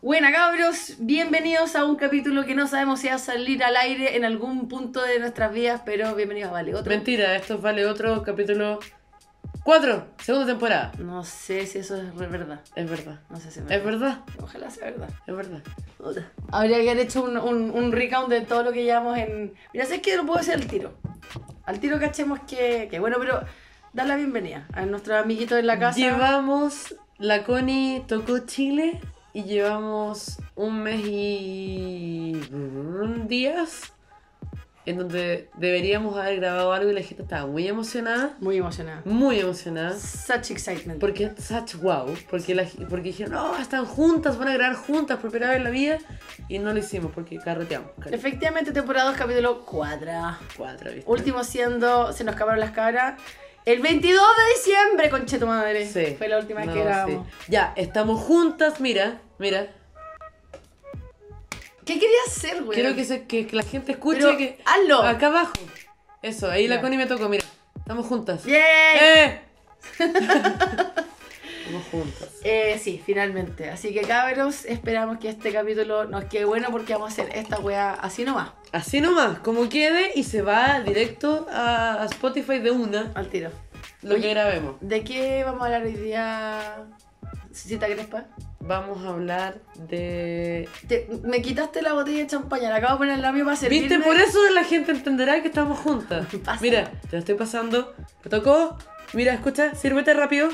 Buena cabros, bienvenidos a un capítulo que no sabemos si va a salir al aire en algún punto de nuestras vidas, pero bienvenidos a Vale Otro. Mentira, esto vale otro capítulo 4, segunda temporada. No sé si eso es re- verdad. Es verdad, No sé si es verdad, Ojalá sea verdad. es verdad. Habría que haber hecho un, un, un recount de todo lo que llevamos en. Mira, sé que lo puedo decir al tiro. Al tiro cachemos que, que bueno, pero dar la bienvenida a nuestros amiguitos en la casa. Llevamos, la Connie tocó Chile y llevamos un mes y días en donde deberíamos haber grabado algo y la gente estaba muy emocionada, Muy emocionada. muy emocionada. Such excitement. Porque, such wow, porque, la, ge- porque dijeron, no, están juntas, van a grabar juntas por primera vez en la vida y no lo hicimos porque carreteamos. carreteamos. Efectivamente, temporada 2, capítulo 4. Cuatro, ¿viste? Último siendo Se nos acabaron las cabras. El 22 de diciembre, conche tu madre. Sí. Fue la última vez No, que grabamos. sí. Ya, estamos juntas, mira, mira. ¿Qué quería hacer, güey? Quiero que, se- que- que la gente escuche Pero, que... Ah. hazlo. Acá abajo. Eso, ahí Ya. la Connie me tocó, mira. Estamos juntas. ¡Yay! ¡Eh! estamos juntas. Eh, sí, finalmente. Así que cabros, esperamos que este capítulo nos quede bueno porque vamos a hacer esta wea así nomás, Así nomás, como quede y se va directo a, a Spotify de una, al tiro. lo Oye. que grabemos. ¿De qué vamos a hablar hoy día? Cita Crespa. Vamos a hablar de... Te- me quitaste la botella de champaña, la acabo de poner en la mía para servirme. ¿Viste? Por eso la gente entenderá que estamos juntas. Pásala. Mira, te la estoy pasando. Te tocó. Mira, escucha, sírvete rápido.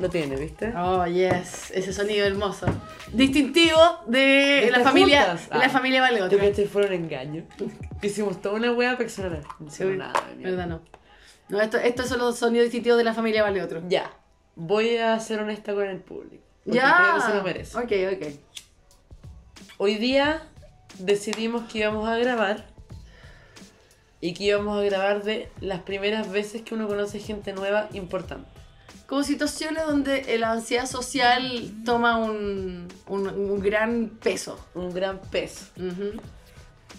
Lo tiene, ¿viste? Oh, yes, ese sonido hermoso. Distintivo de, la estas familia. juntas. de la Ah. familia Valgotra. Yo que este fue un engaño. Hicimos toda una wea para que sonara. No sonó nada, de mierda. ¿Verdad? No. No, esto- estos son los sonidos distintivos de la familia Valgotra. Ya. Voy a ser honesta con el público. porque ya. Creo que se lo merece. Ok, ok. Hoy día decidimos que íbamos a grabar y que íbamos a grabar de las primeras veces que uno conoce gente nueva importante. Como situaciones donde la ansiedad social toma un, un- un gran peso. Un gran peso. Ujú.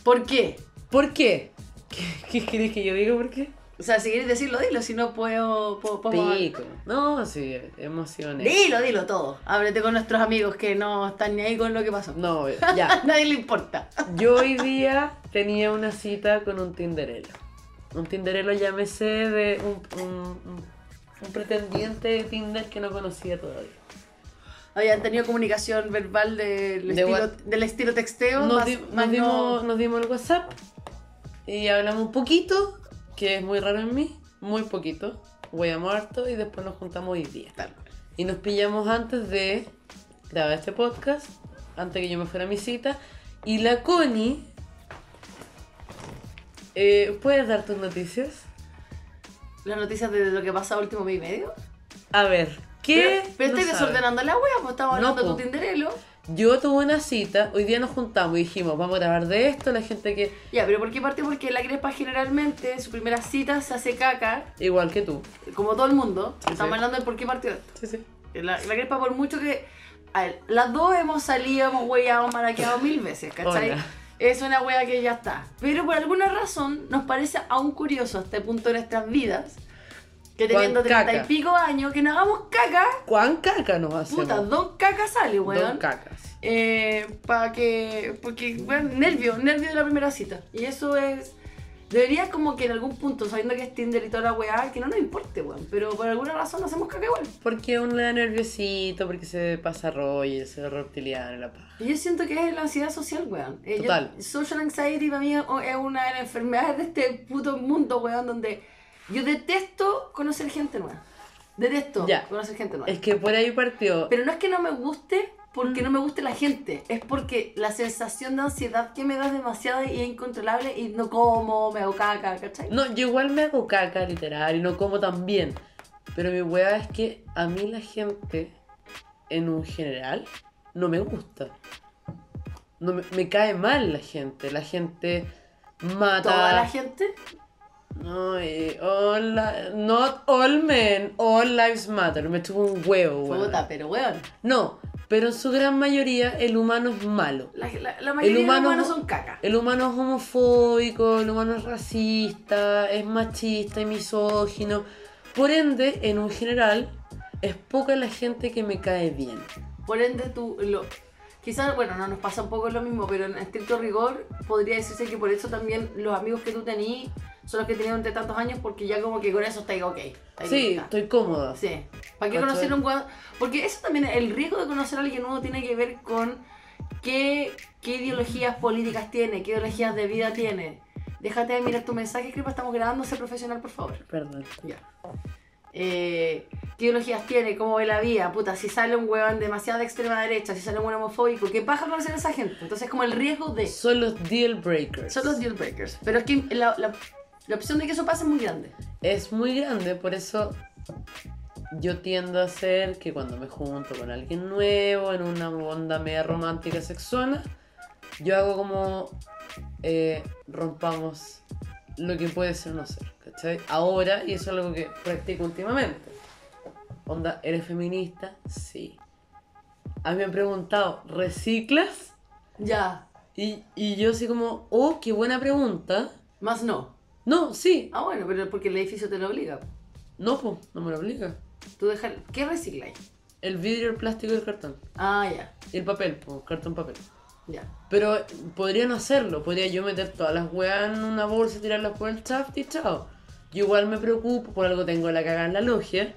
¿Por qué? ¿Por qué? ¿Qué, qué querés que yo diga por qué? O sea, si quieres decirlo, dilo, si no puedo... puedo- puedo- Pico. No, sí, emociones. Dilo, dilo todo. Ábrete con nuestros amigos que no están ni ahí con lo que pasó. No, ya. A nadie le importa. Yo hoy día tenía una cita con un tinderelo. Un tinderelo llámese de un, un- un- un pretendiente de Tinder que no conocía todavía. Habían tenido comunicación verbal del, De estilo, what- del estilo texteo. Nos, más- di- más nos dimos, no- nos dimos el WhatsApp y hablamos un poquito, que es muy raro en mí, muy poquito. Voy a muerto y después nos juntamos hoy día. tal cual. Y nos pillamos antes de grabar este podcast, antes que yo me fuera a mi cita. Y la Connie. eh, ¿Puedes dar tus noticias? Las noticias de lo que pasa último mes y medio. A ver, ¿qué? Pero, pero No estoy sabes. desordenando la wea, pues estamos No, hablando de tu po. tinderelo. Yo tuve una cita, hoy día nos juntamos y dijimos, vamos a grabar de esto, la gente que. Ya, pero ¿por qué parte? Porque la Crespa generalmente en su primera cita se hace caca, Igual que tú. como todo el mundo. Sí, Estamos sí. hablando de por qué partió esto. Sí, sí. La, la Crespa, por mucho que. a ver, las dos hemos salido, hemos hueado, maraqueado mil veces, ¿cachai? Hola. Es una wea que ya está. Pero por alguna razón nos parece aún curioso a este punto de nuestras vidas que Juan teniendo treinta y Caca. pico años, que nos hagamos caca. Juan Caca nos hacemos. Puta, don caca sale, Dos weón. cacas. Eh, para que. Porque, bueno, nervio, nervio de la primera cita. Y eso es. Debería como que en algún punto, sabiendo que es Tinder y toda la weá, que no nos importe, weón. Pero por alguna razón hacemos caca igual. Porque uno le da nerviosito, porque se pasa rollo, se reptiliano, la paja. Y yo siento que es la ansiedad social, weón. Eh, yo- Total. social anxiety para mí es oh, es una de las enfermedades de este puto mundo, weón, donde yo detesto conocer gente nueva. Detesto Ya. conocer gente nueva. Es que Mm. por ahí partió. Pero no es que no me guste porque no me guste la gente, es porque la sensación de ansiedad que me da es demasiada y es incontrolable y no como, me hago caca, ¿cachai? No, yo igual me hago caca literal y no como tan bien. Pero mi weá es que a mí la gente, en un general, no me gusta. No me, me cae mal la gente. La gente mata. Toda la gente. No, eh, all li- not all men, all lives matter. Me estuvo un huevo, weón. Puta, pero weón. No, pero en su gran mayoría el humano es malo. La, la- la mayoría humano- de los humanos son caca. El humano es homofóbico, el humano es racista, es machista y misógino. Por ende, en un general, es poca la gente que me cae bien. Por ende, tú. Lo, Quizás, bueno, no nos pasa un poco lo mismo, pero en estricto rigor podría decirse que por eso también los amigos que tú tenís son los que tenías durante tantos años porque ya como que con eso estáis ok. estáis Sí, lista. estoy cómoda. Sí. ¿Para qué ¿Cachai? conocer a un weón? Porque eso también, el riesgo de conocer a alguien nuevo tiene que ver con qué, qué ideologías políticas tiene, qué ideologías de vida tiene. Déjate de mirar tu mensaje, Cripa, estamos grabando, sé profesional, por favor. Perdón. Ya. Eh, ¿Qué ideologías tiene? ¿Cómo ve la vida? Puta, si sale un huevón demasiado de extrema derecha, si sale un huevón homofóbico, ¿qué paja conocer a esa gente? Entonces, como el riesgo de. Son los deal breakers. Son los deal breakers. Pero es que la, la- la opción de que eso pase es muy grande. Es muy grande, por eso yo tiendo a hacer que cuando me junto con alguien nuevo, en una onda media romántica sexona, yo hago como eh, rompamos lo que puede ser no ser, ¿cachai? Ahora, y eso es algo que practico últimamente. Onda, ¿eres feminista? Sí. A mí me han preguntado, ¿reciclas? Ya. Y, y yo así como, oh, qué buena pregunta. Más no. No, sí. Ah, bueno, pero porque el edificio te lo obliga. No, po, no me lo obliga. Tú dejas. ¿Qué recicláis? El vidrio, el plástico y el cartón. Ah, ya. Y el papel, po, cartón papel. Ya. Pero podría no hacerlo, podría yo meter todas las weas en una bolsa y tirarlas por el shaft y chao. Yo igual me preocupo, por algo tengo la cagada en la logia,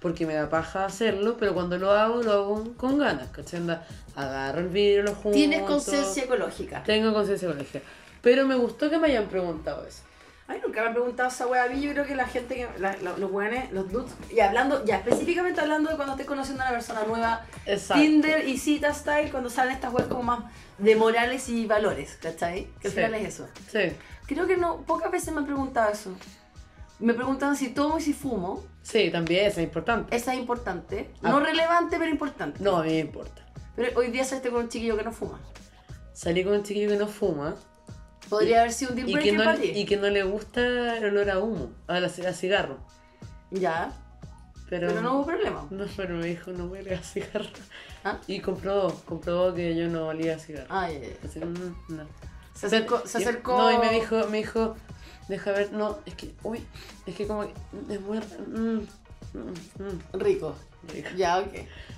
porque me da paja hacerlo, pero cuando lo hago, lo hago con ganas, ¿cachai? Anda, Agarro el vidrio, lo junto. Tienes conciencia ecológica. Tengo conciencia ecológica. Pero me gustó que me hayan preguntado eso. A mí nunca me han preguntado esa wea. A mí yo creo que la gente, que la- la- los weones, los dudes. Y hablando, ya específicamente hablando de cuando estés conociendo a una persona nueva. Exacto. Tinder y cita style cuando salen estas webs como más de morales y valores, ¿cachai? Que al Sí. final es eso. Sí, Creo que no, pocas veces me han preguntado eso. Me preguntan si tomo y si fumo. sí, también eso es importante. Esa es importante. Ah. No relevante, pero importante. No, a mí me importa. Pero hoy día saliste con un chiquillo que no fuma. Salí con un chiquillo que no fuma Podría haber sido un deal y que, breaker no, para ti. y que no le gusta el olor a humo, a, la- a cigarro. Ya, Pero, pero, no hubo problema. No, pero me dijo, no huele a cigarro. ¿Ah? Y comprobó, comprobó que yo no olía a cigarro. Ah, ya, ya. Así, mm, no. Se acercó, se Y- acercó. No, y me dijo, me dijo, deja ver, no, es que, uy, es que como, que es muy, mm, mm, mm", Rico. me dijo. Ya, ok.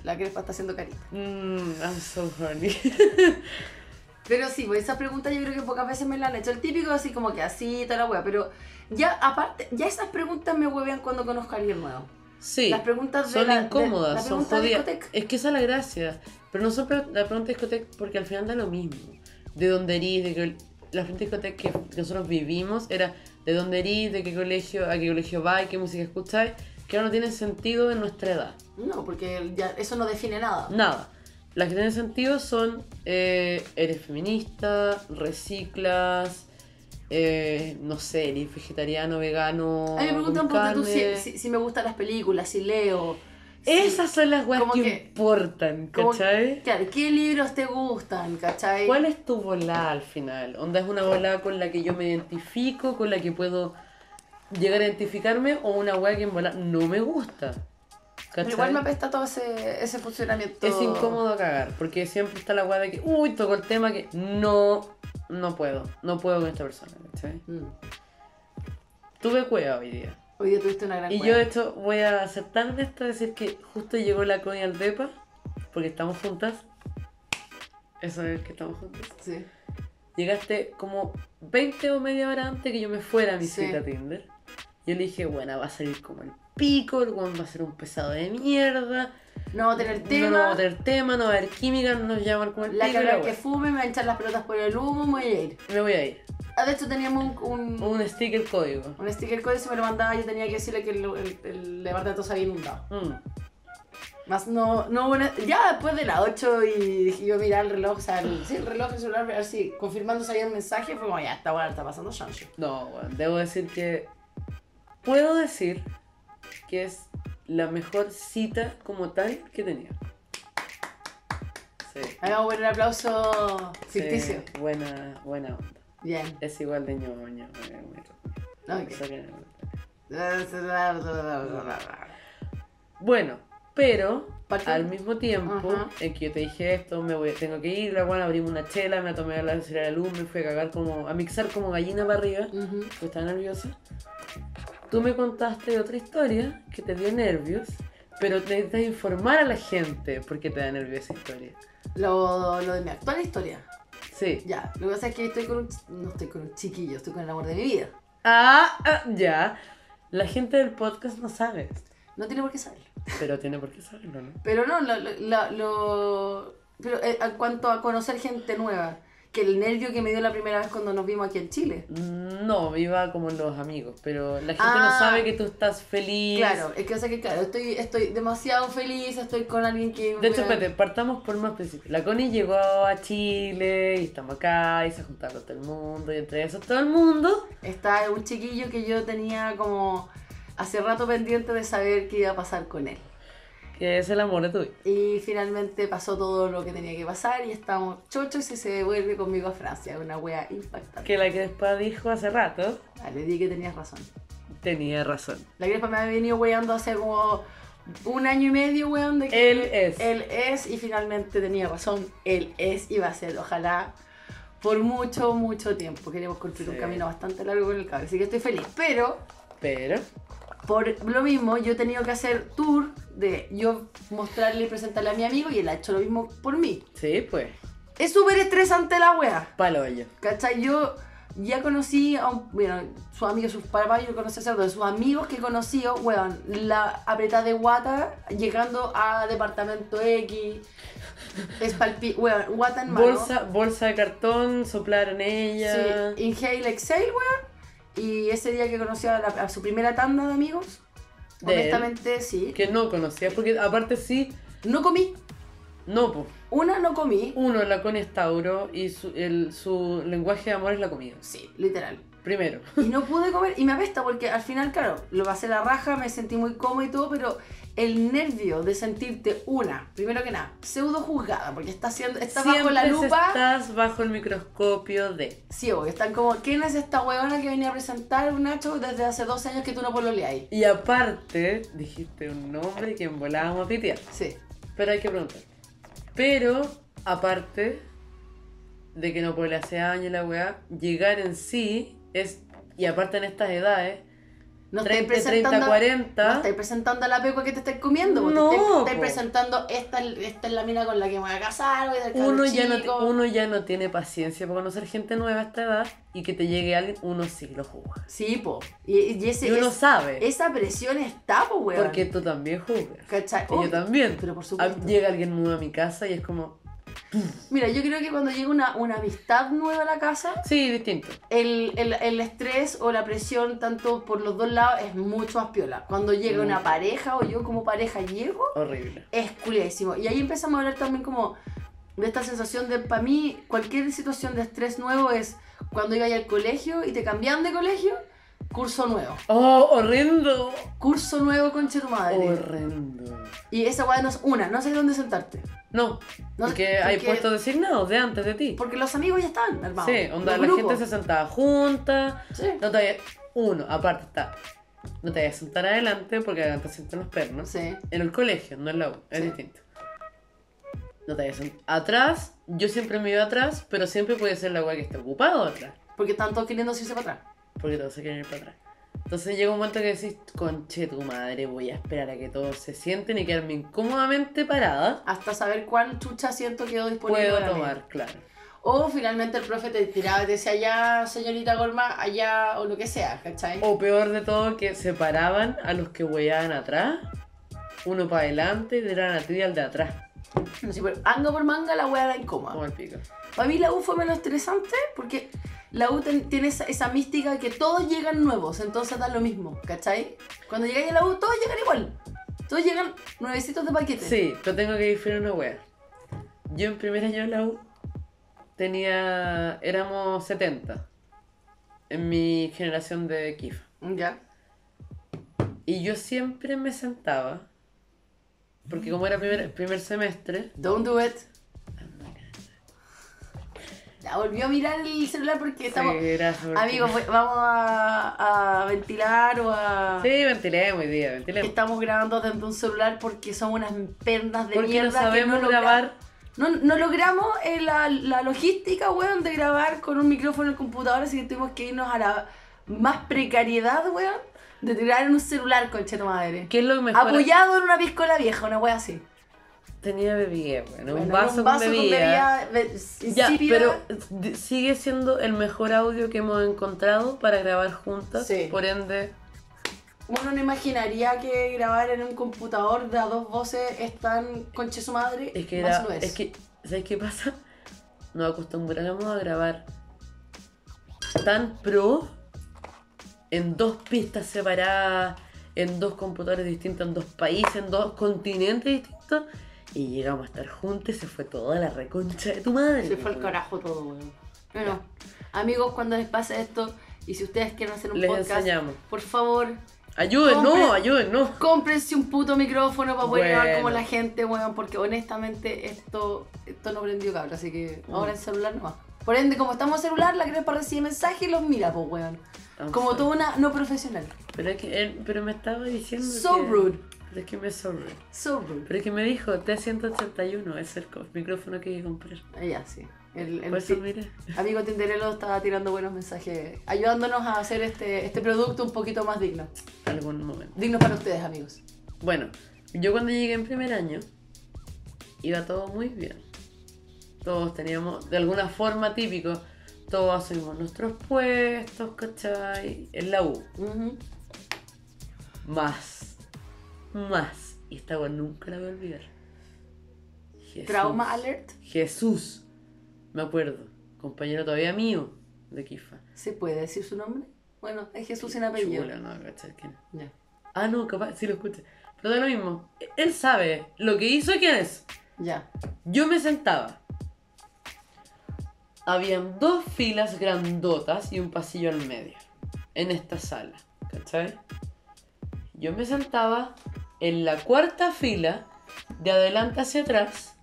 La crespa está haciendo carita. Mm, I'm so horny. Pero sí, pues esa pregunta yo creo que pocas veces me la han hecho. El típico así como que así, toda la wea. Pero ya aparte, ya esas preguntas me huevean cuando conozco a alguien nuevo. Sí, Las preguntas de son la- de- incómodas, las son preguntas de jodidas. discoteca. Es que esa es la gracia. Pero no son pre- la pregunta de discoteca porque al final da lo mismo. De dónde erís, de que la pregunta de discoteca que, que nosotros vivimos era de dónde erís, de qué colegio, a qué colegio vais, qué música escucháis, que ahora no tiene sentido en nuestra edad. No, porque ya eso no define nada. Nada. Las que tienen sentido son eh, eres feminista, reciclas, eh, no sé, eres vegetariano, vegano. a mí me con preguntan ponte tú, si, carne. si- si me gustan las películas, si leo. si- Esas son las weas Como que, que- importan, como- ¿cachai? Claro, ¿qué libros te gustan? ¿Cachai? ¿Cuál es tu volada al final? ¿Onda es una volada con la que yo me identifico, con la que puedo llegar a identificarme o una weá que en volada no me gusta? Pero ¿Cachai? igual me apesta todo ese, ese funcionamiento. Es incómodo cagar, porque siempre está la weá de que, uy, tocó el tema que no, no puedo, no puedo con esta persona, ¿cachai? Mm. Tuve cueva hoy día. Hoy día tuviste una gran Y yo de hecho voy a aceptar de esto, decir que justo llegó la Connie al depa, porque estamos juntas. Eso es que estamos juntas. Sí. Llegaste como 20 o media hora antes que yo me fuera a mi Sí. cita Tinder. Yo le dije, bueno, va a salir como el pico, el weón va a ser un pesado de mierda. No va a tener No, no va tema. a tener tema, no va a haber química, no nos llamar como el la pico. y la cara que wea. fume, me va a echar las pelotas por el humo, me voy a ir. Me voy a ir. Ah, de hecho teníamos un, un, Un sticker código. un sticker code y se me lo mandaba. Yo tenía que decirle que el, el, el departamento se había inundado. Mm. Más no, no hubo una- Ya después de las 8 y dije yo mirar el reloj, o sea, el, sí, el reloj, el celular, a ver si confirmando si había un mensaje, fue como ya, está bueno, está pasando chancho. No, weón, debo decir que. Puedo decir que es la mejor cita como tal que tenía. Sí. Hagamos un buen aplauso Ah, ficticio. Sí, buena, buena onda. Bien. Es igual de ñoño. eh, muy rápido. Ok. Eso que no. Bueno, pero Parte- al mismo tiempo Ajá. en que yo te dije esto, me voy, tengo que ir, la buena, abrimos una chela, me la tomé a la cereal de luz, me fui a cagar como, a mixar como gallina para arriba, Ujú. porque estaba nerviosa. Tú me contaste de otra historia que te dio nervios, Pero necesitas informar a la gente porque te da nervio esa historia. Lo, lo de mi actual historia. Sí. Ya, lo que pasa es que estoy con un. ch- No estoy con un chiquillo, estoy con el amor de mi vida. Ah, ah, ya. La gente del podcast no sabe. No tiene por qué saberlo. Pero tiene por qué saberlo, ¿no? Pero no, lo. lo, la- lo- pero eh, en cuanto a conocer gente nueva, que el nervio que me dio la primera vez cuando nos vimos aquí en Chile. No, iba como los amigos. Pero la gente Ah. no sabe que tú estás feliz. Claro, es que o sea que claro, estoy, estoy demasiado feliz, estoy con alguien que. De hecho, espérate, partamos por más principios. La Connie llegó a Chile y estamos acá y se juntaron con todo el mundo y entre eso todo el mundo. Está un chiquillo que yo tenía como hace rato pendiente de saber qué iba a pasar con él. Que es el amor de tu vida. Y finalmente pasó todo lo que tenía que pasar y estamos chochos y se devuelve conmigo a Francia. Una wea impactante. Que la que después dijo hace rato Ah, Le dije que tenías razón. tenía razón. La Grepa me ha venido weando hace como un año y medio, weón, de que Él es. él es y finalmente tenía razón. Él es y va a ser, ojalá, por mucho, mucho tiempo. Queremos construir Sí. un camino bastante largo con el cable, así que estoy feliz. Pero Pero. por lo mismo, yo he tenido que hacer tour de yo mostrarle y presentarle a mi amigo y él ha hecho lo mismo por mí. Sí, pues. Es súper estresante la wea. Palo yo. ¿Cachai? Yo ya conocí a un, bueno, sus amigos, sus papás, yo conocí a cerdo, de sus amigos que conocí, oh, weón, la apretada de guata llegando a departamento X, es palpi, weón, guata en mano. Bolsa, bolsa de cartón, soplar en ella. Sí, inhale, exhale, weón. Y ese día que conocí a, la- a su primera tanda de amigos, De él. honestamente sí. Que no conocías, porque aparte sí, No comí, no, pues. una no comí, Uno, la Connie es Tauro y su, el- su lenguaje de amor es la comida. sí, literal. Primero. Y no pude comer y me apesta porque al final, claro, lo pasé la raja, me sentí muy cómodo y todo, pero el nervio de sentirte una, primero que nada, pseudo juzgada, porque estás siendo, estás bajo la Siempre lupa. Estás bajo el microscopio de. Sí, obvio, están como, ¿quién es esta huevona que venía a presentar un Nacho desde hace 12 años que tú no pololeáis? Y aparte, dijiste un nombre que en volada vamos a pitear. Sí. Pero hay que preguntar. Pero, aparte de que no puede hace años la weá, llegar en sí es. Y aparte en estas edades, No estáis 30, presentando, 30, 40. No estáis presentando a la pecua que te estáis comiendo, porque No, estáis, po. estáis presentando, esta, es- esta es la mina con la que me voy a casar, voy a dejar uno un ya, no, chico. ti- uno ya no tiene paciencia para conocer gente nueva a esta edad y que te llegue alguien, uno sí lo juzga. Sí, po. Y, y ese, y uno es- sabe, esa presión está, po, huevón. porque tú también juzgas. ¿Cachai? Y yo Obvio. también. Pero por Ah, supuesto. Llega alguien nuevo a mi casa y es como, Mira, yo creo que cuando llega una, una amistad nueva a la casa, sí, distinto. el, el- el estrés o la presión, tanto por los dos lados, es mucho más piola. Cuando llega una Mucho. pareja o yo como pareja llego, Horrible. es culésimo. Y ahí empezamos a hablar también como de esta sensación de, para mí, cualquier situación de estrés nuevo es cuando ibas al colegio y te cambian de colegio, curso nuevo. Oh, horrendo. Curso nuevo, conche tu madre. Horrendo. Y esa weá no es una, no sé dónde sentarte. No, No, porque hay porque- puestos designados de antes de ti. Porque los amigos ya estaban armados. Sí, onda, Los la grupos. gente se sentaba junta. Sí. No te vayas- Uno, aparte está. No te vayas a sentar adelante porque adelante se sientan los pernos. Sí. En el colegio, no en la U, es Sí. distinto. No te vayas a sent- Atrás, yo siempre me iba atrás, pero siempre puede ser la weá que esté ocupado atrás. Porque están todos queriendo irse para atrás. porque todos se quieren ir para atrás. Entonces llega un momento que decís, conche tu madre, voy a esperar a que todos se sienten y quedarme incómodamente parada. Hasta saber cuál chucha siento quedó disponible. Puedo para mí. tomar, claro. O finalmente el profe te tiraba y te decía allá, señorita Gorma, allá o lo que sea, ¿cachai? O peor de todo, que separaban a los que hueaban atrás, uno para adelante y tiraban a ti y al de atrás, No sé, pero anga por manga la wea era incómoda. como el pico. Para mí la U fue menos estresante porque la U ten- tiene esa, esa mística que todos llegan nuevos, entonces da lo mismo, ¿cachai? Cuando llegáis a la U todos llegan igual. Todos llegan nuevecitos de paquete. Sí, pero tengo que diferir una wea. Yo en primer año en la U tenía. éramos 70 en mi generación de Kifa. Ya. Y yo siempre me sentaba, porque como era primer, primer semestre, Don't do it. La volvió a mirar el celular porque estamos... eh, era sobre- Amigos, voy- vamos a, a ventilar o a... Sí, ventilemos hoy día, ventilemos. Estamos grabando desde un celular porque somos unas pernas de Porque no mierda. que sabemos logra- grabar. No, no logramos eh, la, la logística, weón, de grabar con un micrófono en el computador, así que tuvimos que irnos a la más precariedad, weón, De tirar en un celular, concheto madre. ¿Qué es lo mejor? Apoyado en una piscola vieja, una wea así. Tenía bebida, bueno, Bueno, un en vaso, con bebida. bebida, be- Ya, insípida. pero d- sigue siendo el mejor audio que hemos encontrado para grabar juntas. Sí. Por ende, Uno no imaginaría que grabar en un computador de a dos voces es tan conche su madre. es que más era. no es que, ¿Sabes qué pasa? Nos acostumbramos a grabar tan pro en dos pistas separadas, en dos computadores distintos, en dos países, en dos continentes distintos. Y llegamos a estar juntos y se fue toda la reconcha de tu madre. Se fue al carajo todo, weón. Bueno, amigos, cuando les pase esto y si ustedes quieren hacer un Les podcast, enseñamos. por favor, Ayuden, no, Compre- ayuden, no. cómprense un puto micrófono para poder grabar Bueno. como la gente, weón, porque honestamente esto, esto no prendió cable, así que Mm. ahora el celular no va. Por ende, como estamos en celular, la crees para recibir mensajes y los mira, pues, weón. Como toda una no profesional. Pero, es que él- pero me estaba diciendo. So que- rude, Pero es que me so rude. so rude. Pero es que me dijo T181 es el co- micrófono que hay que comprar. Ah, Ya, Pues sí. El, el Por eso, ti- mira. amigo Tinderelo estaba tirando buenos mensajes, ayudándonos a hacer este, este producto un poquito más digno. Algún momento. Digno para ustedes, amigos. Bueno, yo cuando llegué en primer año, iba todo muy bien. Todos teníamos, de alguna forma típico, todos asumimos nuestros puestos, ¿cachai? En la U. Más. Más. Y esta weá nunca la voy a olvidar. Jesús. Trauma alert. Jesús. Me acuerdo. Compañero todavía mío de Kifa. ¿Se puede decir su nombre? Bueno, es Jesús sin apellido. Chula, no, cachai, ¿quién? Ya. Ah, no, capaz, sí lo escuché. Pero da lo mismo. Él sabe lo que hizo y quién es. Ya. Yo me sentaba. Habían dos filas grandotas y un pasillo al medio. En esta sala. ¿Cachai? Yo me sentaba en la cuarta fila, de adelante hacia atrás,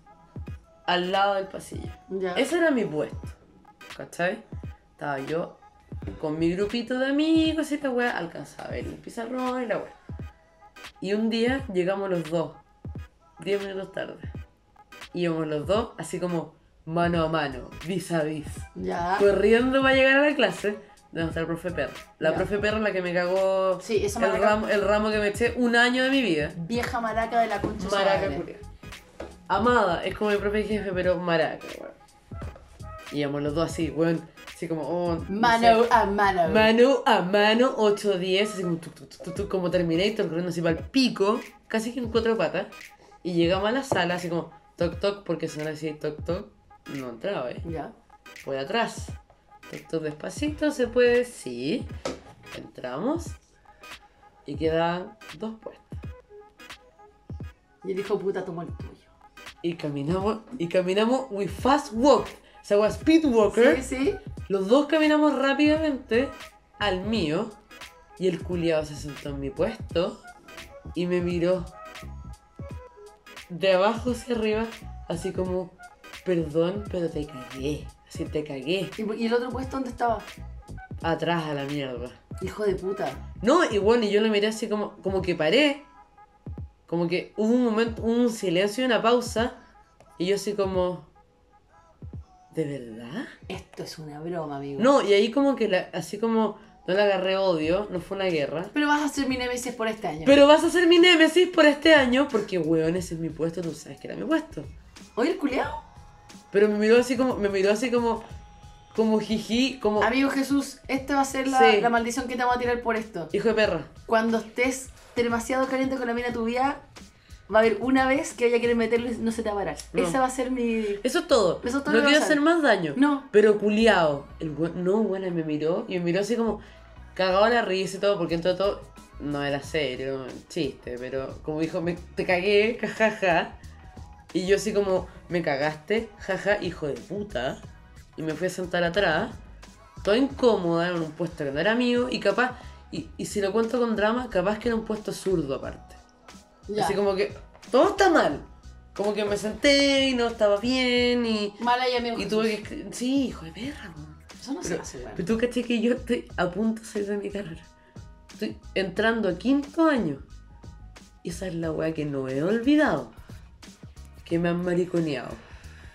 al lado del pasillo. Ya. Ese era mi puesto. ¿Cachai? Estaba yo con mi grupito de amigos y esta weá alcanzaba a ver el pizarrón y la weá. Y un día llegamos los dos, 10 minutos tarde. Íbamos los dos así como mano a mano, vis a vis. Ya. Corriendo para llegar a la clase de nuestra profe perro. La Ya. profe perro la que me cagó Sí, esa el maraca. ramo, el ramo que me eché un año de mi vida. Vieja maraca de la concha. de su Maraca madre. culia. Amada, es como mi propio jefe, pero maraca, weón. Y íbamos los dos así, weón. Así como, oh, no sé. Mano a mano. Mano a mano, 8-10, así como, tuc, tuc, tuc, tuc, tuc, como Terminator, corriendo así para el pico, casi que en cuatro patas. Y llegamos a la sala, así como, toc toc, porque sonaba así, toc toc. No entraba, eh. Ya. Por atrás. Toc toc despacito, se puede, sí. Entramos. Y quedaban dos puestos. Y el hijo de puta tomó el tuyo. y caminamos, y caminamos with fast walk. O sea, with speed walker. Sí, sí. Los dos caminamos rápidamente al mío. Y el culiado se sentó en mi puesto y me miró de abajo hacia arriba, así como, perdón, pero te cagué. Así te cagué. ¿Y, y el otro puesto dónde estaba? Atrás a la mierda. Hijo de puta. No, y bueno, y yo lo miré así como, como que paré. Como que hubo un momento, hubo un silencio y una pausa. Y yo así como... ¿De verdad? Esto es una broma, amigo. No, y ahí como que la- así como no le agarré odio, no fue una guerra. Pero vas a ser mi nemesis por este año. Pero vas a ser mi némesis por este año porque, weón, ese es mi puesto, tú sabes que era mi puesto. ¿Oye el culiao? Pero me miró así como, me miró así como, como jiji, como Amigo Jesús, esta va a ser la, Sí. la maldición que te vamos a tirar por esto. hijo de perra. Cuando estés demasiado caliente con la mina de tu vida, va a haber una vez que ella quiere meterlo y no se te va a parar. No. Esa va a ser mi. Eso es todo. Eso es todo no lo que vas quiero a hacer ver. más daño. No. Pero culiao. El we- no, bueno, me miró y me miró así como cagado la risa y todo, porque entró todo. No era serio, era un chiste, pero como dijo, me, te cagué, jajaja. Y yo así como, me cagaste, jaja, hijo de puta. Y me fui a sentar atrás, toda incómoda, en un puesto que no era mío, y capaz, y, y si lo cuento con drama, capaz que era un puesto zurdo aparte. Ya. Así como que todo está mal. Como que me senté y no estaba bien y, Mala y amigo. y Jesús. tuve que... escri- Sí, hijo de perra. weón. Eso no se Pero, hace, weón. pero tú caché que yo estoy a punto de salir de mi carrera. Estoy entrando a quinto año. Y esa es la weá que no he olvidado. Que me han mariconeado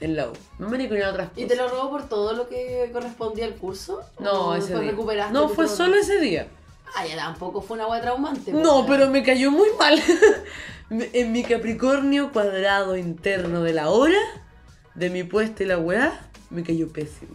en la U. Me han mariconeado otras cosas. ¿Y te lo robó por todo lo que correspondía al curso? No, ¿O ese después día. recuperaste No, tu fue todo? solo ese día. Ah, ya tampoco fue una wea traumante. po, No, weón. pero me cayó muy mal. Me- en mi Capricornio cuadrado interno de la hora, de mi puesta y la weá, me cayó pésimo.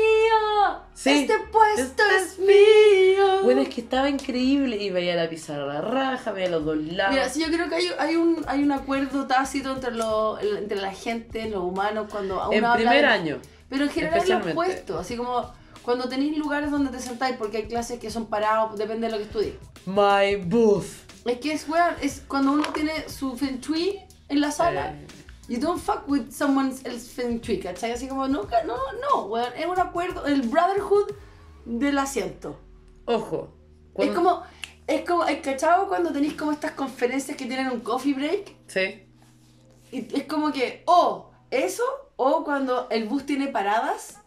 ¡Mío! Sí. ¡Este puesto Este es mío! Bueno, es que estaba increíble y veía la pizarra raja, veía los dos lados. Mira, sí, yo creo que hay, hay un, hay un acuerdo tácito entre, lo- entre la gente, los humanos, cuando a uno en habla primer de- año. Pero en general es lo especialmente. opuesto, así como cuando tenéis lugares donde te sentáis, porque hay clases que son parados, depende de lo que estudies. My booth. Es que es weón, es cuando uno tiene su feng shui en la sala. Eh. You don't fuck with someone else's feng shui, ¿cachai? Así como, no, ca- no, no, weón, es un acuerdo, el brotherhood del asiento. Ojo. Es como, es como, ¿hay ¿cachado? Cuando tenéis como estas conferencias que tienen un coffee break, Sí. y es como que, o eso, o cuando el bus tiene paradas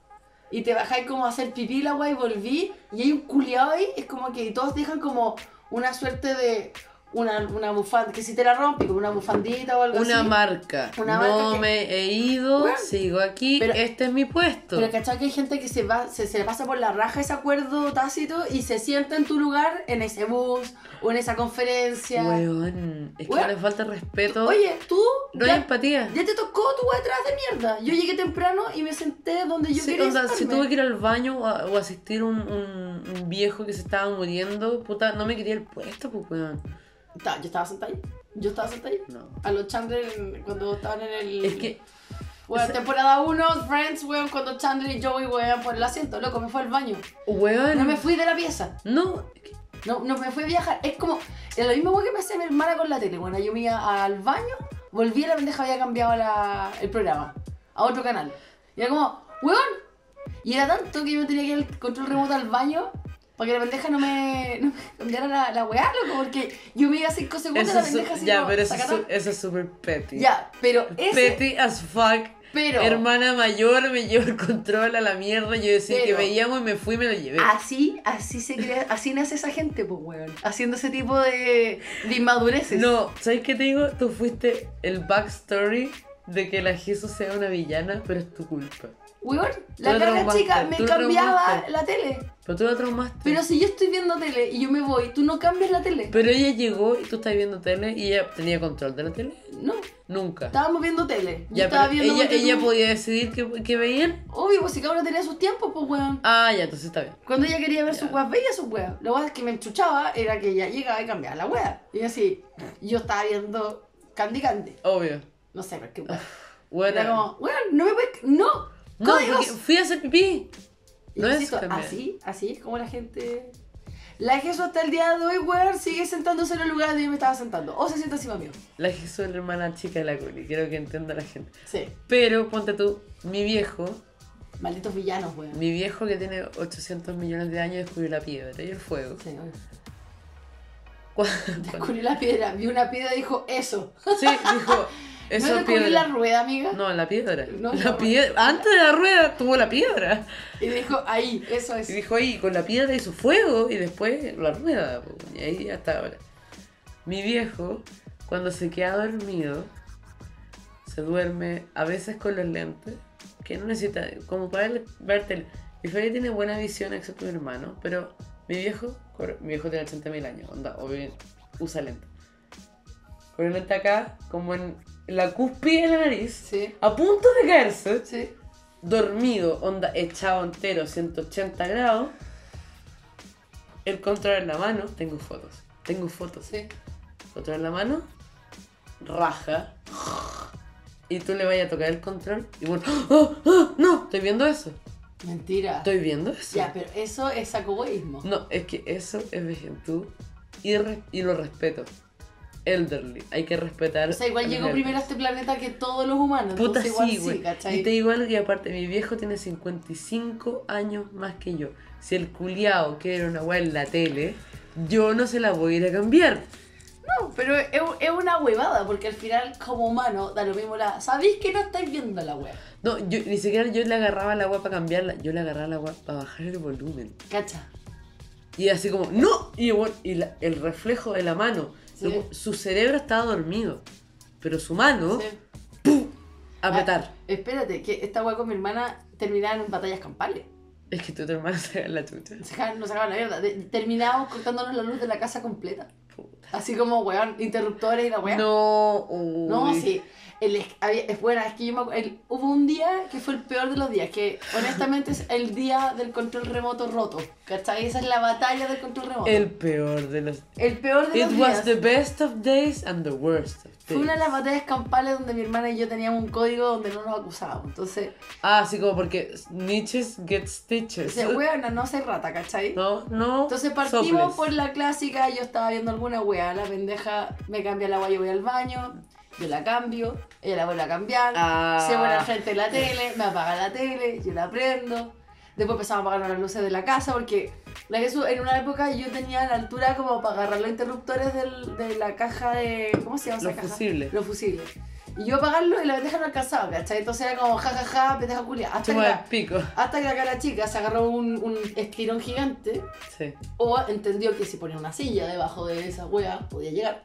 y te bajáis como a hacer pipí la guay y volví, y hay un culiao ahí, es como que todos dejan como una suerte de una, una bufanda, que si te la rompe, como una bufandita o algo Una así. marca. Una no marca que- me he ido, Bueno, sigo aquí, pero- este es mi puesto. Pero ¿cachai? Que hay gente que se, va, se, se le pasa por la raja ese acuerdo tácito y se sienta en tu lugar en ese bus o en esa conferencia. Weón, es que Weón. le falta respeto. Oye, tú no ya- hay empatía. Ya te tocó tu wea atrás de mierda. Yo llegué temprano y me senté donde yo Sí, quería o sea, si sentarme. tuve que ir al baño o, a- o asistir a un, un- un viejo que se estaba muriendo, puta, no me quería el puesto, pues, weón. Ta- yo estaba sentada ahí. Yo estaba sentada ahí. No. A los Chandler en- cuando estaban en el. Es que, Weón, o sea- temporada 1, Friends, weón, cuando Chandler y Joey, weón, por el asiento. Loco, me fue al baño. weón. No me fui de la pieza. No, es que- No, no me fui a viajar. Es como. Es lo mismo weón que me hacía mi hermana con la tele. Bueno, yo me iba al baño, volví a la pendeja, había cambiado la- el programa. A otro canal. Y era como, weón. Y era tanto que yo tenía que ir al control remoto al baño. Para que la pendeja no me, no me cambiara la, la weá, loco, porque yo me iba a 5 segundos y eso la es su- pendeja así ya, como, pero eso, es sacatón. su- eso es súper petty. Ya, pero ese, Petty as fuck. pero Hermana mayor me llevó el control a la mierda. Yo decía que Pero- veíamos y me fui y me lo llevé. así, así se crea, así nace esa gente, pues weón, haciendo ese tipo de, de inmadureces. No, ¿sabes qué te digo? Tú fuiste el backstory de que la Jesús sea una villana, pero es tu culpa. Weón, la carga Tú traumaste, chica me tú cambiaba traumaste. la tele. Pero tú la traumaste. Pero si yo estoy viendo tele y yo me voy, tú no cambias la tele. Pero ella llegó y tú estás viendo tele y ella tenía control de la tele. No, Nunca. estábamos viendo tele. Yo Ya, estaba pero viendo ella, ponte tú- ella podía decidir qué, qué veían. Obvio, pues si cada uno tenía sus tiempos, pues weón. Ah, ya, entonces está bien. Cuando ella quería ver sus Ya. weas, veía sus weas. Lo más que me enchuchaba era que ella llegaba y cambiaba la wea. Y yo así, yo estaba viendo Candy Candy. Obvio. No sé, pero qué wea. Bueno. Era como, weón, no me puedes. ¡No! no, ¡Códigos! porque fui a hacer pipí. Y ah, no es insisto, cambiar. así, así es como la gente. La Jesús hasta el día de hoy, weón, sigue sentándose en el lugar donde yo me estaba sentando. O se sienta encima mío. La Jesús es la hermana chica de la Culi. Quiero que entienda la gente. Sí. Pero ponte tú, mi viejo, Malditos villanos, weón. mi viejo que tiene 800 millones de años descubrió la piedra y el fuego. Sí, obvio. Cuando- Descubrí la piedra, vi una piedra y dijo eso. Sí, dijo, no eso es descubrí piedra. la rueda, amiga. No, la piedra. No, la no. piedra. Antes de la rueda tuvo la piedra. Y dijo ahí, eso es. Y dijo ahí, con la piedra hizo fuego y después la rueda. po, Y ahí hasta ahora. Mi viejo, cuando se queda dormido, se duerme a veces con los lentes, que no necesita, como para él ver tele. Mi familia tiene buena visión, excepto mi hermano, pero mi viejo, cor- mi viejo tiene 80.000 años, onda, obvio, usa lentes. Con el lente acá, como en la cúspide de la nariz, Sí, a punto de caerse, sí. dormido, onda echado entero, 180 grados, el control en la mano, tengo fotos, tengo fotos, Sí. control en la mano, raja, y tú le vayas a tocar el control, y bueno, ¡oh, oh, no! Estoy viendo eso, Mentira. estoy viendo eso. Ya, pero eso es sacoboísmo. No, es que eso es vejentud y, re- y lo respeto. Elderly, hay que respetar. O sea, igual al llegó elderly. primero a este planeta que todos los humanos. Puta entonces igual sí, güey. ¿cachai? y te digo algo, y aparte, mi viejo tiene 55 años más que yo. Si el culiao quiere una weá en la tele, yo no se la voy a ir a cambiar. No, pero es, es una huevada, porque al final, como humano, da lo mismo la. Sabéis que no estáis viendo la wea. No, yo, ni siquiera yo le agarraba la weá para cambiarla, yo le agarraba la weá para bajar el volumen. Cacha. Y así como, ¡no! Y, bueno, y la- el reflejo de la mano. Sí. Loco, Su cerebro estaba dormido, pero su mano, Sí. apretar. Ah, espérate, que esta wea con mi hermana terminaba en batallas campales. Es que tú, tu hermana se caga en la chucha. Se cagan- nos sacaban la mierda. De- terminábamos cortándonos la luz de la casa completa. Puta. Así como, weón, interruptores y la weá. No, uy. No, sí. El, es- había- es bueno, es que yo me acu- el- hubo un día que fue el peor de los días, que honestamente es el día del control remoto roto. ¿Cachai? Esa es la batalla del control remoto. El peor de los. El peor de It los días. was the best of days and the worst of days. Fue una de las batallas campales donde mi hermana y yo teníamos un código donde no nos acusábamos. Entonces, Ah, así como porque niches get stitches. dice, weona, no soy rata, ¿cachai? No, no. Entonces partimos soples. por la clásica, yo estaba viendo alguna weá, la pendeja me cambia el agua, yo voy al baño, yo la cambio, ella la vuelve a cambiar, Ah. se pone al frente de la tele, me apaga la tele, yo la prendo, después empezamos a apagar las luces de la casa porque la Jesús en una época yo tenía la altura como para agarrar los interruptores del- de la caja de... ¿Cómo se llama esa Los caja? fusibles. Los fusibles. Y yo apagarlo y la pendeja no alcanzaba, ¿cachai? Entonces era como jajaja, pendeja culia. Hasta, que Chupa la- el pico. hasta que la cara chica se agarró un- un estirón gigante Sí. o entendió que si ponía una silla debajo de esa wea podía llegar.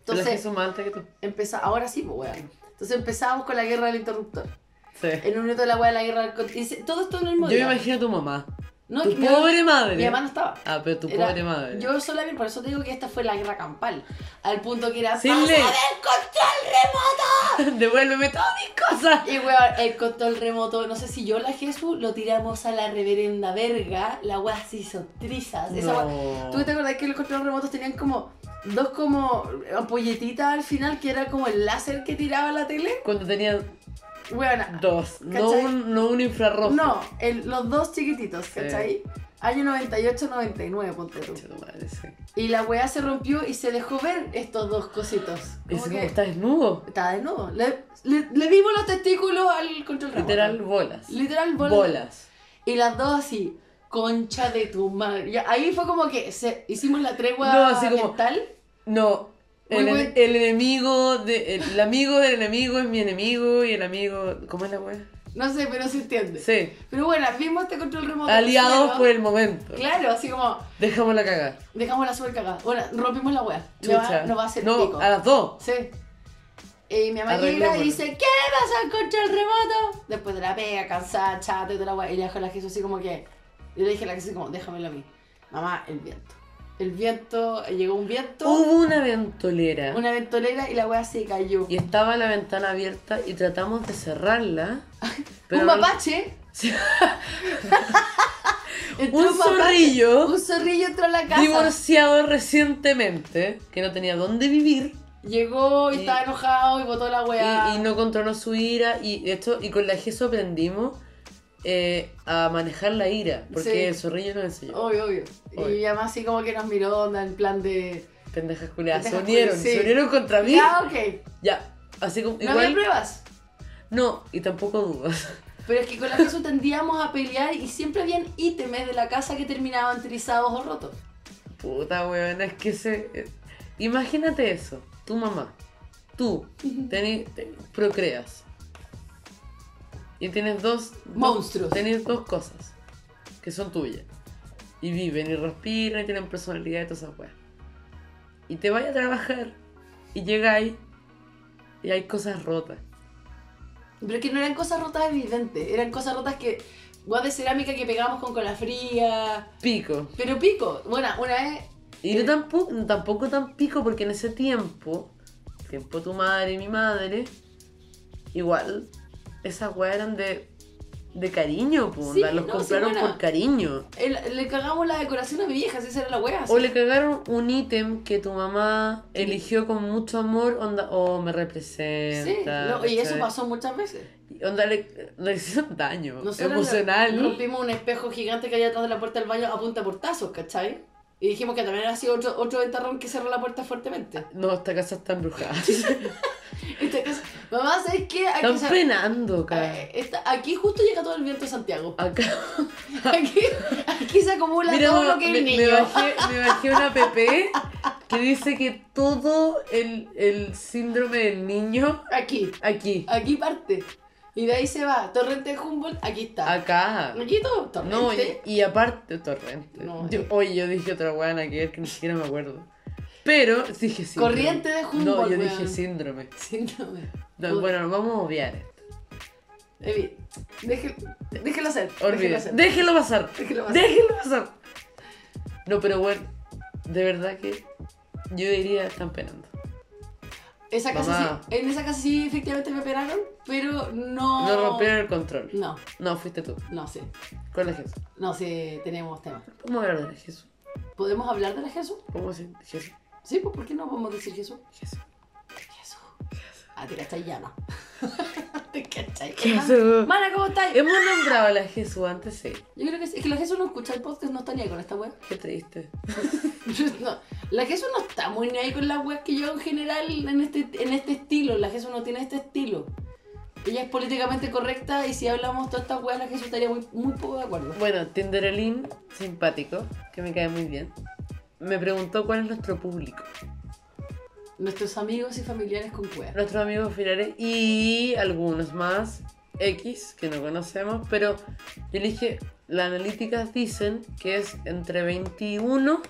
Entonces. Entonces, Es más alta que tú. empeza- ahora sí, pues wea. Entonces empezábamos con la guerra del interruptor. Sí. En un minuto de la wea de la guerra del cont- y se- Todo esto en el mismo Yo me día. imagino a tu mamá. No, tu mi- pobre madre. Mi mamá no estaba. Ah, pero tu Era- pobre madre. Yo solamente, por eso te digo que esta fue la guerra campal. Al punto que era. Sin "Pasa ley". del control remoto! Devuélveme todas mis cosas. Y weón, el control remoto, no sé si yo la Jesús, lo tiramos a la reverenda verga. La wea se hizo trizas. Esa wea- No. ¿Tú te acordás que los controles remotos tenían como dos como ampolletitas al final que era como el láser que tiraba la tele? Cuando tenían Bueno, dos. No ¿Cachai? un, no un infrarrojo. no, el- los dos chiquititos, ¿cachai? Año 98-99, ponte tú. Concha tu madre, sí. Y la weá se rompió y se dejó ver estos dos cositos. Ese Como como que está desnudo. Está desnudo. Le, le- le dimos los testículos al control remoto. Literal bolas. Literal, bola. Bolas. Y las dos así, concha de tu madre. Ya, ahí fue como que se, hicimos la tregua No, así como- mental. No. Muy El, buen- el enemigo de, el, el amigo del enemigo es mi enemigo y el amigo. ¿Cómo es la wea? No sé, pero se entiende. Sí. Pero bueno, vimos este control remoto. Aliados por Claro, el momento. Claro, así como Dejamos la cagada. dejamos la super cagada. Bueno, rompimos la wea. No Chucha. va, no va a ser No, pico. a las dos. Sí. Y mi mamá llega Arreglémoslo. y dice, ¿qué le pasa al control remoto? Después de la pega, cansada, chata y toda la wea. Y le dejó a la Jesús así como que... Y le dije a la Jesús como, déjamelo a mí. Mamá, el viento. El viento, llegó un viento, Hubo una ventolera. una ventolera y la wea se cayó. y estaba la ventana abierta y tratamos de cerrarla. un no- mapache. Sí. Entró un mapache. zorrillo Un zorrillo entró a la casa. divorciado recientemente que no tenía dónde vivir Llegó y, Y- estaba enojado y botó la weá. Eh. y, y no controló su ira y esto y con la Jesu aprendimos eh, a manejar la ira porque Sí. el zorrillo nos enseñó. Obvio, obvio. Obvio. Y además así como que nos miró onda en plan de... Pendejas culiadas, se Pendejas unieron, culiadas, sí. se unieron contra mí. Ya, ok. Ya, así como No había igual pruebas. no y tampoco dudas. Pero es que con la Jesús tendíamos a pelear y siempre habían ítems de la casa que terminaban trizados o rotos. Puta weón, es que se. eh, Imagínate eso, tu mamá. Tú teni- te- procreas. Y tienes dos. dos- Monstruos. Tienes dos cosas que son tuyas. Y viven y respiran y tienen personalidad y todas esas weas. Y te vas a trabajar y llegáis y hay cosas rotas. Pero es que no eran cosas rotas evidentes, eran cosas rotas que... Guas de cerámica que pegábamos con cola fría. Pico. Pero pico, bueno, una vez... Y yo tampoco, tampoco tan pico porque en ese tiempo, tiempo tu madre y mi madre, igual esas weas eran de, de cariño, po, Sí, onda, los no, sí, compraron buena. por cariño. el- le cagamos la decoración a mi vieja, si esa era la wea. O así. le cagaron un ítem que tu mamá eligió con mucho amor, onda, oh, me Sí, representa. no, y eso ¿cachai? pasó muchas veces. Y Onda, le, le hicieron daño Nosotros emocional. Rompimos un espejo gigante que había atrás de la puerta del baño a punta de portazos, ¿cachai? Y dijimos que también era sido otro, otro ventarrón que cerró la puerta fuertemente. No, esta casa está embrujada. Entonces, mamá, ¿sabes qué? Hay que Están sa- penando, acá. Eh, está- aquí justo llega todo el viento de Santiago. Acá. Aquí, aquí se acumula Mira, todo mamá, lo que es me, el me niño. bajé, me bajé una app que dice que todo el, el síndrome del niño Aquí, aquí, aquí parte. Y de ahí se va. Torrente de Humboldt, aquí está. acá. Aquí todo, torrente. Ah, No, y, y aparte, torrente. ¿Este? No, este. Yo- oye, yo dije otra guana que es que ni siquiera me acuerdo. Pero dije síndrome. Corriente de Humboldt, No, yo weón. dije síndrome. Síndrome. No, bueno, vamos a obviar esto. Evi, Eh, deje- déjelo hacer. Déjelo Olvídelo. hacer. Déjelo pasar. Déjelo pasar. Déjelo pasar. No, pero bueno, de verdad que yo diría están penando. Esa casa Mamá. sí, en esa casa sí efectivamente me operaron, pero no... No rompieron el control. No, No, fuiste tú. no sé. Con la Jesús. No sé, tenemos temas. ¿Cómo hablar de la Jesús? ¿Podemos hablar de la Jesús? ¿Cómo se Jesús? Sí, pues ¿por qué no podemos decir Jesús? Jesús. Jesús. Ah, te cachai llana. te cachai. Jesús. Mana, ¿cómo estás? Hemos nombrado a la Jesús antes, sí. Yo creo que sí. Es que la Jesús no escucha el podcast, no está ni ahí con esta wea. Qué triste. No, la Jesús no está muy ni ahí con las weas que yo en general en este, en este estilo. La Jesús no tiene este estilo. Ella es políticamente correcta y si hablamos todas estas weas, la Jesús estaría muy, muy poco de acuerdo. Bueno, Tinderolín, simpático, que me cae muy bien, me preguntó cuál es nuestro público. Nuestros amigos y familiares con weas. Nuestros amigos finales y algunos más, X, que no conocemos, pero yo le dije, las analíticas dicen que es entre 21,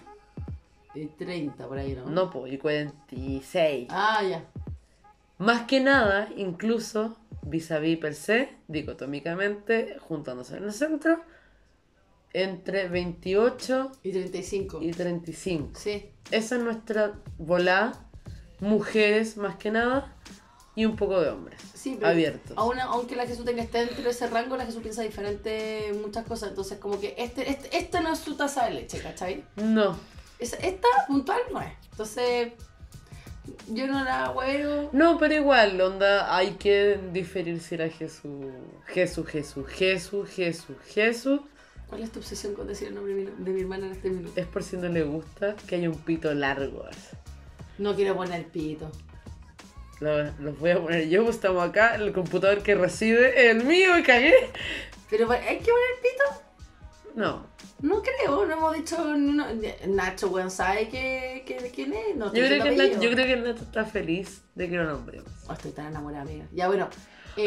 Eh, 30 por ahí, ¿no? no, pues, y 46. Ah, ya. Más que nada, incluso vis a vis per se, dicotómicamente, juntándose en el centro, entre 28 Y 35. y 35. Sí. Esa es nuestra volada, mujeres más que nada, y un poco de hombres. Sí, pero abiertos. aún- aunque la Jesús tenga esté dentro de ese rango, la Jesús piensa diferente en muchas cosas. Entonces, como que este, este, esta no es su taza de leche, ¿cachai? No. Esa- esta puntual no es. Entonces, yo no la huevo. No, pero igual, onda, hay que diferir si era Jesús. Jesús, Jesús, Jesús, Jesús, Jesús. ¿Cuál es tu obsesión con decir el nombre de mi, de mi hermana en este minuto? Es por si no le gusta que haya un pito largo. así. No quiero poner pito. Lo- Los voy a poner yo, pues estamos acá, el computador que recibe, el mío, me cagué. ¿Pero pa- hay que poner pito? No. No creo, no hemos dicho. ni una- Nacho, weón, ¿sabe que, que, quién es? No, Yo estoy creo, diciendo que el Nato, yo apellido. creo que el Nato está feliz de que lo nombremos. Oh, estoy tan enamorada, amiga. Ya, bueno. Eh,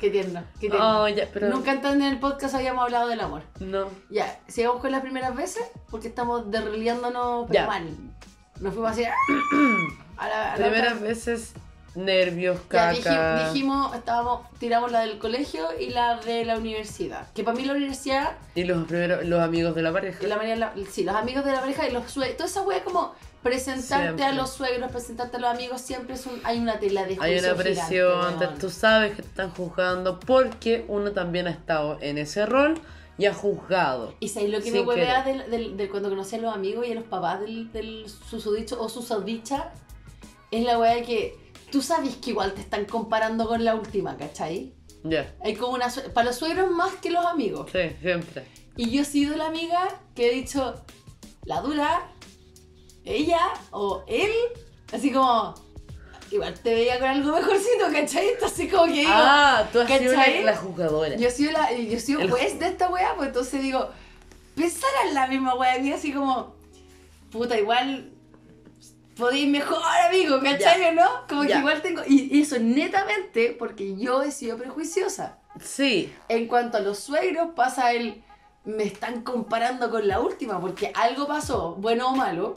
qué tierno, qué tierno. Oh, ya, pero. Nunca antes en el podcast habíamos hablado del amor. No. Ya, sigamos con las primeras veces porque estamos derreliándonos pero Ya. mal. Nos fuimos así ¡ah! a la, a la Primeras otra. veces, nervios, Ya, caca. dijim- dijimos, estábamos, tiramos la del colegio y la de la universidad. Que para mí la universidad, Y los primeros, los amigos de la pareja. la manera, la- sí, los amigos de la pareja y los suegros, toda esa wea como presentarte Siempre. a los suegros, presentarte a los amigos, siempre es un, hay una tela de Hay juicio una presión, gigante, te- weón. tú sabes que te están juzgando porque uno también ha estado en ese rol y ha juzgado. Y sabéis lo que Sin me huevea del, del, del cuando conocí a los amigos y a los papás del, del susodicho o susodicha es la wea de que tú sabes que igual te están comparando con la última, ¿cachai? Ya, Hay como una. sue- Para los suegros más que los amigos. sí, siempre. Y yo he sido la amiga que he dicho, la dura, ella o él, así como. Igual te veía con algo mejorcito, ¿cachai? Entonces, como que digo. Ah, tú has sido ¿cachai? la, la juzgadora. Yo soy, la, yo soy El- juez de esta wea, pues entonces digo, pensar en la misma wea mía, así como, puta, igual podéis mejor, amigo, ¿cachai Ya. o no? Como que Ya. igual tengo. Y, y eso netamente porque yo he sido prejuiciosa. Sí, En cuanto a los suegros, pasa el. Me están comparando con la última, porque algo pasó, bueno o malo.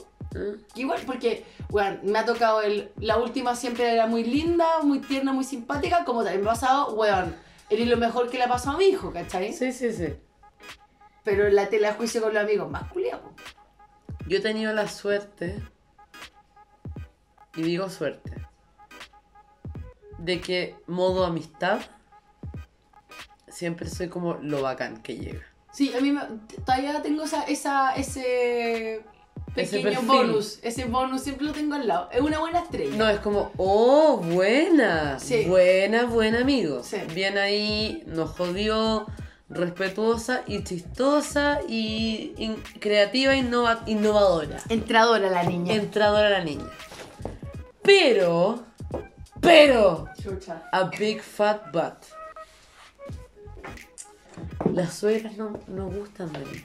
Igual, porque, weón, me ha tocado el. La última siempre era muy linda, muy tierna, muy simpática, como también me ha pasado, weón, eres lo mejor que le ha pasado a mi hijo, ¿cachai? sí, sí, sí. Pero la tela de juicio con los amigos, más culia, po. Yo he tenido la suerte, y digo suerte, de que modo amistad siempre soy como lo bacán que llega. Sí, a mí me- todavía tengo esa, esa, ese pequeño perfil. bonus. Ese bonus siempre lo tengo al lado. Es una buena estrella. No, es como, oh, buena, Sí. buena, buen amigo. Sí. Bien ahí, nos jodió, respetuosa y chistosa y in- creativa e innova- innovadora. Entradora la niña. Entradora la niña. Pero, pero, Chucha. a big fat butt. Las suegras no, no gustan de mí.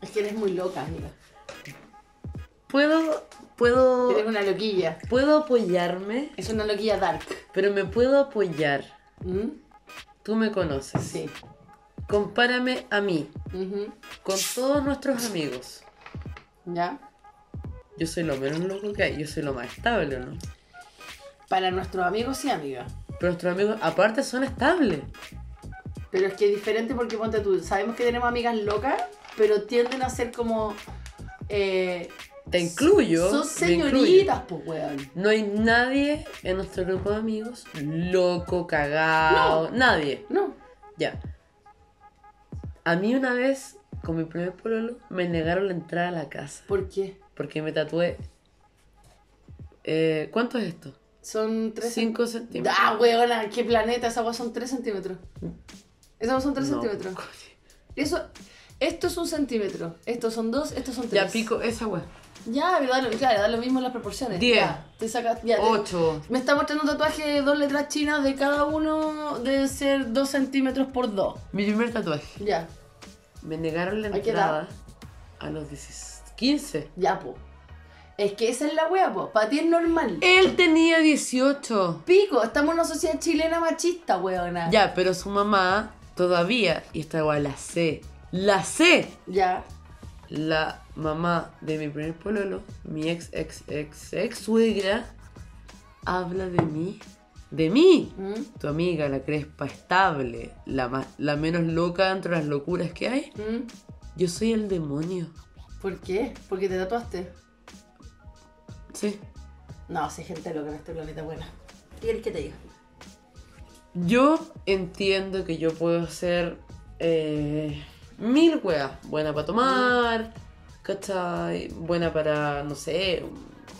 Es que eres muy loca, amiga. Puedo, puedo, Eres una loquilla. puedo apoyarme, Oh. Es una loquilla dark. pero me puedo apoyar. ¿Mm? Tú me conoces. Sí. Compárame a mí Ujú. con todos nuestros amigos. ¿Ya? Yo soy lo menos loco que hay, yo soy lo más estable, ¿no? Para nuestros amigos y amigas. Pero nuestros amigos, aparte, son estables. Pero es que es diferente porque ponte tú, sabemos que tenemos amigas locas, pero tienden a ser como. Eh, Te incluyo. son me incluyo. señoritas, pues, weón. No hay nadie en nuestro grupo de amigos loco, cagado. Nadie. No. Ya. A mí una vez, con mi primer pololo, me negaron la entrada a la casa. ¿Por qué? Porque me tatué. Eh, ¿Cuánto es esto? Son 3 5 centímetros. Ah, weona, qué planeta, esa agua son 3 centímetros. Esa agua son 3 No, centímetros. coño. Eso, esto es un centímetro. Estos son 2, estos son 3. Ya pico esa weá. Ya, pero da lo, claro, da lo mismo las proporciones. Diez. Oh. Ya, te sacas. Ya, te- 8. me está mostrando un tatuaje de dos letras chinas de cada uno debe ser 2 centímetros por 2. Mi primer tatuaje. Ya, Me negaron la ¿A qué edad? entrada a los 16, 15. ya, po. Es que esa es la wea, po. Para ti es normal. Él tenía 18. Pico, estamos en una sociedad chilena machista, weona. Ya, pero su mamá todavía, y esta weá la sé, la sé. Ya. La mamá de mi primer pololo, mi ex, ex, ex, ex suegra, habla de mí, de mí. ¿Mm? Tu amiga, la crespa estable, la, más- la menos loca entre las locuras que hay. ¿Mm? Yo soy el demonio. ¿Por qué? Porque te tatuaste. Sí. No, sí, gente loca en este planeta, buena. ¿Qué quieres que te diga? Yo entiendo que yo puedo ser eh, mil weas. Buena para tomar, ¿cachai? Buena para, no sé,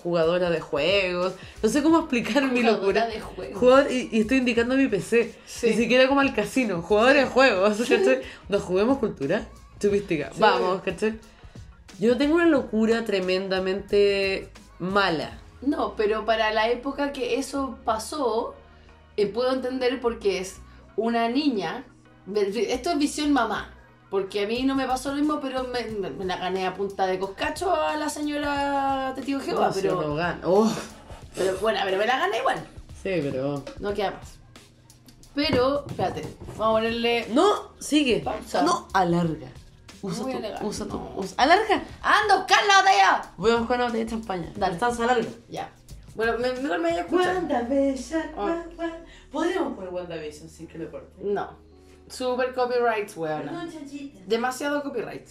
jugadora de juegos. No sé cómo explicar mi Jugadora locura. de juegos. Jugador- y, y estoy indicando mi PC. Sí. Ni siquiera como al casino. Jugador de juegos, ¿cachai? Nos juguemos cultura chupística. Sí. Vamos, ¿cachai? Yo tengo una locura tremendamente mala. No, pero para la época que eso pasó, eh, puedo entender por qué es una niña. ver- Esto es visión mamá. Porque a mí no me pasó lo mismo, pero me, me- me la gané a punta de coscacho a la señora Testigo de Jehová. No, si pero, uno gana. Oh, pero bueno, pero me la gané igual. sí, pero. No queda más. Pero, espérate, vamos a ponerle. No, sigue. Pausa. No, alarga. Usa Voy a tu, alargar. usa tu, No. usa- alarga. ¡Anda, a buscar la botella! Voy a buscar una botella de champaña. Dale. Estás alarga. Ya. Bueno, me, mejor me voy a escuchar. WandaVision, Ah. wa- wa- Podríamos poner WandaVision sin que lo corte. No. Super copyright, weona. chachita. demasiado copyright.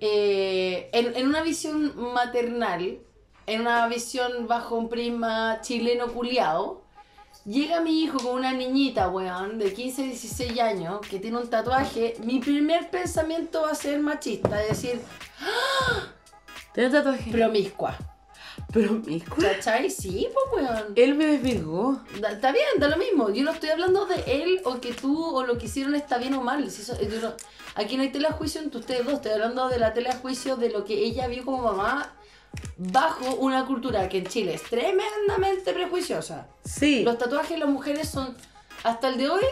Eh, en, en una visión maternal, en una visión bajo un prisma chileno culiao, llega mi hijo con una niñita, weón, de 15, 16 años, que tiene un tatuaje. Mi primer pensamiento va a ser machista, es decir, Tiene tatuaje. Pero, promiscua. mi cu- ¿Cachai? Sí, pues, weón. Él me desvirgó. Da- Está bien, da lo mismo. Yo no estoy hablando de él o que tú o lo que hicieron está bien o mal. Si eso- yo no- aquí no hay tela de juicio entre ustedes dos. Estoy hablando de la tela de juicio de lo que ella vio como mamá bajo una cultura que en Chile es tremendamente prejuiciosa. Sí. Los tatuajes en las mujeres son, hasta el de hoy,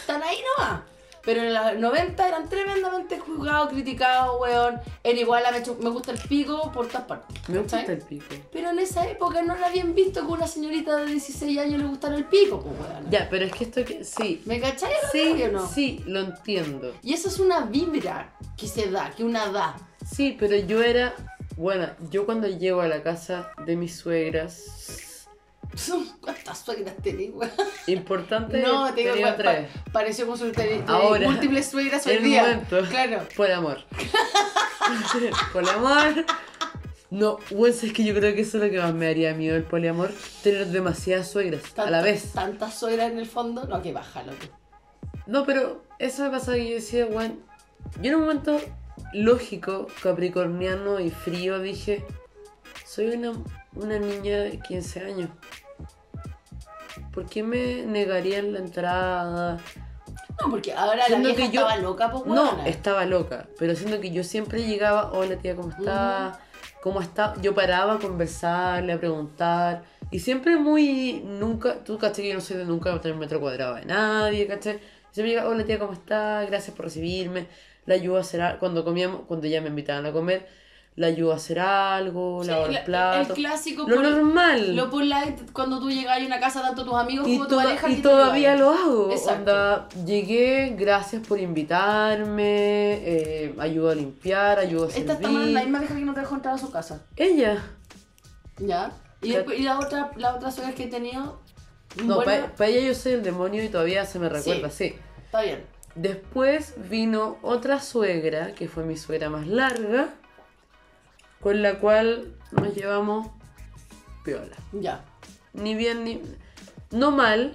están ahí nomás. Pero en los 90 eran tremendamente juzgados, criticados, weón. Era igual a me, chu- me gusta el pico por todas partes. Me gusta ¿cachai? el pico. Pero en esa época no la habían visto que una señorita de 16 años le gustara el pico, pues, weón. Ya, pero es que esto que. Sí. ¿Me cachai lo que Sí, digo o no? sí, lo entiendo. Y eso es una vibra que se da, que una da. Sí, pero yo era. Bueno, yo cuando llego a la casa de mis suegras. Son- ¿Cuántas suegras tenés, weón? Importante. No, te digo, tenía pa- tres. pa- pareció consultar de Ahora. múltiples suegras hoy El día. momento. Claro. Por amor. poliamor. No, bueno, es que yo creo que eso es lo que más me haría miedo el poliamor. Tener demasiadas suegras a la Tantas- vez. Tantas suegras en el fondo. No, que baja, loco. No, pero eso me pasaba que yo decía, bueno, yo en un momento lógico, capricorniano y frío dije, soy una, una niña de 15 años. ¿Por qué me negarían la entrada? No, porque ahora la Siendo vieja que yo- estaba loca, pues, weón. No, estaba loca, pero siento que yo siempre llegaba, hola tía, ¿cómo está? ¿Cómo está? Yo paraba a conversarle, a preguntar, y siempre muy, nunca, tú caché que yo no soy de nunca tener metro cuadrado de nadie, caché. Siempre llegaba, hola tía, ¿cómo está? Gracias por recibirme, la ayudo a hacer algo, cuando comíamos, cuando ya me invitaban a comer, la ayudo a hacer algo, Sí, lavar la- el plato. El clásico. lo por- normal. Lo por la, cuando tú llegas a una casa, tanto tus amigos Y, como tu toda- pareja. y que te todavía ayudan. lo hago. Exacto. Onda, llegué, gracias por invitarme, eh, ayudo a limpiar, ayudo a Esta servir. está mal, la misma vieja que no te dejó entrar a su casa. Ella. Ya. Y, Ya. después- y la otra, la otra suegra que he tenido No, pues. Bueno, para ella yo soy el demonio y todavía se me recuerda, sí. Está bien. Después vino otra suegra, que fue mi suegra más larga, con la cual nos llevamos piola. Ya. Ni bien, ni... No mal,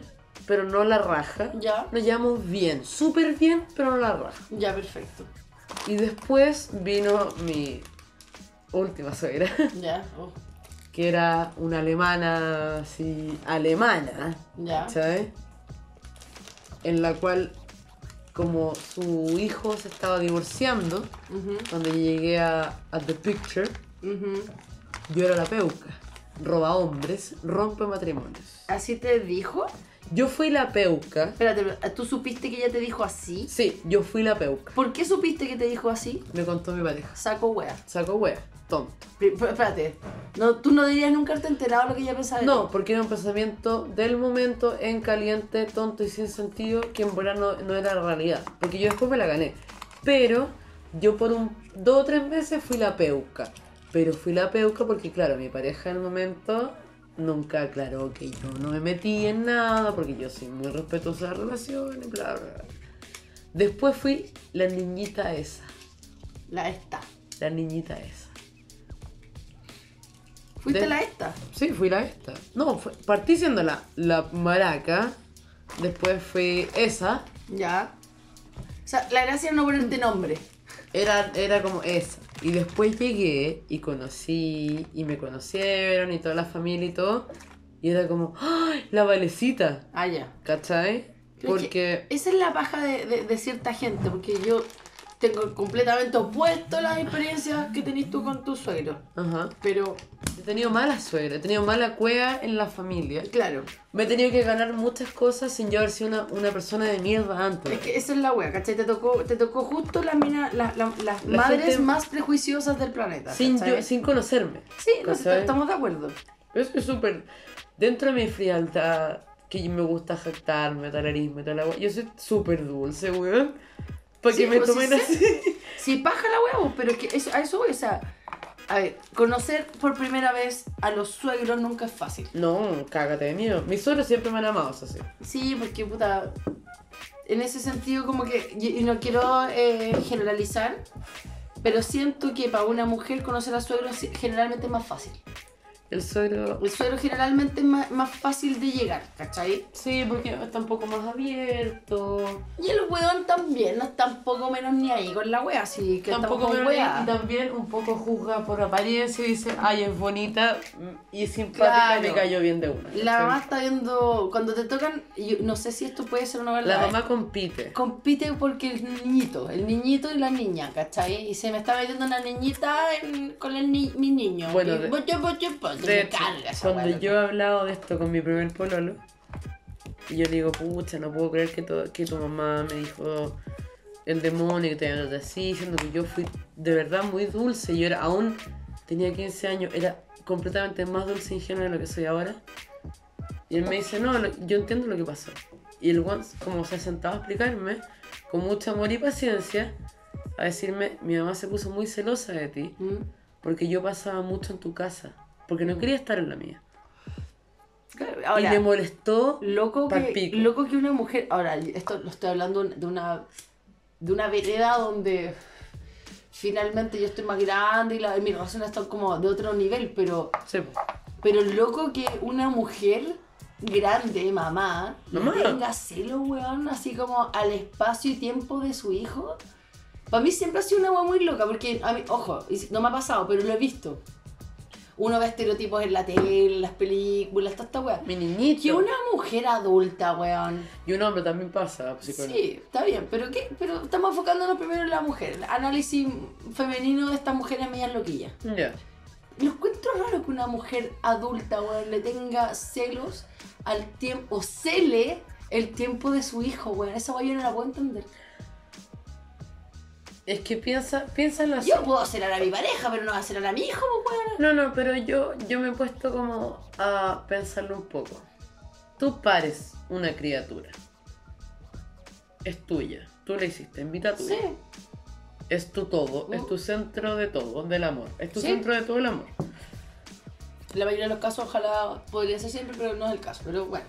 pero no la raja. Ya. Nos llevamos bien, súper bien, pero no la raja. Ya, perfecto. Y después vino mi última suegra, Ya. oh, que era una alemana, así, alemana, Ya. ¿sabes? En la cual, como su hijo se estaba divorciando, Ujú, cuando llegué a, a The Picture, ujú. yo era la peuca. Roba hombres, rompe matrimonios. ¿Así te dijo? Yo fui la peuca. Espérate, ¿tú supiste que ella te dijo así? Sí, yo fui la peuca. ¿Por qué supiste que te dijo así? Me contó mi pareja. Saco wea. Saco wea, tonto. Pri- pero Espérate. No, tú no deberías nunca haberte enterado lo que ella pensaba. de ti. No, porque era un pensamiento del momento, en caliente, tonto y sin sentido, que en verdad no, no era realidad. Porque yo después me la gané. Pero yo por un dos o tres meses fui la peuca. Pero fui la peuca porque, claro, mi pareja en el momento nunca aclaró que yo no me metí en nada, porque yo soy muy respetuosa de las relaciones, bla, bla, bla. Después fui la niñita esa. La esta. La niñita esa. Fuiste De- la esta. Sí, fui la esta. No, fue- partí siendo la, la maraca, después fui esa, Ya. O sea, la gracia es no ponerte nombre. era, era como esa. Y después llegué y conocí, y me conocieron, y toda la familia y todo, y era como, ¡ay! La valecita, Ah, ya. ¿cachai? Creo que Porque... Esa es la paja de, de- de cierta gente, porque yo tengo completamente opuesto las experiencias que tenés tú con tu suegro. Ajá. Pero, He tenido mala suegra, he tenido mala cueva en la familia. claro, Me he tenido que ganar muchas cosas sin yo haber sido una, una persona de mierda antes. es que esa es la wea, ¿cachai? Te tocó, te tocó justo las mina- la- la- las La madres gente- más prejuiciosas del planeta. Sin, ¿cachai? yo, sin conocerme. Sí, no sé, ¿cachai? estamos de acuerdo. Yo soy súper. Dentro de mi frialdad, que me gusta jactarme, talarismo y toda la wea, Yo soy súper dulce, weón. Para Sí, que me pues, sí tomen sé. así. Sí, paja la huevo, pero es que eso, a eso voy, o sea, a ver, conocer por primera vez a los suegros nunca es fácil. No, cágate de miedo. Mis suegros siempre me han amado, eso sí. Sí, porque puta. En ese sentido, como que. Y y no quiero eh, generalizar, pero siento que para una mujer conocer a suegro es generalmente es más fácil. El suegro. El suegro generalmente es más, más fácil de llegar, ¿cachai? Sí, porque está un poco más abierto. Y el weón también, no es tampoco menos ni ahí con la wea, así que Tampoco estamos con me wea. Y también un poco juzga por apariencia y dice, ay, es bonita mm, y simpática Claro. me cayó bien de una. La ¿cachai? mamá está viendo. Cuando te tocan, yo no sé si esto puede ser una verdad. La ¿eh? mamá compite. compite porque el niñito, el niñito y la niña, ¿cachai? Y se me está metiendo una niñita en- con el ni- mi niño. Bueno, Y de- boche, boche, boche, De me hecho, carga esa cuando weá, yo he hablado de esto con mi primer pololo, y yo le digo, pucha, no puedo creer que tu, que tu mamá me dijo el demonio que te trataste así, diciendo que yo fui de verdad muy dulce. Yo era aún, tenía 15 años, era completamente más dulce e ingenua de lo que soy ahora. Y él me dice, no, lo- yo entiendo lo que pasó. Y el one, como se ha sentado a explicarme, con mucho amor y paciencia, a decirme, mi mamá se puso muy celosa de ti ¿Mm? porque yo pasaba mucho en tu casa, porque no quería estar en la mía. Claro, y le Mm. Ahora, molestó. loco que, palpico. loco que una mujer. Ahora, esto lo estoy hablando de una, de una vereda donde finalmente yo estoy más grande y, la, y mis relaciones están como de otro nivel, pero, Sí, po. pero loco que una mujer grande, mamá, le Mamá. tenga celo, weón, así como al espacio y tiempo de su hijo. Para mí siempre ha sido una weá muy loca, porque a mí, ojo, y si- no me ha pasado, pero lo he visto. Uno ve estereotipos en la tele, en las películas, toda esta weá. mi Que niñito. una mujer adulta, weón. Y un hombre también pasa, pues, con- Sí, está bien, pero ¿qué? Pero estamos enfocándonos primero en la mujer. Análisis femenino de estas mujeres medias loquillas. Ya. Lo encuentro raro que una mujer adulta, weón, le tenga celos al tiempo, o cele el tiempo de su hijo, weón. Esa weón yo no la puedo entender. Es que piensa, piensa en la Yo puedo celar a mi pareja, pero no va a celar a mi hijo, pues, weón. No, no, pero yo, yo me he puesto como a pensarlo un poco. Tú pares una criatura. Es tuya. Tú la hiciste, en vida tuya. Sí, Mm. Es tu todo, es tu centro de todo, del amor. Es tu Sí. centro de todo el amor. la mayoría de los casos ojalá podría ser siempre, pero no es el caso. Pero bueno,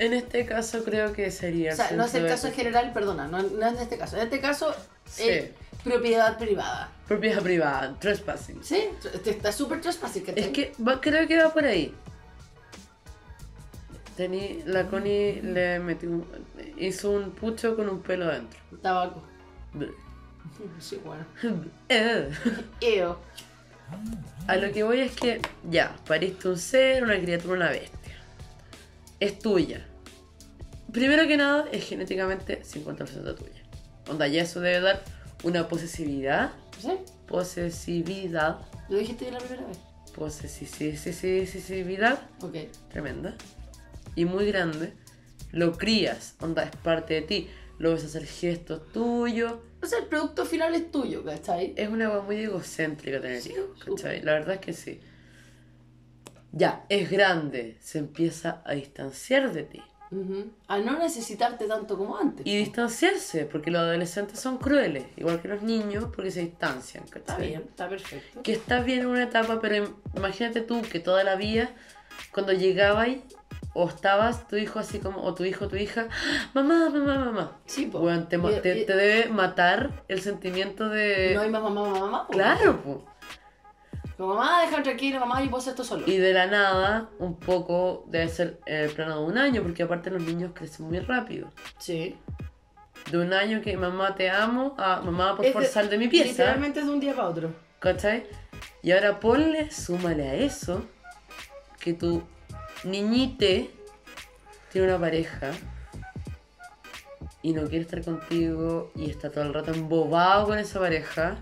En este caso creo que sería... O sea, no es el caso en general, perdona, no, no es en este caso. En este caso, es propiedad privada. Propiedad privada, trespassing. Sí, te- está súper trespassing, ¿cachai? Es que va- creo que va por ahí. Tení, la Connie le metió, un- hizo un pucho con un pelo adentro. Tabaco. Sí, bueno. Eh. Eo. A lo que voy es que, ya, pariste un ser, una criatura, una bestia. Es tuya. Primero que nada, es genéticamente 50% tuya. Onda, ya eso debe dar una posesividad. ¿Sí? Posesividad. Lo dijiste bien la primera vez. Posesividad. Ok. tremenda y muy grande, lo crías, onda, es parte de ti, lo ves hacer gestos tuyos, O sea, el producto final es tuyo, ¿cachai? es una agua muy egocéntrica tener Sí, hijos, súper. ¿cachai? La verdad es que sí. Ya, es grande, se empieza a distanciar de ti. Ujú. A no necesitarte tanto como antes. Y distanciarse, porque los adolescentes son crueles, igual que los niños, porque se distancian, Está ¿cachai? bien, está perfecto. Que estás bien en una etapa, pero im- imagínate tú que toda la vida, cuando llegabas o estabas, tu hijo así como, o tu hijo, tu hija, "Ah, mamá, mamá, mamá. Sí, po. Weón, te, ma- Y- te- y- te debe matar el sentimiento de... eh, No hay más mamá, mamá, mamá. po. claro, po. Como mamá, deja tranquila, mamá, yo puedo hacer esto solo. Y de la nada, un poco debe ser en el plano de un año, porque aparte los niños crecen muy rápido. Sí. De un año que mamá te amo a mamá por Es de- favor sal de mi pieza. Literalmente es de un día para otro. ¿Cachai? Y ahora ponle, súmale a eso, que tu niñite tiene una pareja y no quiere estar contigo y está todo el rato embobado con esa pareja.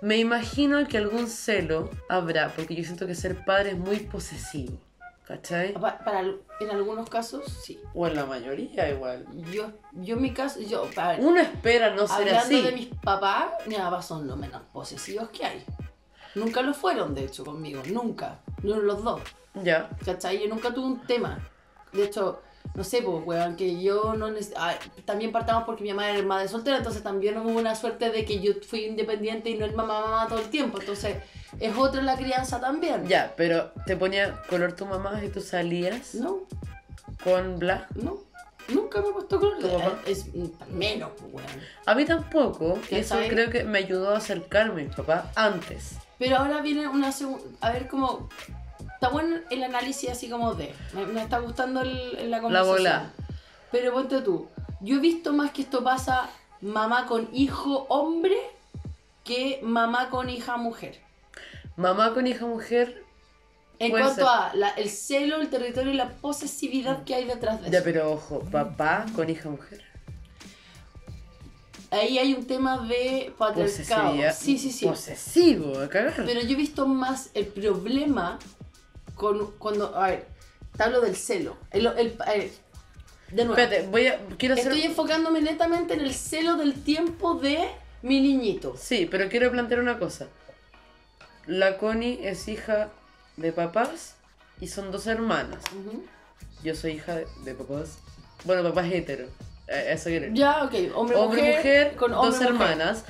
Me imagino que algún celo habrá, porque yo siento que ser padre es muy posesivo, ¿cachai? Pa- para, en algunos casos, sí. O en la mayoría igual. Yo, yo en mi caso, yo, a ver, Uno espera no ser hablando así. de mis papás, mis papás son los menos posesivos que hay. Nunca lo fueron, de hecho, conmigo, nunca. No los dos. Ya. ¿Cachai? Yo nunca tuve un tema. De hecho, no sé, pues, weón, que yo no... neces- ah, también partamos porque mi mamá era madre soltera, entonces también hubo una suerte de que yo fui independiente y no el mamá, mamá todo el tiempo. Entonces, es otra la crianza también. Ya, pero te ponía color tu mamá y tú salías No, con bla. no. Nunca me he puesto con... ¿Tu papá? Es, es- menos, pues, weón. A mí tampoco. Y eso ¿Cachai? creo que me ayudó a acercarme a mi papá antes. Pero ahora viene una segunda. A ver cómo. Está bueno el análisis así como de. Me, me está gustando el- la conversación. bola. Pero ponte tú. Yo he visto más que esto pasa mamá con hijo hombre que mamá con hija mujer. Mamá con hija mujer. En Puede cuanto ser. a la- el celo, el territorio y la posesividad que hay detrás de Ya, eso. pero ojo, papá con hija mujer. Ahí hay un tema de patriarcado. Posesividad. Sí, sí, sí. Posesivo, a cagar. Pero yo he visto más el problema con cuando. A ver, te hablo del celo. El, el- a ver, de nuevo. Espérate, voy a. Quiero hacer. Estoy enfocándome netamente en el celo del tiempo de mi niñito. Sí, pero quiero plantear una cosa. La Connie es hija de papás y son dos hermanas. Ujú. Yo soy hija de, de papás. Bueno, papás hetero. Eh, Eso quiero. Ya, ok. Hombre, hombre-mujer, mujer, con hombre, dos mujer. hermanas.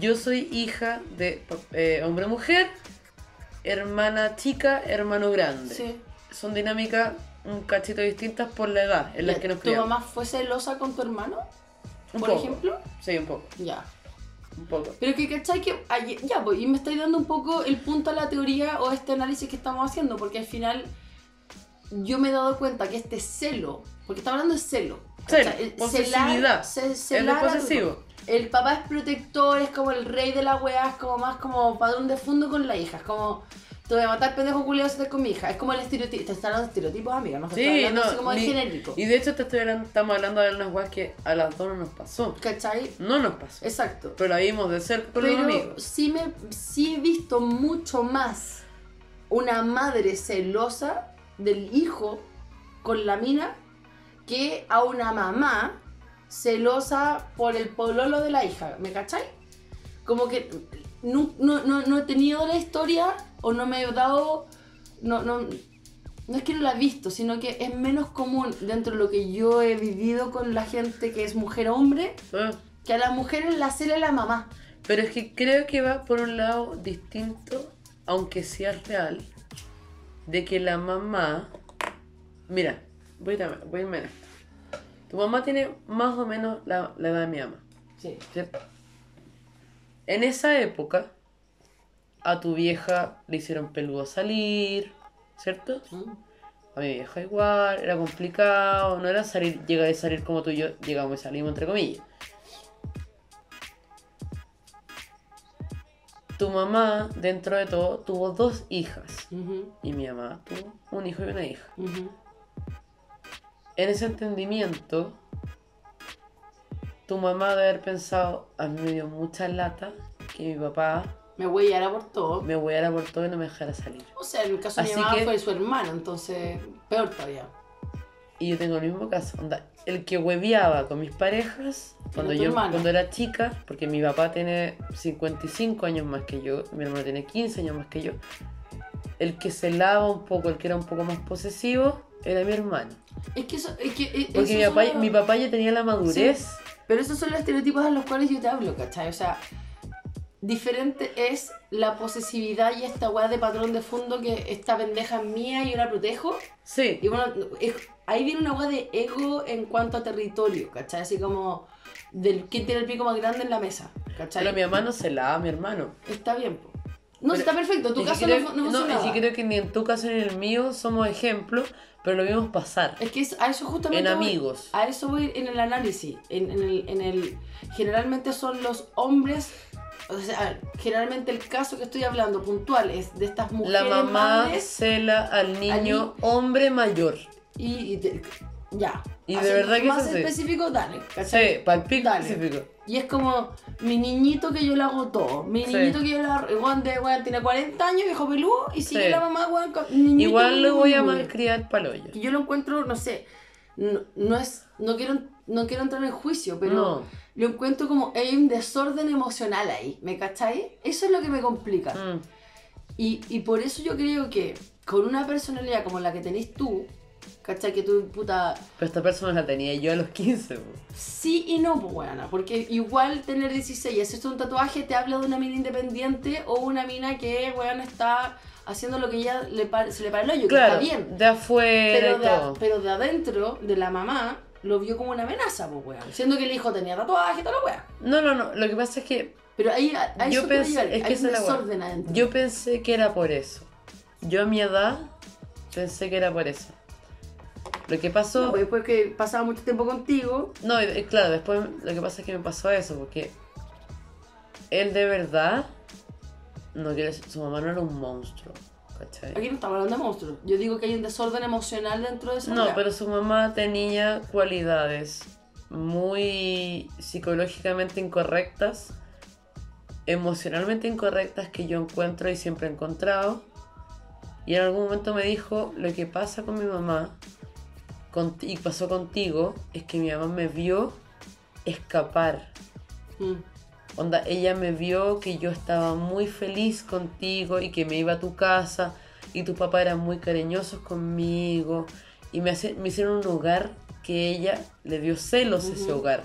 Yo soy hija de eh, hombre-mujer, hermana chica, hermano grande. Sí. Son dinámicas un cachito distintas por la edad en la Ya, que nos ¿Tu criamos. mamá fue celosa con tu hermano? Un por poco. ejemplo. Sí, un poco, Ya. un poco. Pero que cachai que. ayer- ya, pues, y me estáis dando un poco el punto a la teoría o este análisis que estamos haciendo, porque al final yo me he dado cuenta que este celo, porque está hablando de celo. Celo, ¿cachai? El posesividad. ce- Es celar de a tu- posesivo. El papá es protector, es como el rey de la weá, es como más como padrón de fondo con la hija, es como. Te voy a matar pendejo culiado si estás con mi hija. Es como el estereotipo. Te están hablando de estereotipos, amiga. No estás Sí, hablando no. así como de ni- genérico. Y de hecho te estoy hablando, estamos hablando de unas weas que a las dos no nos pasó. ¿Cachai? No nos pasó. Exacto. Pero la vimos de cerca con los Pero amigos. sí, me, sí he visto mucho más una madre celosa del hijo con la mina que a una mamá celosa por el pololo de la hija. ¿Me cachai? Como que no, no, no, no he tenido la historia o no me he dado... No, no, no es que no la he visto, sino que es menos común dentro de lo que yo he vivido con la gente que es mujer-hombre Ah. que a las mujeres la cela la mamá. Pero es que creo que va por un lado distinto, aunque sea real, de que la mamá. Mira, voy, a, voy a irme en esta. Tu mamá tiene más o menos la, la edad de mi mamá, Sí. ¿cierto? En esa época, a tu vieja le hicieron peludo salir, ¿cierto? A mi vieja igual, era complicado, no era salir, llegar y salir como tú y yo, llegamos y salimos entre comillas. Tu mamá, dentro de todo, tuvo dos hijas. Ujú, Y mi mamá tuvo un hijo y una hija. ujú. En ese entendimiento, tu mamá debe haber pensado, a mí me dio mucha lata que mi papá Me voy a ir a por todo. me hueara por todo y no me dejara salir. O sea, en el caso de mi Así mamá que- fue su hermana, entonces peor todavía. Y yo tengo el mismo caso. onda, el que hueveaba con mis parejas cuando tu yo hermana. cuando era chica, porque mi papá tiene 55 años más que yo, mi hermano tiene 15 años más que yo. El que se lava un poco, el que era un poco más posesivo, era mi hermano. Es que eso, es que e- Porque mi esos papá, son los- mi papá ya tenía la madurez. Pero esos son los estereotipos a los cuales yo te hablo, ¿cachai? O sea, diferente es la posesividad y esta weá de patrón de fondo que esta pendeja es mía y yo la protejo. Sí. Y bueno, es- ahí viene una weá de ego en cuanto a territorio, ¿cachai? Así como del quién tiene el pico más grande en la mesa, ¿cachai? Pero mi mamá no se lava, mi hermano. Está bien, po. No, Pero- está perfecto, en tu Ni caso siquiera- no, fu- no no, funcionaba. ni siquiera que ni en tu caso ni en el mío somos ejemplo, pero lo vimos pasar. Es que es- a eso justamente. En voy. amigos. A eso voy en el análisis. En, en el, en el- generalmente son los hombres. O sea, a ver, generalmente el caso que estoy hablando puntual es de estas mujeres. La mamá madres cela al niño hombre mayor. y, y te- ya. Y de Así, verdad que Más eso sí. específico, dale. ¿cachai? Sí, palpico Dale. específico. Y es como, mi niñito que yo le hago todo. Mi Sí. niñito que yo le hago. Igual de, weón, tiene 40 años, viejo peludo. Y sigue Sí. la mamá, weón. con- niñito, Igual lo voy a weón. malcriar paloyo. Que yo lo encuentro, no sé. No, no es. No quiero, no quiero entrar en juicio, pero. No. Lo encuentro como hay un desorden emocional ahí, ¿me cacháis? Eso es lo que me complica. Mm. Y, y por eso yo creo que con una personalidad como la que tenés tú, ¿cachai? Que tú, puta, Pero esta persona la tenía yo a los 15. po. sí y no, pues, weona, porque igual tener 16 y hacerte un tatuaje te habla de una mina independiente o una mina que, weón, está haciendo lo que ya le pa- se le para el hoyo, Claro, que está bien. de afuera Pero y de, a- todo. pero de adentro, de la mamá, lo vio como una amenaza, pues, weón. Siendo que el hijo tenía tatuaje y todo lo weón. No, no, no. Lo que pasa es que Pero ahí, ahí Yo se puede pensé- llevar, es que hay esa un es la hueá. desorden adentro. yo pensé que era por eso. Yo a mi edad pensé que era por eso. Lo que pasó. No, pues, después que pasaba mucho tiempo contigo, No, y- y claro, después lo que pasa es que me pasó eso, porque él de verdad, no quiero decir, su mamá no era un monstruo, ¿cachai? aquí no estamos hablando de monstruos. Yo digo que hay un desorden emocional dentro de esa No, weá. pero su mamá tenía cualidades muy psicológicamente incorrectas, emocionalmente incorrectas que yo encuentro y siempre he encontrado. Y en algún momento me dijo, lo que pasa con mi mamá cont- y pasó contigo es que mi mamá me vio escapar. Mm. Onda, ella me vio que yo estaba muy feliz contigo y que me iba a tu casa y tus papás eran muy cariñosos conmigo y me, hace- me hicieron un hogar que ella le dio celos a ese Ujú. hogar.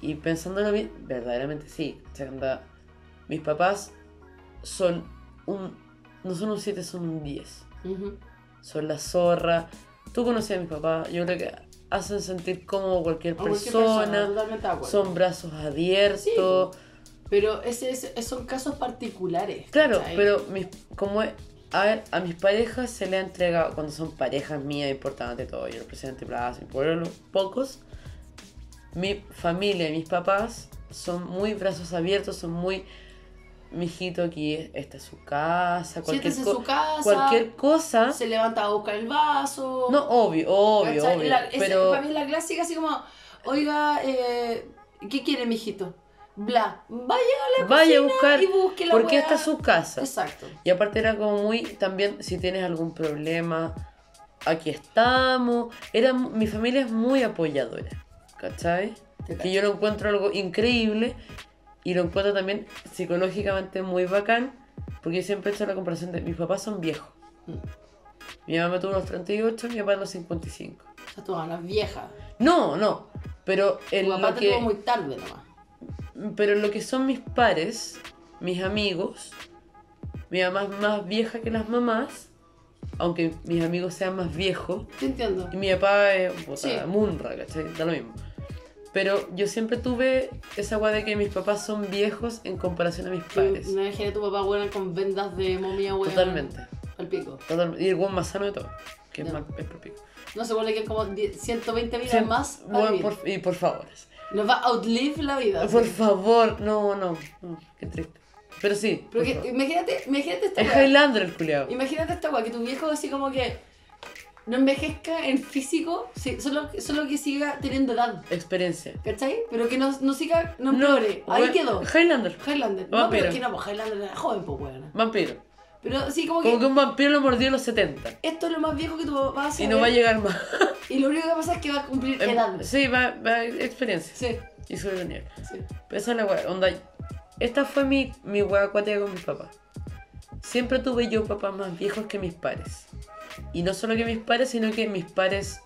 Y pensándolo bien, verdaderamente sí. O sea, onda, mis papás son un... No son un 7, son un 10. Ujú. Son la zorra. Tú conocías a mis papás. Yo creo que hacen sentir cómodo a cualquier A cualquier persona. totalmente de acuerdo. son brazos abiertos. Sí, po. Pero ese, ese- son casos particulares. Claro, ¿cachai? pero mis, como es- a, ver, a mis parejas se le ha entregado, cuando son parejas mías, importante todo, yo el presidente Plaza, mi pueblo, pocos, mi familia y mis papás son muy brazos abiertos, son muy, mijito, aquí esta es su casa, cualquier, Siéntese en co- su casa, cualquier cosa. se levanta a buscar el vaso. No, obvio, obvio, ¿cachai? obvio. La- esa- pero Para mí es la clásica, así como, oiga, eh, ¿qué quiere, mijito? Bla, vaya a la vaya a cocina buscar, y busque la porque weá. esta es su casa. Exacto. Y aparte era como muy, también si tienes algún problema, aquí estamos. Era, mi familia es muy apoyadora, ¿cachai? Te cacho. Que yo lo encuentro algo increíble y lo encuentro también psicológicamente muy bacán, porque yo siempre he hecho la comparación de mis papás son viejos. Mm. Mi mamá tuvo los 38, mi papá los 55. O sea, tu mamá es vieja. No, no, pero en Tu papá lo te que... tuvo muy tarde nomás. Pero lo que son mis pares, mis amigos, mi mamá es más vieja que las mamás, aunque mis amigos sean más viejos, Te entiendo. y mi papá es puta, Sí. Munra, ¿cachai? Da lo mismo. Pero yo siempre tuve esa weá de que mis papás son viejos en comparación a mis Que padres. me imaginé a tu papá weón con vendas de momia weón. Totalmente. Al pico. Totalmente. Y el weón más sano de todo, que es, Ya. más, es por pico. No se vuelve que como 10 120 vidas Siem- más. para weón, vivir. por- y por favor. Nos va a outlive la vida. Por sí. favor, no, no. no, Qué triste. Pero sí. Pero por que, favor. imagínate, imagínate esta Es weá. Highlander el culiao. Imagínate esta weá, que tu viejo así como que no envejezca en físico, sí, solo, solo que siga teniendo edad, Experiencia. ¿cachai? Pero que no, no siga, no empeore. Ahí weón, Oh, quedó. Highlander. Highlander. No, Vampiro. pero es que no, pues Highlander era joven, pues weón. Vampiro. Pero sí, como que Como que un vampiro lo mordió en los 70. esto es lo más viejo que tu papá va a hacer. Y no va a llegar más. y lo único que pasa es que va a cumplir Em, edad. Sí, va, va experiencia. Sí, Y sube de nivel. sí. Pero esa es la weá. Onda. Esta fue mi, mi weá acuática con mis papás. Siempre tuve yo papás más viejos que mis pares. Y no solo que mis pares, sino que mis pares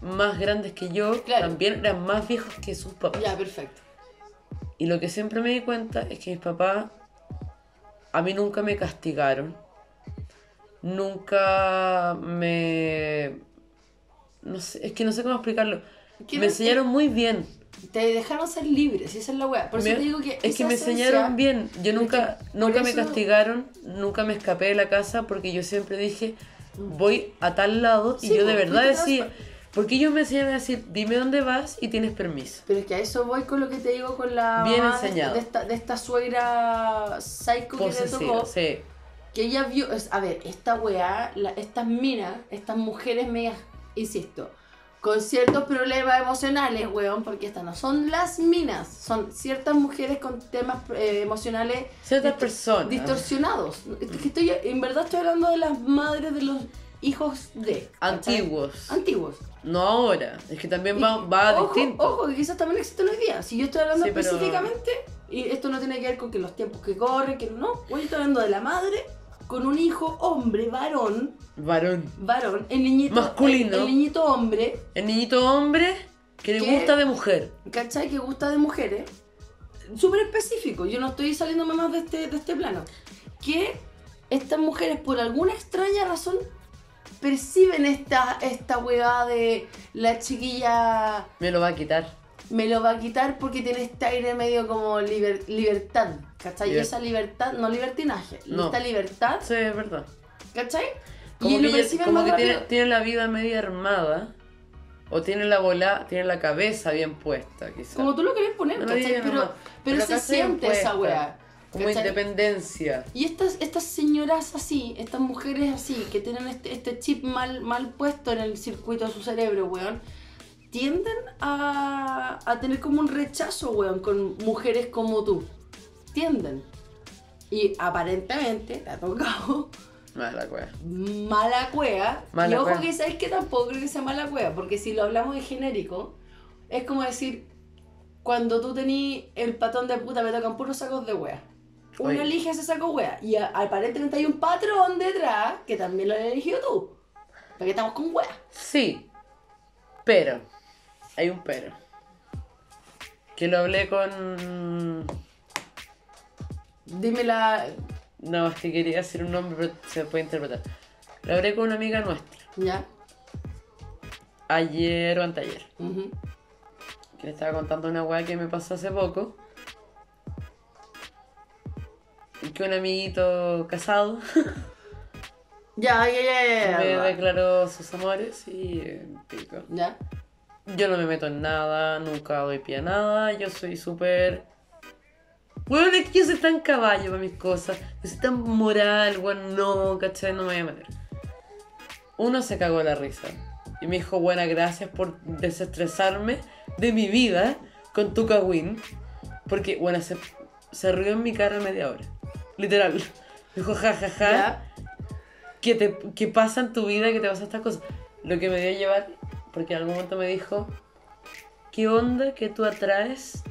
más grandes que yo Claro. también eran más viejos que sus papás. Ya, perfecto. Y lo que siempre me di cuenta es que mis papás a mí nunca me castigaron. Nunca me... No sé, es que no sé cómo explicarlo. ¿Qué Me no- enseñaron muy bien. Te dejaron ser libre, si esa es la weá. Por Me- eso te digo que. es que esa me esencia- enseñaron bien. Yo nunca, por nunca me eso- castigaron, nunca me escapé de la casa porque yo siempre dije, voy a tal lado Sí, y yo de pues, tú verdad te das decía, porque ellos me enseñaron a decir, dime dónde vas y tienes permiso. Pero es que a eso voy con lo que te digo con la. Bien mamá de- enseñado. De esta, de esta suegra psycho que le Posesivo, tocó. sí. Que ella vio. es- a ver, esta weá, la- estas minas, estas mujeres medias, insisto, con ciertos problemas emocionales, weón, porque estas no son las minas, son ciertas mujeres con temas eh, emocionales Ciertas Distor- personas. distorsionados. Es que estoy, en verdad estoy hablando de las madres de los hijos de. ¿cachai? Antiguos. Antiguos. No ahora, es que también va, va ojo, distinto. Ojo, que quizás también existen hoy día. Si yo estoy hablando Sí, pero- específicamente, y esto no tiene que ver con que los tiempos que corren, que no. Hoy estoy hablando de la madre con un hijo hombre, varón, Varón. varón, el niñito. Masculino. El, el niñito hombre, El niñito hombre que le ¿Qué? gusta de mujer. ¿cachai? Que gusta de mujeres. Súper específico. Yo no estoy saliéndome más de este, de este plano. Que estas mujeres, por alguna extraña razón, perciben esta, esta weá de la chiquilla. Me lo va a quitar. me lo va a quitar porque tiene este aire medio como liber- libertad, ¿cachai? Y Liber- esa libertad, no libertinaje, No. esta libertad, Sí, es verdad. ¿cachai? Como y lo que, ella- perciben como más que tiene, rápido. tiene la vida media armada. O tiene la bola, tiene la cabeza bien puesta, quizás. Como tú lo querés poner, No, ¿cachai? no, no, pero, no. pero Pero se acá se siente esa impuesta. weá. Como ¿cachai? independencia. Y estas, estas señoras así, estas mujeres así, que tienen este, este chip mal, mal puesto en el circuito de su cerebro, weón, tienden a, a tener como un rechazo, weón, con mujeres como tú. Tienden. Y aparentemente te ha tocado Mala Ah, wea. mala cueva. Mala y ojo cueva. que sabes que tampoco creo que sea mala cueva, porque si lo hablamos en genérico, es como decir, cuando tú tení el patón de puta, me tocan puros sacos de wea. Uno Oye. elige ese saco wea, y a- aparentemente hay un patrón detrás que también lo has elegido tú. Porque estamos con wea. Sí, pero. Hay un pero. Que lo hablé con. Dime la. No, es que quería decir un nombre, pero se puede interpretar. Lo hablé con una amiga nuestra. ¿Ya? ayer o anteayer, ujú. que le estaba contando una weá que me pasó hace poco. Que un amiguito casado Ya, ya, ya, ya. me Ya. declaró sus amores y eh, pico. Ya. Yo no me meto en nada, nunca doy pie a nada, yo soy súper... Weón, es que yo soy tan caballo para mis cosas, yo soy tan moral, weón, no, ¿cachai? No me voy a meter. Uno se cagó la risa y me dijo, buena, gracias por desestresarme de mi vida con tu cagüín, porque, bueno, se, se rió en mi cara media hora, literal. Me dijo, ja, ja, ja, Ya. que, te, que pasa en tu vida, que te pasan estas cosas. Lo que me dio a llevar, porque en algún momento me dijo, ¿qué onda que tú atraes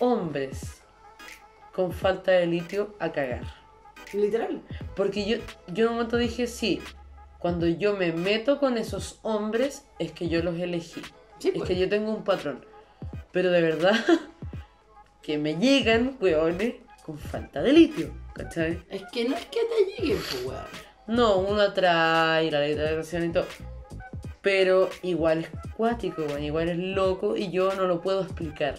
hombres con falta de litio a cagar? Literal. Porque yo, yo en un momento dije, sí, cuando yo me meto con esos hombres es que yo los elegí. Sí, Es pues. que yo tengo un patrón. Pero de verdad, que me llegan, weones, con falta de litio, ¿cachai? Es que no es que te lleguen, pues, weón. No, uno atrae la letra de la canción y todo. Pero igual es cuático, weón, igual es loco y yo no lo puedo explicar.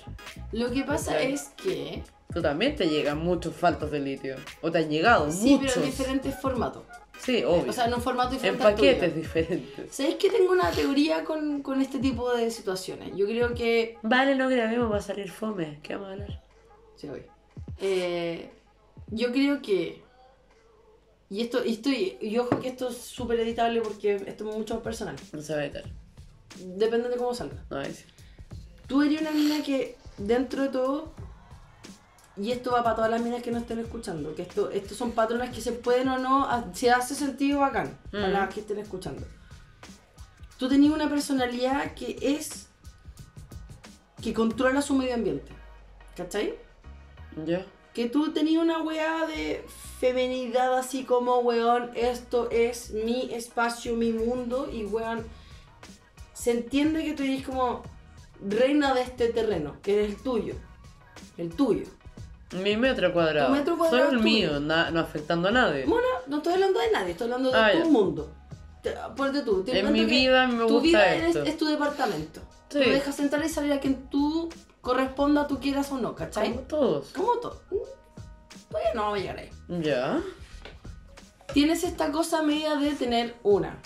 Lo que pasa Claro. es que. Tú también te llegan muchos faltos de litio. O te han llegado Sí, muchos. pero en diferentes formatos. Sí, obvio. O sea, en un formato en diferente. al tuyo. paquetes diferentes. ¿Sabéis que tengo una teoría con, con este tipo de situaciones? Yo creo que. Vale, no grabemos, va a salir fome. ¿Qué vamos a hablar? Sí, voy. Eh, yo creo que. Y esto, y estoy. Y ojo que esto es súper editable porque esto es mucho más personal. No se va a editar. Depende de cómo salga. No va a decir. Tú eres una mina que, dentro de todo, y esto va para todas las minas que nos estén escuchando, que esto, estos son patrones que se pueden o no, ha- se hace sentido bacán, para Mm. las que estén escuchando. Tú tenías una personalidad que es, que controla su medio ambiente, ¿cachai? ¿Yo? Que tú tenías una weá de feminidad así como, weón, esto es mi espacio, mi mundo, y weón, se entiende que tú eres como reina de este terreno, que eres el tuyo, el tuyo. Mi metro cuadrado. Tu metro cuadrado Solo el tuyo. mío, na- no afectando a nadie. Bueno, no estoy hablando de nadie, estoy hablando de Ah, tu ya. mundo. Te- Ponte tú. te en cuento mi que vida a mí me tu gusta vida eres- esto. es tu departamento. Tú Sí. dejas entrar y salir a quien tú corresponda, tú quieras o no, ¿cachai? Como todos. Como todo. Todavía no vamos a llegar ahí. Ya. tienes esta cosa media de tener una.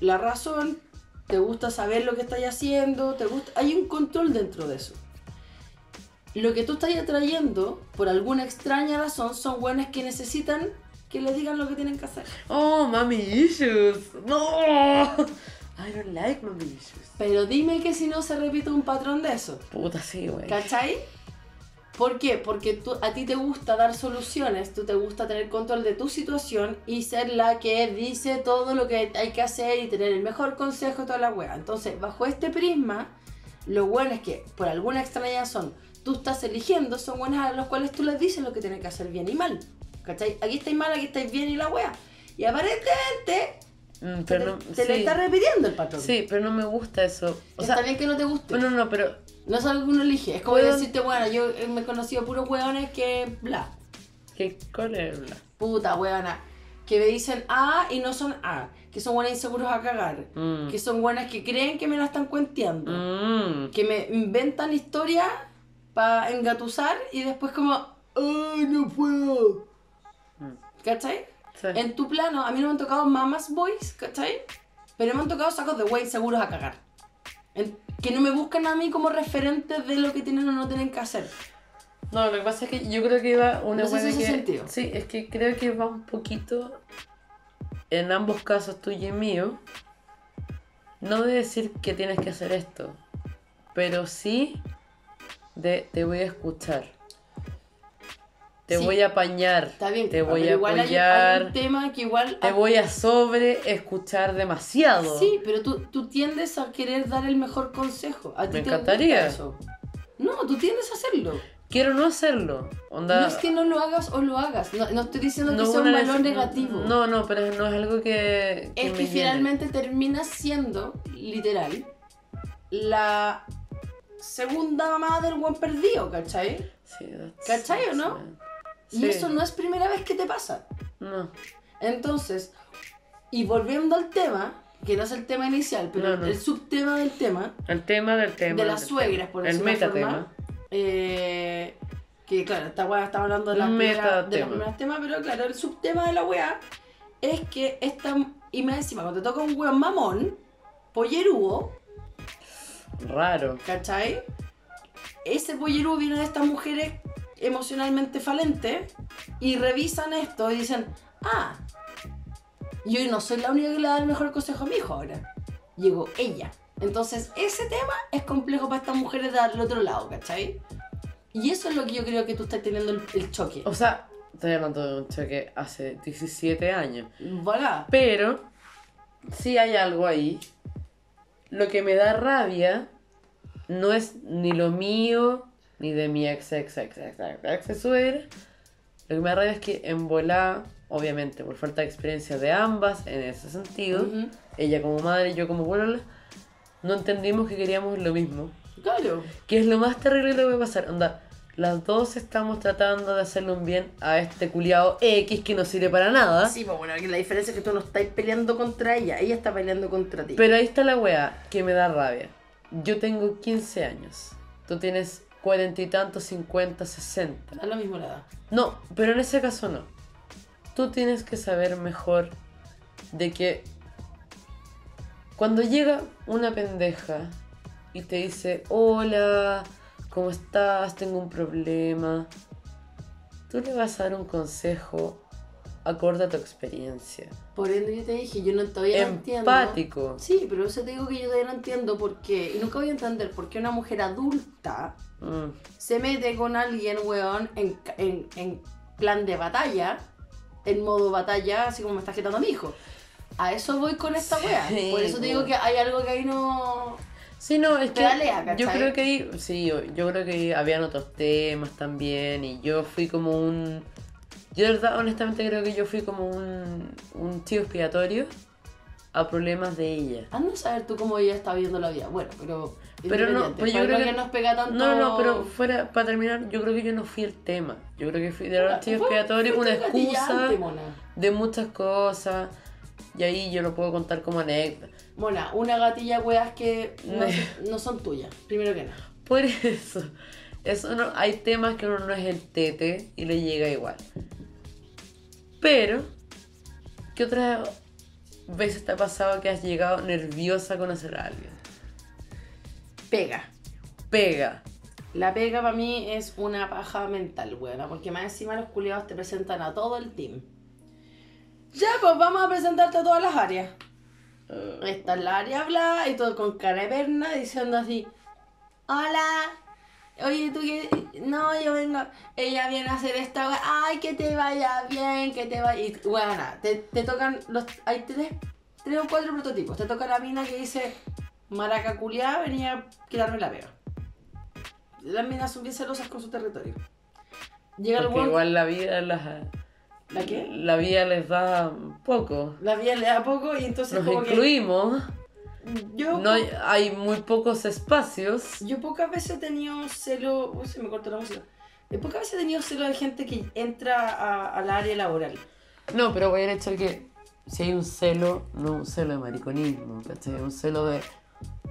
La razón, te gusta saber lo que estás haciendo, te gusta, hay un control dentro de eso. Lo que tú estás atrayendo, por alguna extraña razón, son buenas que necesitan que les digan lo que tienen que hacer. Oh, mami issues. No. I don't like mommy issues. Pero dime que si no se repite un patrón de eso. Puta, sí, güey. ¿Cachai? ¿Por qué? Porque tú, a ti te gusta dar soluciones, tú te gusta tener control de tu situación y ser la que dice todo lo que hay que hacer y tener el mejor consejo, toda la wea. Entonces, bajo este prisma, lo bueno es que por alguna extraña razón tú estás eligiendo, son buenas a los cuales tú les dices lo que tienen que hacer bien y mal. ¿Cachai? Aquí estáis mal, aquí estáis bien y la wea. Y aparentemente Mm, te, Pero no, te le sí. está repitiendo el patrón. Sí, pero no me gusta eso. O Está sea, bien que no te guste. no, no, pero No es algo que uno elige, es como Weón. decirte, bueno, yo eh, me he conocido puros hueones que bla, ¿qué cólera? puta hueona, que me dicen A y no son A, que son buenas inseguros a cagar, Mm. que son buenas que creen que me la están cuenteando, Mm. que me inventan historias para engatusar y después como, ¡ay, no puedo! Mm. ¿Cachai? Sí. En tu plano, a mí no me han tocado mamas boys, ¿cachai? Pero me han tocado sacos de wey seguros a cagar. En- que no me buscan a mí como referentes de lo que tienen o no tienen que hacer. No, lo que pasa es que yo creo que va una No sé si buena hace que... sentido. Sí, es que creo que va un poquito en ambos casos tuyo y mío. No de decir que tienes que hacer esto, pero sí de te voy a escuchar. Te Sí. voy a apañar. Está bien, Te pero voy a igual hay- apoyar. Hay, un tema que igual. Te voy a sobre escuchar demasiado. Sí, pero tú, tú tiendes a querer dar el mejor consejo. A ti Me te gusta encantaría. eso. No, tú tiendes a hacerlo. Quiero no hacerlo. Onda, No es que no lo hagas o lo hagas. No, no estoy diciendo que no sea un una valor nece- negativo. No, no, pero no es algo que. es me que llene. finalmente termina siendo, literal, la segunda mamá del buen perdido, ¿cachai? Sí, that's- ¿Cachai o no? Sí. Y eso no es primera vez que te pasa. No. Entonces, y volviendo al tema, que no es el tema inicial, pero No, no. el subtema del tema, El tema del tema. de las del suegras, tema. por El decirlo de una metatema. forma, eh, que claro, esta weá está hablando de las, primeras, de las Metatema. primeras temas, pero claro, el subtema de la weá es que esta, y más encima, cuando te toca un weón mamón, pollerudo, Raro. ¿cachai? Ese pollerudo viene de estas mujeres emocionalmente falentes y revisan esto y dicen, ah, yo no soy la única que le da el mejor consejo a mi hijo ahora. Llegó ella. Entonces, ese tema es complejo para estas mujeres del otro lado, ¿cachai? Y eso es lo que yo creo que tú estás teniendo el, el choque. O sea, estoy hablando de un choque hace 17 años. Voilà. Pero, sí hay algo ahí. Lo que me da rabia no es ni lo mío, ni de mi ex, ex, ex, ex, ex, ex suegra. Lo que me da rabia es que en volá, obviamente, por falta de experiencia de ambas en ese sentido, Ujú. ella como madre y yo como abuela, no entendimos que queríamos lo mismo. Claro. Que es lo más terrible que te puede pasar. Onda, Las dos estamos tratando de hacerle un bien a este culiao X que no sirve para nada. Sí, pues bueno, que la diferencia es que tú no estás peleando contra ella, ella está peleando contra ti. Pero ahí está la wea que me da rabia. Yo tengo 15 años. Tú tienes cuarenta y tantos, 50, 60. Da lo mismo la edad. No, pero en ese caso no. Tú tienes que saber mejor de que cuando llega una pendeja y te dice, hola, ¿cómo estás? Tengo un problema. Tú le vas a dar un consejo acorde a tu experiencia. Por ende, yo te dije, yo no todavía no entiendo. Empático. Sí, pero eso te digo que yo todavía no entiendo por qué. Y nunca voy a entender por qué una mujer adulta Mm. se mete con alguien, weón, en, ca- en, en plan de batalla, en modo batalla, así como me estás quitando a mi hijo. A eso voy con esta Sí, wea. Por eso te digo weón. que hay algo que ahí no. Sí, no, es que Pedalea, ¿cachai? yo creo que ahí- sí, yo, yo creo que habían otros temas también y yo fui como un yo de verdad honestamente creo que yo fui como un un tío expiatorio a problemas de ella. Anda a saber tú cómo ella está viendo la vida. Bueno, pero. Pero no, independiente, pero yo para creo no que- nos pega tanto. No, no, pero fuera para terminar, yo creo que yo no fui el tema. Yo creo que fui de verdad tío Fue- expiatorio, fue una tu gatillante, excusa Mona. de muchas cosas y ahí yo lo puedo contar como anécdota. Mona, una gatilla, weas que no, no son tuyas. Primero que nada. Por eso, eso no, hay temas que uno no es el tete y le llega igual. Pero, ¿qué otras veces te ha pasado que has llegado nerviosa a conocer a alguien? Pega. Pega. La pega para mí es una paja mental, weona, porque más encima los culiados te presentan a todo el team. Ya, pues vamos a presentarte a todas las áreas. Eh. Esta es la área bla, y todo con cara de perna diciendo así: Hola, oye, tú que. No, yo vengo. Ella viene a hacer esta wea. Ay, que te vaya bien, que te vaya. Y, weona, te, te tocan. los Hay tres, tres o cuatro prototipos. Te toca la mina que dice: Maraca culiá, venía a quitarme la pega. Las minas son bien celosas con su territorio. Llega el Porque weón- igual la vida las- ¿La qué? La vida les da poco. La vida le da poco y entonces Nos como incluimos. que. Yo, No hay, hay muy pocos espacios. Yo pocas veces he tenido celo. Uy, se me cortó la música. Eh, Pocas veces he tenido celo de gente que entra a- al área laboral. No, pero voy al hecho de que si hay un celo, no un celo de mariconismo, ¿cachai? Un celo de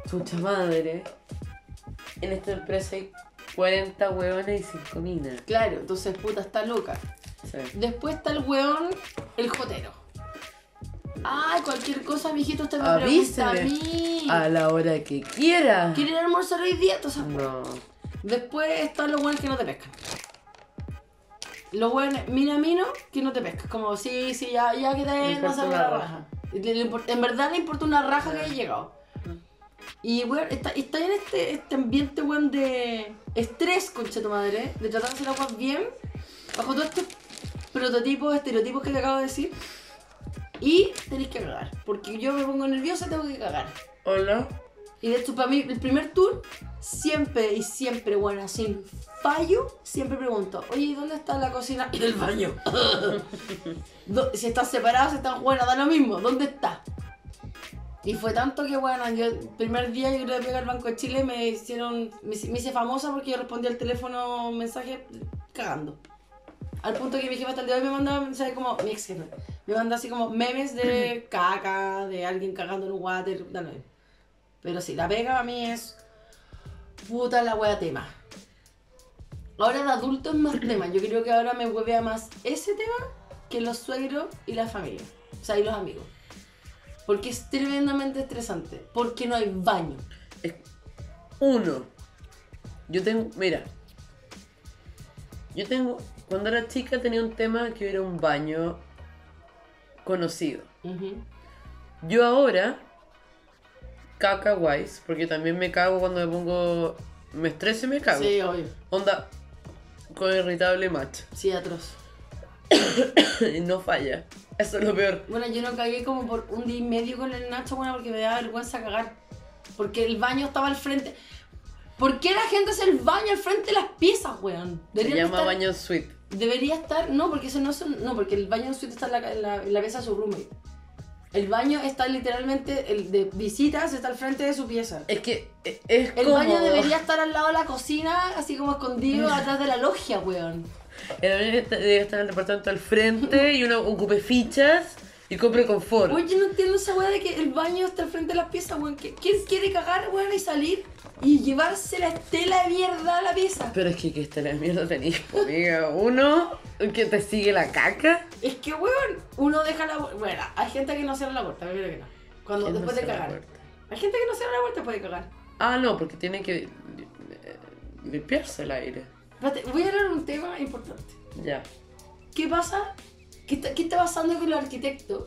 chucha madre. En esta empresa hay 40 hueones y 5 minas. Claro, entonces puta está loca. Sí. Después está el weón, el jotero. Ay, cualquier cosa, mijito, usted me Avíseme. pregunta a A mí. la hora que quiera. ¿Quieren almorzar hoy día? Entonces, No. Después están los weones que no te pescan. Los weones, mina mino, que no te pescan. Como, sí, sí, ya, ya que Le te importa vas a una la raja. raja. Y le- le import- en verdad le importa una raja que haya llegado. Y weón, está, está en este, este ambiente weón de estrés, concha tu madre, de tratar de hacer las cosas bien, bajo todos estos prototipos, estereotipos que te acabo de decir. Y tenéis que cagar, porque yo me pongo nerviosa tengo que cagar. Hola. Y de hecho, para mí, el primer tour, siempre y siempre, bueno, sin fallo, siempre pregunto, oye, ¿y ¿dónde está la cocina y el baño? Do- si están separados, si están buenos, da lo mismo, ¿dónde está? Y fue tanto que, bueno, yo el primer día yo le pegué al Banco de Chile, me hicieron, me, hice- me hice famosa porque yo respondí al teléfono mensaje cagando. Al punto que mi jefa hasta el día de hoy me manda mensajes como, mi ex jefa, me manda así como memes de caca, de alguien cagando en un water, da lo mismo. Pero sí, la pega a mí es. Puta la wea tema. Ahora de adulto es más tema. Yo creo que ahora me huevea más ese tema que los suegros y la familia. O sea, y los amigos. Porque es tremendamente estresante. Porque no hay baño. Es- Uno. Yo tengo. Mira. Yo tengo. Cuando era chica tenía un tema que era un baño conocido. Yo ahora, caca guays, porque también me cago cuando me pongo. Me estreso y me cago. Sí, obvio. Onda, con irritable macho. Sí, atroz. Y no falla. Eso es lo peor. Bueno, yo no cagué como por un día y medio con el Nacho, bueno, porque me daba vergüenza cagar. Porque el baño estaba al frente. ¿Por qué la gente hace el baño al frente de las piezas, weón? Se Deberían llama estar- baño suite. Debería estar, no, porque eso no es un- no, porque el baño en suite está en la, en la, en la pieza de su roommate. El baño está literalmente, el de visitas está al frente de su pieza. Es que e- es El como... baño debería estar al lado de la cocina, así como Mm. escondido atrás de la logia, weón. El baño está- debe estar en el departamento al frente y uno ocupe fichas y compre confort. Oye, no entiendo esa weá de que el baño está al frente de las piezas, weón. ¿Qui- ¿Quién quiere cagar, weón, y salir y llevarse la estela de mierda a la pieza? Pero es que que esta la mierda tenéis, po, amiga. Uno que te sigue la caca. Es que, weón, uno deja la... Bueno, hay gente que no cierra la puerta, primero que no. Cuando, ¿Quién no después de cierra la cagar. puerta? Hay gente que no cierra la puerta después de cagar. Ah, no, porque tiene que eh, limpiarse el aire. Espérate, voy a hablar de un tema importante. Ya. ¿Qué pasa? ¿Qué está, qué está pasando con los arquitectos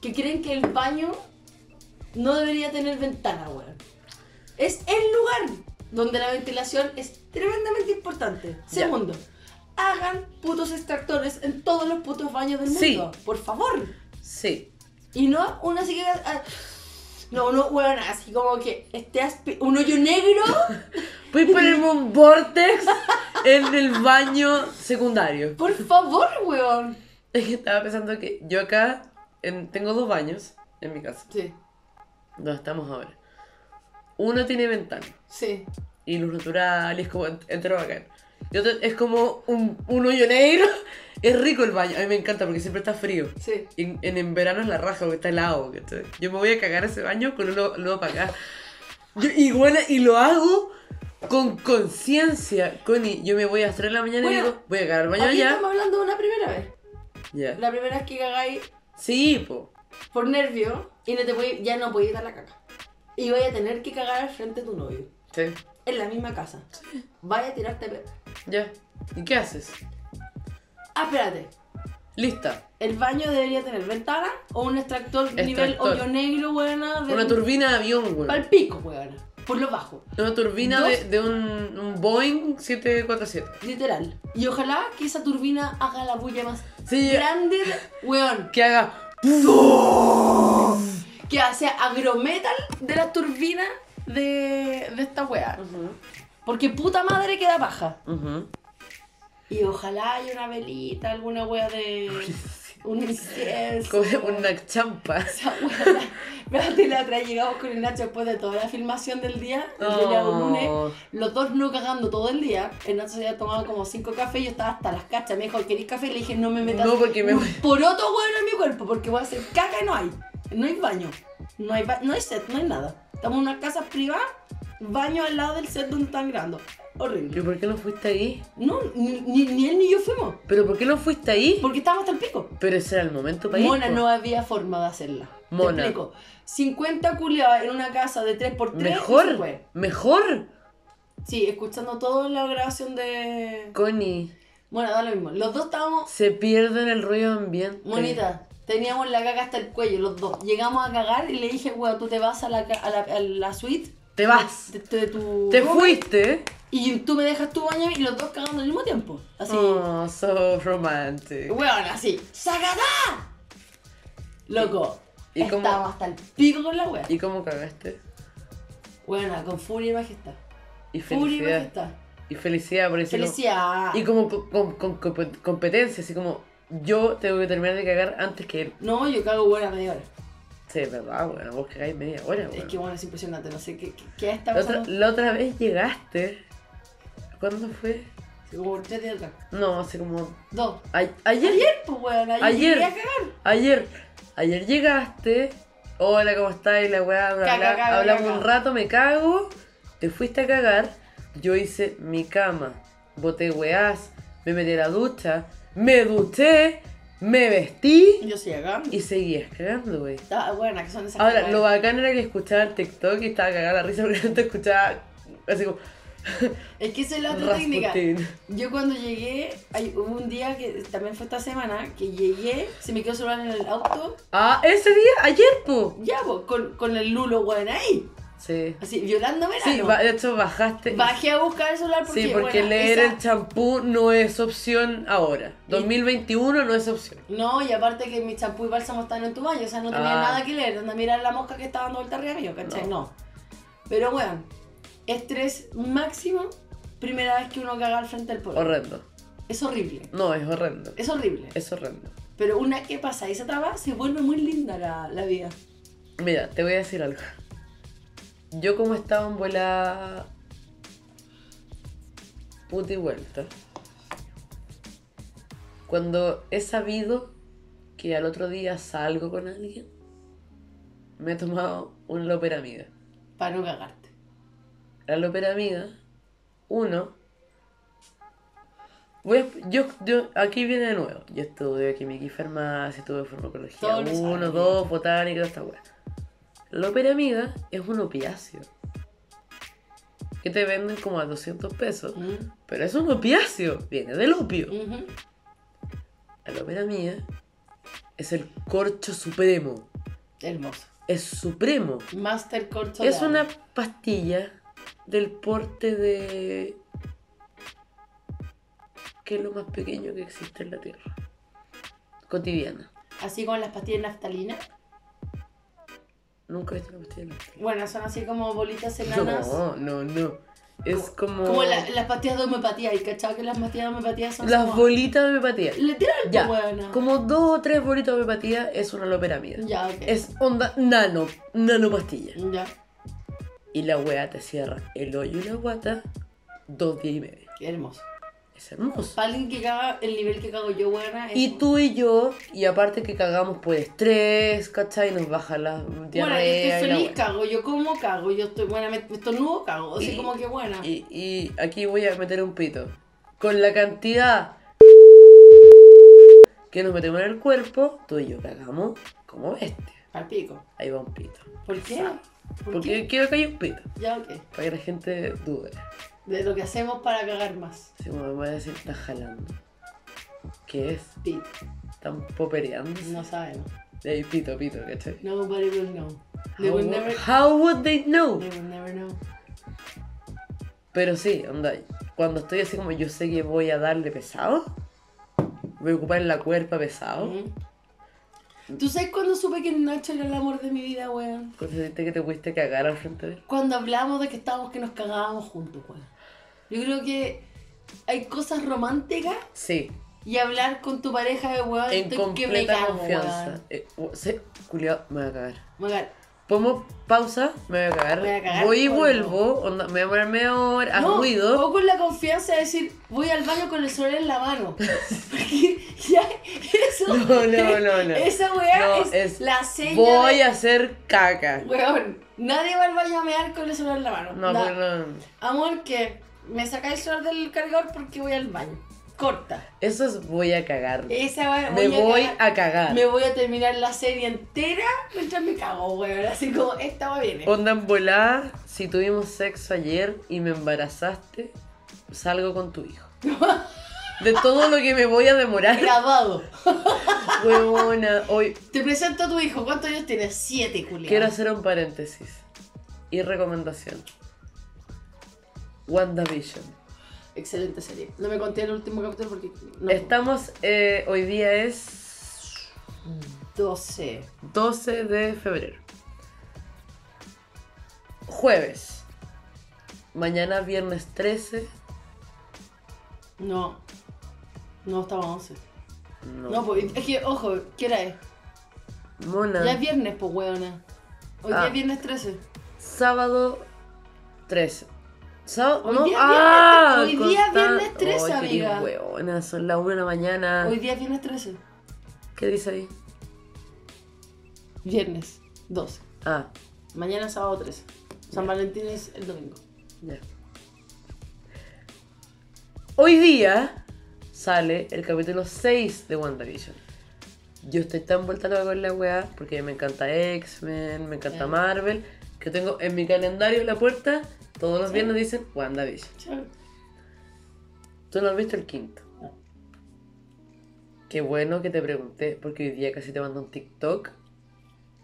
que creen que el baño no debería tener ventana, weón? Es el lugar donde la ventilación es tremendamente importante. Ya. Segundo, hagan putos extractores en todos los putos baños del Sí. mundo, por favor. Sí. Y no uno así que... ah, no, uno, weón, así como que esté aspi- un hoyo negro. Puedes ponerme un vortex en el baño secundario. Por favor, weón. Es que estaba pensando que yo acá en- tengo dos baños en mi casa, Sí, donde estamos ahora. Uno tiene ventana sí. y luz natural, y es como ent- entero bacán. Y otro es como un, un hoyo negro. Es rico el baño, a mí me encanta porque siempre está frío. Sí. Y En, en, verano es la raja porque está helado. ¿cachai? Yo me voy a cagar a ese baño con uno lo para acá. Yo, y bueno, y lo hago con conciencia, Connie. Yo me voy a las 3 de la mañana y Bueno, digo, voy a cagar al baño Aquí allá. estamos hablando de una primera vez. Ya. La primera vez que cagáis Sí, po. por nervio y no te podí- ya no podéis dar la caca. Y vaya a tener que cagar al frente de tu novio. Sí. En la misma casa. Vaya a tirarte pe- Ya. ¿Y qué haces? Ah, espérate. Lista. El baño debería tener ventana o un extractor, nivel Extractor. hoyo negro, weona. De Una turbina de avión, güey. Pal pico, weona. Por lo bajo. Una turbina Dos. de, de un, un Boeing 747. Literal. Y ojalá que esa turbina haga la bulla más Sí, grande, de- weón. que haga. Que hace agrometal de la turbina de, de esta wea. Porque puta madre queda paja. Ujú. Y ojalá haya una velita, alguna wea de. un incienso. Como una champa. Esa wea, la- Espérate, la otra vez llegamos con el Nacho después de toda la filmación del día, el día de un lunes, Oh. los dos no cagando todo el día. El Nacho se había tomado como cinco cafés y yo estaba hasta las cachas. Me dijo, ¿querés café? Le dije, no me metas. No, porque me un voy. Poroto bueno en mi cuerpo, porque voy a hacer caca y no hay. No hay baño. No hay, ba- no hay set, no hay nada. Estamos en una casa privada, baño al lado del set donde están grabando. Horrible. ¿Y por qué no fuiste ahí? No, ni, ni- ni él ni yo fuimos. ¿Pero por qué no fuiste ahí? Porque estábamos hasta el pico. Pero ese era el momento para ir. Mona, po. no había forma de hacerla. Mona. Te explico. 50 culiadas en una casa de 3x3. no se Mejor, puede. mejor. Sí, escuchando toda la grabación de. Connie, Bueno, da lo mismo. Los dos estábamos. se pierde en el ruido ambiente. Monita, teníamos la caca hasta el cuello, los dos. Llegamos a cagar y le dije, weón, tú te vas a la, ca- a la, a la suite. Te vas. De, de tu Te room fuiste. Y tú me dejas tu baño y los dos cagando al mismo tiempo. Así. Oh, so romantic. Weón, así. ¡Sacatá! Loco. ¿Y cómo- estábamos hasta el pico con la wea. ¿Y cómo cagaste? Buena, con furia y majestad. Y Furia y felicidad. majestad. Y felicidad por decirlo. Felicidad. Y como co- con, con comp- competencia, así como yo tengo que terminar de cagar antes que él. No, yo cago buena media hora. Sí, es verdad, bueno, vos cagáis media hora, Es bueno. que bueno, es impresionante. No sé qué, qué, qué está la, otra, pasando. la otra vez llegaste. ¿Cuándo fue? Sí, Como tres días atrás. No, hace como. Dos. a- Ayer, pues, weón. Ayer. Ayer. llegué a cagar. Ayer, ayer llegaste. Hola, ¿cómo estás? Y la weá, bla, Caca, bla. caca, hablamos caca. un rato, me cago. Te fuiste a cagar. Yo hice mi cama. Boté weás. Me metí a la ducha. Me duché. Me vestí. Yo sí Ah, cagando. Y seguías cagando, wey. Estaba buena, que son esas Ahora, cagadas. lo bacán era que escuchaba el TikTok y estaba cagada la risa porque no te escuchaba. Así como. Es que esa es la otra técnica. Rasputin. Yo cuando llegué, hay, hubo un día que también fue esta semana, que llegué, se me quedó el celular en el auto, Ah, ese día, ayer, po. ya, pues, con, con el lulo, weón, ahí. Sí. Así, violando verano. Sí, ba- de hecho bajaste. Bajé a buscar el celular porque, Sí, porque buena, leer esa- el champú no es opción ahora. Y- 2021 no es opción. No, y aparte que mi champú y bálsamo están en tu baño, o sea, no tenía Ah. nada que leer, anda a mirar la mosca que está dando vuelta arriba mío, ¿cachai? No. Pero weón, estrés máximo, primera vez que uno caga al frente del pueblo. Horrendo. Es horrible, No, es horrendo. es horrible. Es horrendo. Pero una que pasa esa traba, se vuelve muy linda la, la vida. Mira, te voy a decir algo. Yo como estaba en vuela puta y vuelta, cuando he sabido que al otro día salgo con alguien, me he tomado una loperamida. Para no cagarte. La loperamida, uno, voy a- yo, yo, aquí viene de nuevo. Yo estudio química y farmacia, estudio farmacología Todo lo 1, sabe. 2, botánica, toda esta weá. La loperamida es un opiáceo. Que te venden como a 200 pesos. Mm. Pero es un opiáceo, viene del opio. Ujú. La loperamida es el corcho supremo. Hermoso. Es supremo. Master Corto. Es una pastilla del porte de. que es lo más pequeño que existe en la Tierra. Cotidiana. Así como las pastillas de naftalina. Nunca he visto una pastilla de naftalina. Bueno, son así como bolitas enanas. No, no, no. Es como. Como la- las pastillas de homeopatía. Y cachado que las pastillas de homeopatía son. Las como- bolitas de homeopatía. Le tiran Ya. buena. Como dos o tres bolitas de homeopatía es una loperamida. Ya, ok. Es onda nano, nano pastilla. Ya. Y la wea te cierra el hoyo y la guata dos días y medio. Qué hermoso. Es hermoso. Para alguien que caga el nivel que cago yo, buena. es- Y tú y yo, y aparte que cagamos por estrés, ¿cachai? Nos baja la Bueno, yo diarrea estoy y la feliz, wea. cago. Yo como cago. Yo estoy buena. Me estornudo, cago. Así Y- como que buena. Y, y aquí voy a meter un pito. Con la cantidad que nos metemos en el cuerpo, tú y yo cagamos como bestia. Al pico. Ahí va un pito. ¿Por qué? ¿Por Porque qué? quiero que haya un pito. Ya, ok. Para que la gente dude. De lo que hacemos para cagar más. Si mi mamá va a decir, está jalando. ¿Qué es? Pito. Están popereando. No sabemos. De ahí pito, pito, ¿cachai? Nobody will know. They How, will would- never, how would they know? they will never know. Pero sí, onda, cuando estoy así como yo sé que voy a darle pesado, voy a ocupar la cuerpa pesado. Ujú. ¿Tú sabes cuándo supe que Nacho era el amor de mi vida, weón? Cuando sentiste que te pudiste cagar al frente de él. Cuando hablamos de que estábamos, que nos cagábamos juntos, weón. Yo creo que hay cosas románticas Sí, y hablar con tu pareja de weón. en estoy que me completa cago, confianza. weón. Eh, u- sí, culiao, me voy a cagar. Magar, Pongo pausa, me voy a cagar. Me voy a cagar, voy y pongo. vuelvo, onda, me voy a poner media hora, haz no, ruido. O con la confianza de decir, voy al baño con el celular en la mano. Porque ya, eso. No, no, no, no. Esa weá No, es, es la señal. Voy a hacer caca. Weón, nadie va al baño a mear con el celular en la mano. No, Na- pero no, no. Amor, que me saca el celular del cargador porque voy al baño. Corta. Eso es voy a cagar. Esa va, me voy cagar- a cagar. Me voy a terminar la serie entera mientras me cago, weón. Así como, esta va bien. Onda en volada, si tuvimos sexo ayer y me embarazaste, salgo con tu hijo. De todo lo que me voy a demorar, Grabado. huevona, hoy Te presento a tu hijo. ¿Cuántos años tienes? Siete, culiado. quiero hacer un paréntesis y recomendación. WandaVision. Excelente serie. No me conté el último capítulo porque... No, Estamos, eh, hoy día es 12. 12 de febrero. Jueves. Mañana viernes 13. No. No, estaba 11. No, No, pues, es que, ojo, ¿qué hora es? Mona. Ya es viernes, pues, weona. Hoy día Ah. es viernes 13. Sábado 13. Sábado, Hoy no, día es ah, viernes- hoy día es constan- viernes 13, Ay, qué amiga. hueona, son las 1 de la mañana. Hoy día es viernes 13. ¿Qué dice ahí? Viernes 12. Ah, Mañana sábado 13. San Valentín es el domingo. ya. Hoy día sale el capítulo 6 de WandaVision. Yo estoy tan vuelta loca con la weá porque me encanta X-Men, me encanta Sí. Marvel, que tengo en mi calendario en la puerta, todos los Sí. viernes dicen WandaVision. Tú no has visto el quinto. No. Qué bueno que te pregunté, porque hoy día casi te mando un TikTok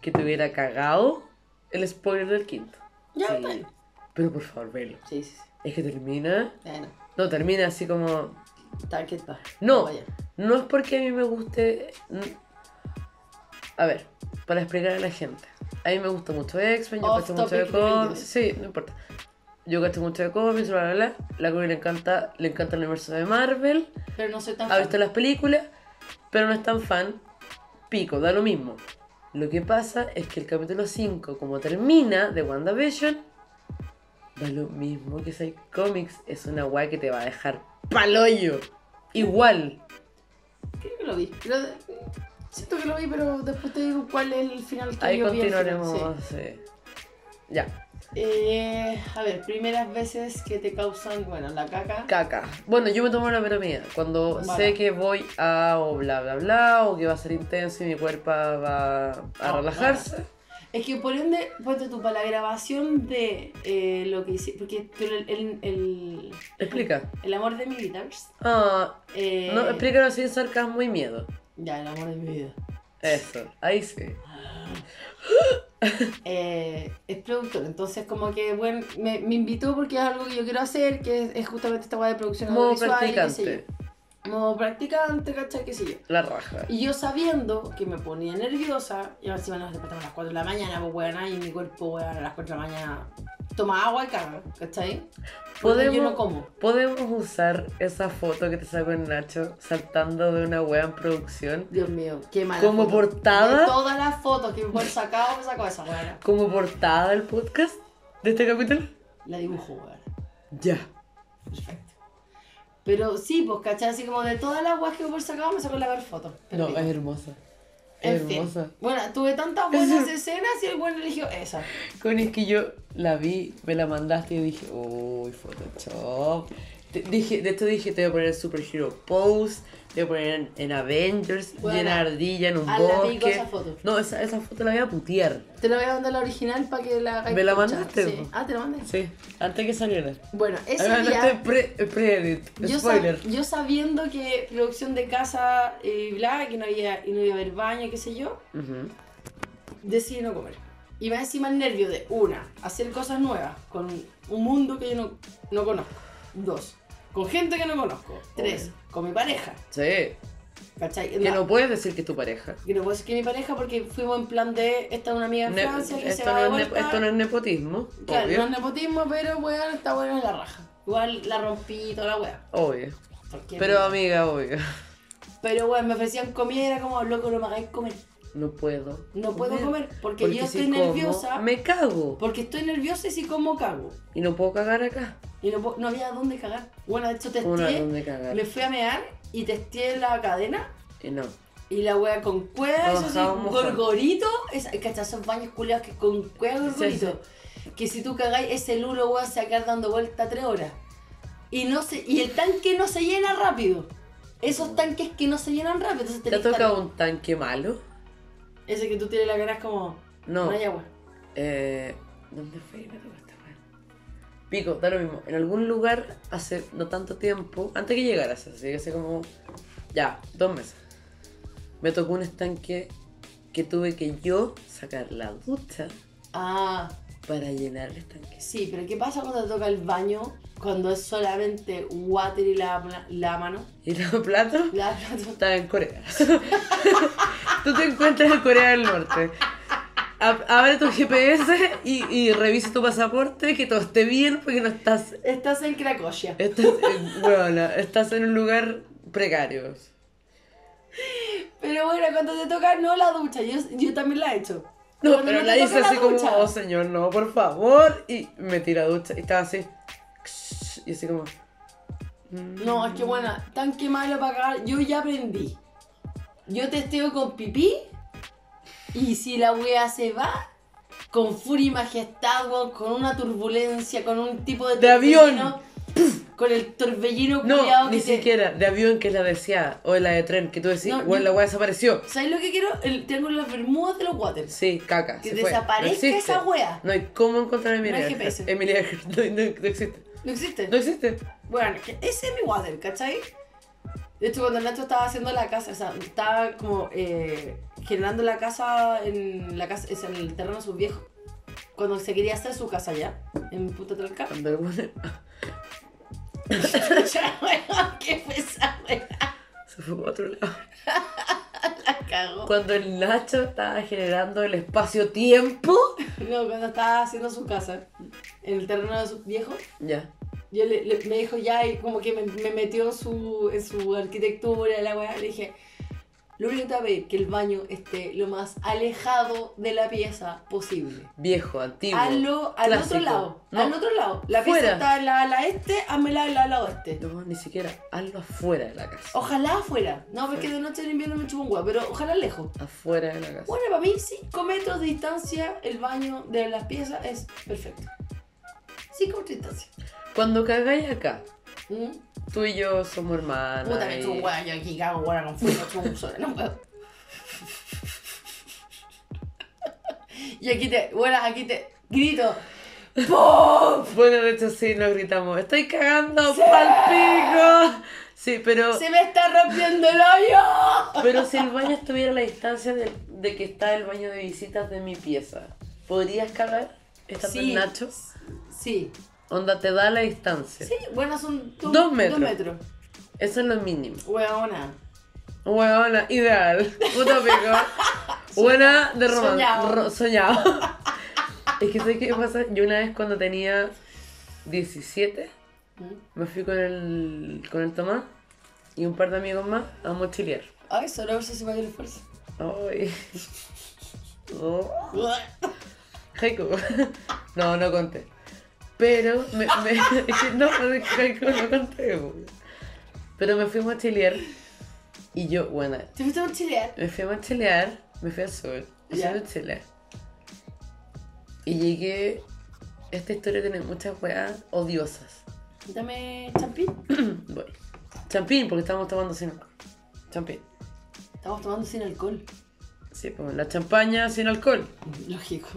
que te hubiera cagado el spoiler del quinto. Ya, Sí. está bien. Pero por favor, velo. Sí, sí, sí. Es que termina. Bueno, No, termina así como. Target va. No, Vaya. no es porque a mí me guste. n- A ver, para explicar a la gente. A mí me gusta mucho X-Men, yo Off cacho mucho de topic de cómics. ellos. Sí, no importa. Yo cacho mucho de cómics, bla, bla, bla. La Cori le encanta, le encanta el universo de Marvel. Pero no soy tan ha fan. visto las películas pero no es tan fan, pico, da lo mismo. Lo que pasa es que el capítulo 5, como termina de WandaVision, da lo mismo que Side Comics. Es una weá que te va a dejar paloyo. Igual. Creo que lo vi. Lo de- Siento que lo vi, pero después te digo cuál es el final que Ahí yo vi. al final, continuaremos. sí. Ya, sí. Eh, a ver, primeras veces que te causan, bueno, la caca. caca. Bueno, yo me tomo una mía Cuando Vale. sé que voy a o bla bla bla o que va a ser intenso y mi cuerpo va a No, relajarse. Es que por ende, ponte tú, para la grabación de eh, lo que hice, porque tú el, el, el, Explica. el amor de mi vida. Ah, eh, no, explícalo sin sarcasmo y miedo. Ya, el amor de mi vida. Eso, ahí sí. eh, es productor, entonces como que bueno, me, me invitó porque es algo que yo quiero hacer, que es, es justamente esta guay de producción Modo audiovisual, y qué sé practicante. yo. Como practicante, ¿cachai? qué sé yo. La raja. Y yo sabiendo que me ponía nerviosa, y encima nos despertamos a las 4 de la mañana, pues weona, y mi cuerpo, weón, a las 4 de la mañana toma agua y caga, ¿cachai? Porque Podemos- Yo no como. ¿Podemos usar esa foto que te sacó en Nacho saltando de una wea en producción Dios mío, qué mala como foto. De portada? todas las fotos que me han sacado, me sacó esa weona. ¿Como portada del podcast de este capítulo? La dibujo, weona. Ya. Perfecto. Pero sí, pues, ¿cachai? Así como de todas las weas que me han sacado, me sacó la peor foto. No, Perfecto. es hermosa. Es En fin. hermosa. Bueno, tuve tantas buenas Eso. escenas y el buen eligió esa. Con es que yo la vi, me la mandaste y dije, uy, Photoshop. Te- dije, de esto dije, te voy a poner en Superhero Pose, te voy a poner en, en Avengers, Bueno, y en Ardilla, en un a la pico bosque. esa foto. No, esa, esa foto la voy a putear. Te la voy a mandar la original para que la hagáis ¿Me la escuchar. mandaste? Sí. Ah, te la mandé. Sí, antes que saliera. Bueno, ese Ahí me día... mandaste pre- pre-edit, Yo, sab- este spoiler. yo sabiendo que producción de casa y bla, que no, había, y no iba a haber baño, qué sé yo, Ujú. decidí no comer. Y va encima el nervio de, una, hacer cosas nuevas con un mundo que yo no, no conozco. Dos, con gente que no conozco. Tres, con mi pareja. Sí, ¿Cachai? que no puedes decir que es tu pareja. que no puedo decir que mi pareja porque fuimos en plan de, esta es una amiga en Ne- Francia que se esto, va no de es ne- vuelta. esto no es nepotismo, Claro, obvio. no es nepotismo, pero weón, está bueno en la raja. Igual la rompí y toda la weá. Obvio. Porque- Pero amiga, obvio. Pero bueno, me ofrecían comida y era como, loco, no me hagáis comer. No puedo. No puedo comer porque, yo si estoy como, nerviosa. Me cago. Porque estoy nerviosa y si como cago. Y no puedo cagar acá. Y no, po- no había dónde cagar. Bueno, de hecho Una testé, donde cagar. me fui a mear y testé la cadena. Y no. Y la wea con cueva, Lo eso sí, bajaba un mojón. gorgorito. Es, ¿Cachai? Esos baños culiados que con cueva, gorgorito. Que si tú cagáis, ese lulo wea se va a quedar dando vuelta tres horas. Y, no se, y el tanque no se llena rápido. Esos tanques que no se llenan rápido. Entonces Mm. ¿Te ha tenés que estar- tocado un tanque malo? Ese que tú tienes la cara es como. No, No. hay agua. Eh, ¿Dónde fue? Me tocó esta weá. Pico, da lo mismo. En algún lugar hace no tanto tiempo, antes que llegaras, así que hace como. Ya, dos meses. Me tocó un estanque que tuve que yo sacar la ducha Ah. para llenar el estanque. Sí, pero ¿qué pasa cuando te toca el baño? Cuando es solamente water y la, la mano. ¿Y los platos? La plato. Estaba en Corea. Tú te encuentras en Corea del Norte. Ab- Abre tu GPS y, y revisa tu pasaporte, que todo esté bien, porque no estás Estás en Cracovia. Estás, eh, bueno, estás en un lugar precario. Pero bueno, cuando te toca no la ducha, yo, yo también la he hecho. No, Cuando pero te la toca hice así como, ducha. oh señor, no, por favor. Y me tira ducha. Y estaba así. Y así como. No, es que bueno, tan que malo para cagar, yo ya aprendí. Yo testeo con pipí y si la wea se va, con furia y majestad, weón, con una turbulencia, con un tipo de... De avión. torbellino, Con el torbellino No, culiao ni que te- siquiera. De avión que es la deseada. O la de tren, que tú decís, No, bueno, yo- la weá desapareció. ¿Sabes lo que quiero? El triángulo de las Bermudas de los Waters. Sí, caca. Que se fue. No desaparezca existe. esa wea. No hay cómo encontrar a Emilia. No hay Earhart. GPS. Emilia Earhart, no, no- no existe. ¿No existe? No existe. Bueno, que ese es mi water, ¿cachai? De hecho, cuando el Nacho estaba haciendo la casa, o sea, estaba como eh, generando la casa en la casa, es en el terreno de sus viejos. Cuando se quería hacer su casa ya, en Puta Talca. Cuando el weón Ya, weón, qué pesado, weón, se fue a otro lado. la cagó. Cuando el Nacho estaba generando el espacio-tiempo. No, cuando estaba haciendo su casa, en el terreno de sus viejos, Ya. yo le, le- me dijo ya y como que me, me metió en su, en su arquitectura, la weá, le dije, Lo único que te voy a pedir que el baño esté lo más alejado de la pieza posible. Viejo, antiguo. Hazlo al clásico. otro lado. No, Al otro lado. La pieza Fuera. está a la, a la este, hazmela al lado este. no, ni siquiera. Hazlo afuera de la casa. Ojalá afuera. No, porque de noche en invierno me chupa un huevo, pero ojalá lejos. Afuera de la casa. Bueno, para mí 5 metros de distancia el baño de las piezas es perfecto. 5 metros de distancia. Cuando cagáis acá, ¿Mm? tú y yo somos hermanos. Puta, me chupo un huevo, yo aquí cago huevo con fuego, chupo un solo, no puedo. Y aquí te, bueno, aquí te grito. ¡Pum! Bueno, de hecho sí, nos gritamos. Estoy cagando pal pico. Sí, pero, ¡Se me está rompiendo el hoyo! pero si el baño estuviera a la distancia de, de que está el baño de visitas de mi pieza, ¿podrías cagar? ¿Estás Sí. en Nacho? Sí. Onda, te da la distancia. Sí, bueno, son do- Dos metros. Dos metros. Eso es lo mínimo. Huevona. Huevona, ideal. Puto pico. Buena de romance. Soñado. Ro- soñado. es que sé qué pasa. Yo una vez cuando tenía 17, ¿Mm? me fui con el, con el Tomás y un par de amigos más a mochilear. Ay, solo eso se me dio el esfuerzo. Ay. Oh. Haiku. No, no conté. Pero me, me- es que no, no es que Haiku no conté. po. Pero me fui a mochilear y yo, bueno, ¿Te fuiste a mochilear? me fui a mochilear, me fui al sur, me fui Ya. a mochilear. Y llegué. Esta historia tiene muchas weas odiosas. Dame champín. Voy. Champín, porque estábamos tomando sin alcohol. Champín. Estamos tomando sin alcohol. Sí, pues la champaña sin alcohol. Lógico.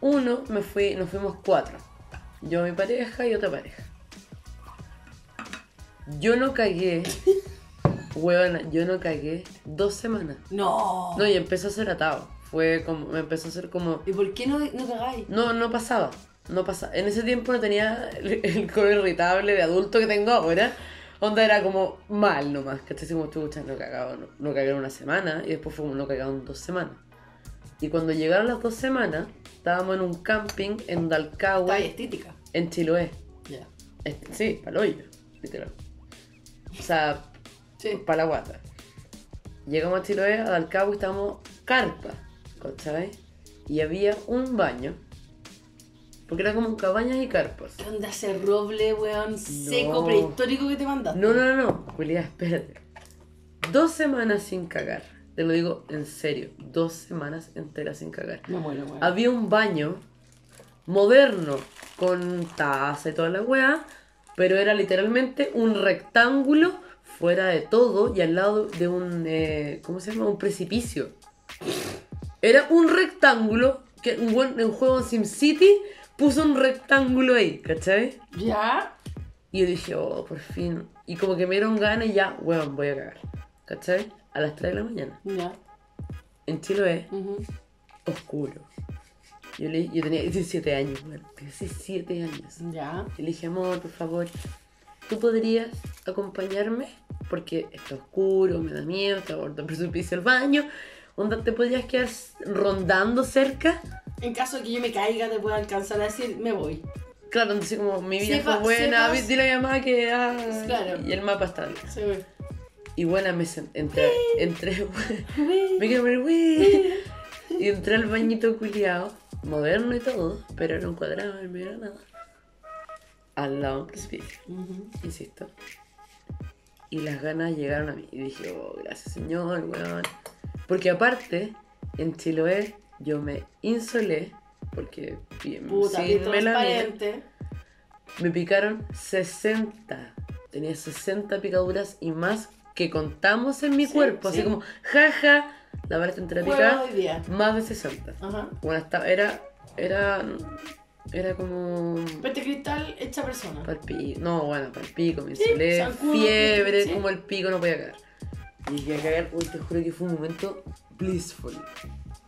Uno, me fui, nos fuimos cuatro. Yo, mi pareja y otra pareja. Yo no cagué. Huevona, yo no cagué dos semanas. No. No, y empezó a ser atado. Fue como, me empezó a ser como... ¿Y por qué no, no cagáis? No, no pasaba. No pasaba. En ese tiempo no tenía el, el codo irritable de adulto que tengo ahora. Onda era como mal nomás. Que como tú, pucha, no cagaba, no, no cagaba una semana. Y después fue como no cagaban dos semanas. Y cuando llegaron las dos semanas, estábamos en un camping en Está Dalcahue, ahí, estética. en Chiloé. Ya. Este, sí, para literal. O sea, Sí. para la guata. Llegamos a Chiloé, a Dalcahue, estábamos carpa, ¿cachai? Y había un baño, porque era como cabañas y carpas. ¿Qué onda ese roble, weón, seco, prehistórico que te mandaste? No, no, no, no, Julia, espérate. Dos semanas sin cagar, te lo digo en serio, dos semanas enteras sin cagar. Me muero, weón. Había un baño moderno, con taza y toda la weá, pero era literalmente un rectángulo fuera de todo y al lado de un, eh, ¿cómo se llama? Un precipicio. Era un rectángulo, que un, buen, un juego en SimCity puso un rectángulo ahí, ¿cachai? ¿Ya? Y yo dije, oh, por fin. Y como que me dieron ganas y ya, weón, voy a cagar. ¿Cachai? A las 3 de la mañana. Ya. En Chiloé, Ujú. oscuro. Yo, le, yo tenía 17 años, weón. 17 años. Ya. Y le dije, amor, por favor, ¿tú podrías acompañarme? Porque está oscuro, me da miedo, está por el precipicio el baño. Onda, ¿te podrías quedar rondando cerca? En caso de que yo me caiga, te pueda alcanzar a decir, me voy. Claro, entonces como mi vida Sepa- fue buena, sepas- dile a mi mamá que... ah, Claro. Y el mapa está bien. Se ve. Y bueno, me sen- entré, entré, me quiero morir, güey. Y entré al bañito culiao, moderno y todo, pero era un cuadrado, no era nada. Al lado de un precipicio, Ujú. insisto. Y las ganas llegaron a mí. Y dije, oh, gracias señor, weón. Porque aparte, en Chiloé yo me insolé, porque bien, Puta, sin qué melanina, transparente. me picaron 60. Tenía 60 picaduras y más que contamos en mi Sí, cuerpo. Así sí. como, jaja, la verdad entre Huevo picar hoy día. más de 60. Ajá. Bueno, esta- era. Era. Era como. Vete cristal, hecha persona. Pa'l pico. No, bueno, para el pico, me Sí, insulé, zancudo, fiebre, sí. como el pico, no podía cagar. pues, Y llegué a cagar, uy, te juro que fue un momento blissful.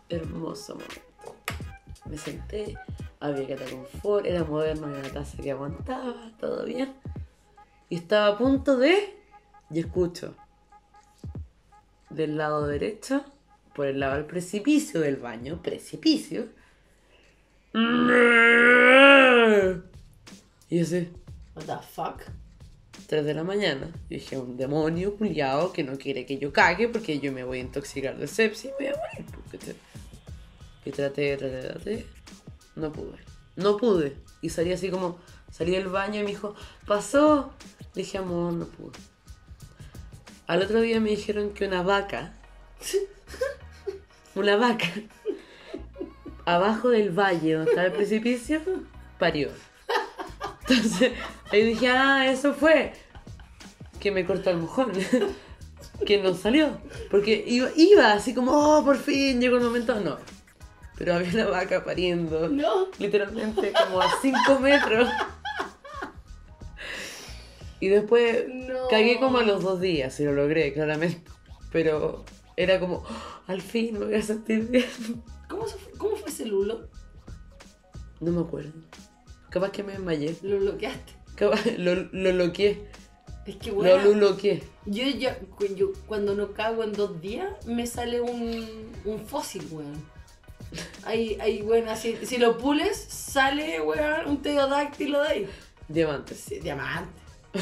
Hermoso momento. Me senté, había cata confort, era moderno, había una taza que aguantaba, todo bien. Y estaba a punto de. Y escucho. Del lado derecho, por el lado del precipicio del baño, precipicio. ¡Mmm! Y yo sé. What the fuck? 3 de la mañana. Yo dije, un demonio culiado que no quiere que yo cague porque yo me voy a intoxicar de sepsis y voy a morir. porque te- Y traté, traté, traté. No pude. No pude. Y salí así como, salí del baño y me dijo, pasó. Le dije, amor, no pude. Al otro día me dijeron que una vaca, una vaca, abajo del valle donde estaba el precipicio, parió. Entonces, ahí dije, ah, eso fue. Que me cortó el mojón. que no salió. Porque iba, iba así como, oh, por fin, llegó el momento. No. Pero había una vaca pariendo. No. Literalmente como a 5 metros. Y después No. cagué como a los dos días y lo logré, claramente. Pero era como, "Oh, al fin me voy a sentir bien. ¿Cómo, se fue, ¿Cómo fue ese lulo? No me acuerdo. Capaz que me desmayé. Lo bloqueaste. Capaz- lo, lo loqué. Es que Lo, bueno. lo loqué. Yo, ya- cu- yo cuando no cago en dos días, me sale un, un fósil, weón. Ahí, ahí, weón, así, si lo pules, sale, weón, un teodáctilo de ahí. Diamantes. Sí, diamante.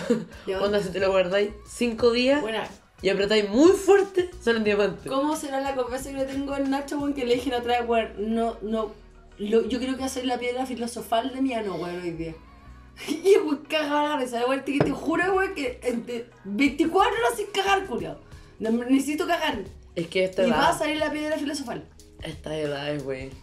Onda, diamante. si te lo guardáis 5 días Bueno, y apretáis muy fuerte, salen diamantes. ¿cómo será la conversa que le tengo en Nacho, weón, que le dije la otra vez, weón, no, no, lo- yo creo que hacer la piedra filosofal de mi ano, weón, hoy día. Y weón, cagaba la risa, weón, te, te juro, weón, que entre 24 horas sin cagar, culiao. No, necesito cagar. Es que esta Y va a edad, salir la piedra filosofal. esta edad es güey. Pues.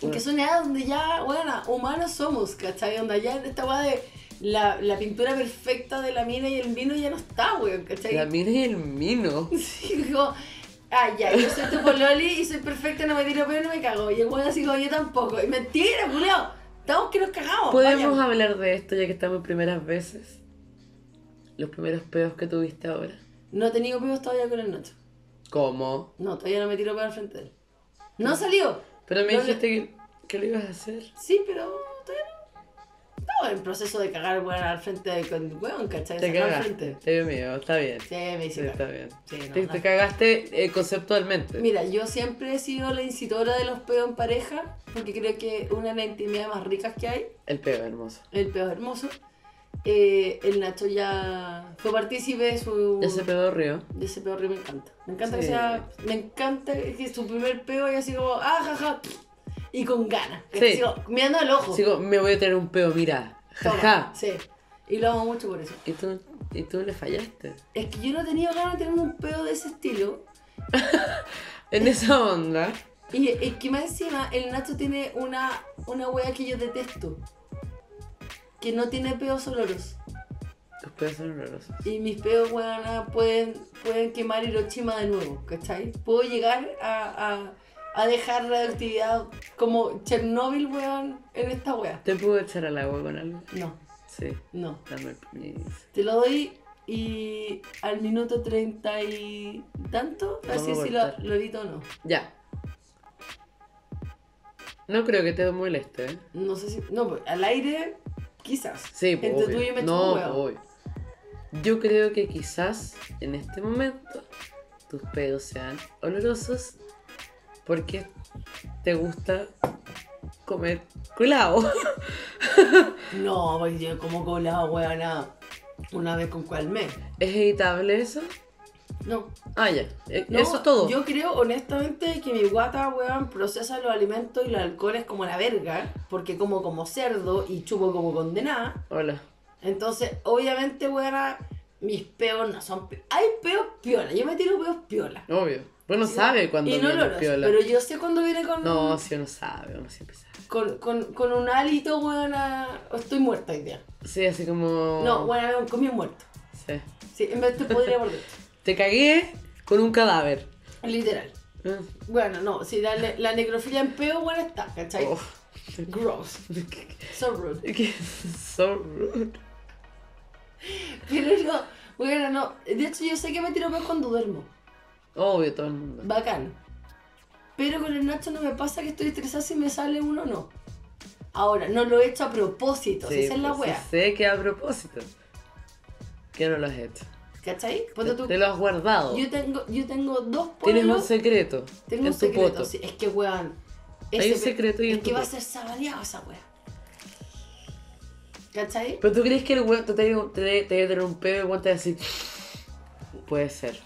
Porque son edades donde ya, bueno, humanos somos, ¿cachai? Onda, ya esta weá de la, la pintura perfecta de la mina y el vino ya no está, weón, ¿cachai? La mina y el mino. Sí, dijo, ah, ya, yo soy tu pololi y soy perfecta, no me tiro pero no me cago. Y el weón así como, yo tampoco. Y mentira, culiao, estamos que nos cagamos. Podemos vaya. hablar de esto ya que estamos en primeras veces. Los primeros pedos que tuviste ahora. No he tenido pibos todavía con el Nacho. ¿Cómo? No, todavía no me tiro para al frente de él. No salió. Pero me No, dijiste que, que lo ibas a hacer. Sí, pero todavía no. Estaba en proceso de cagar, weón, al frente de, con weón, ¿cachai? Te Sacar al cagaste. frente. Te dio miedo, está bien. Sí, me hice Sí, cagar. está bien. Sí, no, Te, no. te cagaste eh, conceptualmente. Mira, yo siempre he sido la incitora de los peos en pareja, porque creo que una de las intimidades más ricas que hay, El pedo hermoso. el peo es hermoso. Eh, el Nacho ya fue partícipe de su... Ya se pedo río. de ese peo horrible, me encanta. Me encanta que Sí. sea... Me encanta que su primer peo haya sido como... ¡Ah, ja, ja", Y con ganas. Sí. Que Sigo mirando al ojo. Sigo, me voy a tener un pedo, mira. Oh. Toma, Jaja. Sí. Y lo amo mucho por eso. Y tú, y tú le fallaste. Es que yo no tenía ganas de tener un peo de ese estilo, En esa onda. Y es que más encima, el Nacho tiene una, una wea que yo detesto. Que no tiene peos oloros. Tus pedos son horrorosos. Y mis peos, weona, pueden, pueden quemar Hiroshima de nuevo, ¿cachai? Puedo llegar a, a, a dejar radioactividad como Chernobyl, weón, en esta wea. ¿Te puedo echar al agua con algo? No, Sí, no. dame el permiso. Te lo doy y al minuto treinta y tanto, Vamos así a si lo, cortar. lo edito o no. Ya. No creo que te moleste, ¿eh? No sé si. No, pues, al aire, quizás. Sí, pues, Entre obvio. tú y yo me chupo No, un huevo. pues, obvio. Yo creo que quizás en este momento tus pedos sean olorosos porque te gusta comer colado. No, porque yo como colado, weona, una vez con cual mes. ¿Es editable eso? No, Ah, ya. Eh, no, eso es todo. Yo creo, honestamente, que mi guata, weón, procesa los alimentos y los alcoholes como la verga, porque como como cerdo y chupo como condenada. Hola. Entonces, obviamente, weona, mis peos no son... pe- Hay peos piola, yo me tiro peos piola. Obvio. Uno sabe cuando y no viene lo piola. pero yo sé cuando viene con, No, si uno sabe, uno siempre sabe. con, con, con un hálito, weona, estoy muerta hoy día. Sí, así como. No, weona, comí muerto. Sí. Sí, en vez te podría morder. Te cagué con un cadáver. Literal. Ah, Bueno, no, si la, ne- la necrofilia en peo, bueno está, ¿cachai? oh. Gross. So rude. Que- so rude. Pero no, bueno, no. De hecho, yo sé que me tiro peos cuando duermo. Obvio, todo el mundo. Bacán. Pero con el Nacho no me pasa que estoy estresada si me sale uno o no. Ahora, no lo he hecho a propósito, si esa es la pues, wea. sí Sé que a propósito. Que no lo has hecho. ¿Cachai? Ponte Te, tú. te lo has guardado. Yo tengo, yo tengo dos Tienes un pueblos. secreto. Tengo en un tu secreto. poto. sí, es que, weón. Hay ese un pe- secreto y Es en que tu va a poto. ser sabaleado esa wea. ¿Cachai? Pero tú crees que el weón te debe te, te, te, tener un pedo y el weón te va a decir. Puede ser.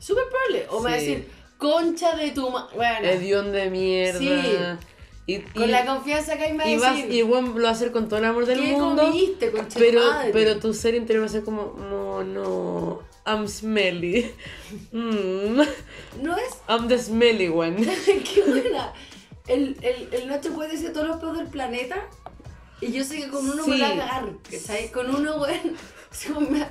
Súper probable. O me va a Sí. decir, concha de tu ma... Bueno, Edión de mierda. Sí. Y, con y- la confianza que hay me y va a vas- decir, y el weón lo va a hacer con todo el amor del ¿qué mundo. comiste, concha de Pero, tu madre? pero tu ser interior va a ser como, no, no, I'm smelly. Mm, No es... I'm the smelly one. ¡Qué buena! El, el, el Nacho puede decir todos los pedos del planeta y yo sé que con uno me la Sí. voy a cagar, ¿sabes? Con uno, weón... así como me va-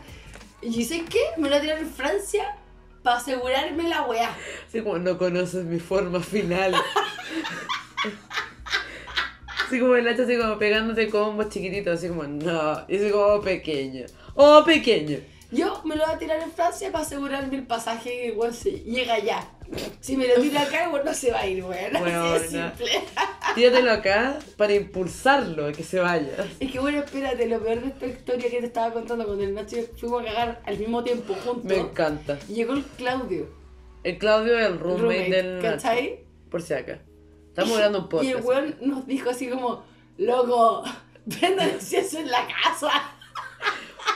¿Y sé qué? Me la voy a tirar en Francia para asegurarme la weá. Así como, no conoces mi forma final. Así como el hacha, así como pegándote combos chiquititos, así como, no. Y así como, oh, pequeño, oh, pequeño. Yo me lo voy a tirar en Francia para asegurarme el pasaje, weón, si llega allá. Si me lo tiro acá, weón, no se va a ir, weón. Así de Weona. simple. Tíratelo acá para impulsarlo a que se vaya. Es que bueno, espérate, lo peor de esta historia que te estaba contando con el Nacho, fuimos a cagar al mismo tiempo juntos. Me encanta. Llegó el Claudio. El Claudio es el roommate, Roommate, del Nacho, ¿cachai? Por si acá. Estamos grabando un Y podcast. el weón nos dijo así como, loco, vendan eso en la casa.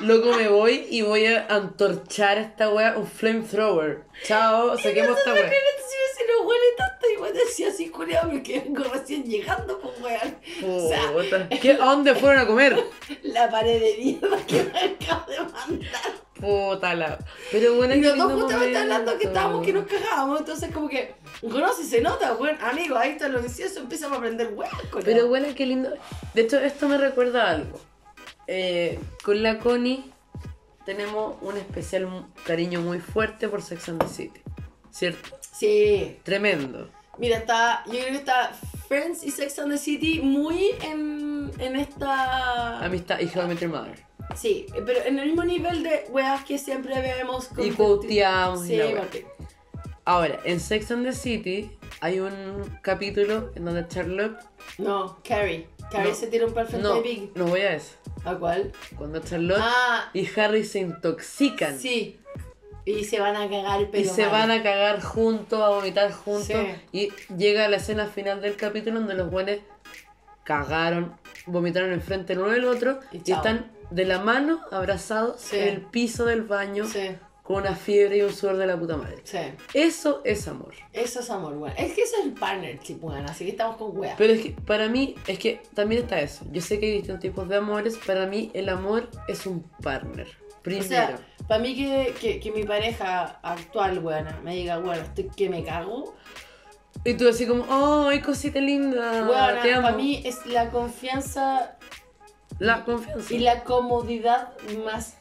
Loco, me voy y voy a antorchar esta wea un flamethrower. Chao, saquemos esta Entonces, wea. si no huele tanto, y bueno, decía así, culiao, porque vengo recién llegando, pues weón. O sea, Puta. ¿Qué, ¿A dónde fueron a comer? la pared de mierda que me acabo de mandar. Puta la. Pero bueno, Y qué los dos lindo justamente momento. hablando que estábamos que nos cagábamos, entonces como que, bueno, si se nota, weón, amigo, ahí está lo que sí, eso empezamos a aprender weón, Pero bueno, qué lindo. De hecho, esto me recuerda a algo. Eh, con la Connie tenemos un especial mu- cariño muy fuerte por Sex and the City. ¿Cierto? Sí, Tremendo. mira, está, yo creo que está Friends y Sex and the City muy en, en esta... Amistad y Geometry Mother. Sí, pero en el mismo nivel de weas que siempre vemos Y coteamos y Sí, la wea. Martín. Ahora, en Sex and the City hay un capítulo en donde Charlotte No, Carrie. Carrie No. se tira un par frente de No, Big. no voy a eso. ¿A cuál? Cuando Charlotte Ah, y Harry se intoxican sí. Y se van a cagar, pero y se mal. van a cagar juntos, a vomitar juntos. Sí. Y llega la escena final del capítulo donde los buenos cagaron, vomitaron enfrente el uno del otro Y y, chao. están de la mano abrazados Sí. en el piso del baño Sí, con una fiebre y un sudor de la puta madre. sí. Eso es amor. Eso es amor, weón. Es que eso es el partnership, weón. Así que estamos con weas. Pero es que para mí, es que también está eso. Yo sé que hay distintos tipos de amores. Para mí, el amor es un partner. O Primero. sea, para mí que, que, que mi pareja actual, weón, me diga, weón, estoy que me cago. y tú así como, oh, ay, cosita linda. Ah, te weón, amo. para mí es la confianza la confianza. y la comodidad más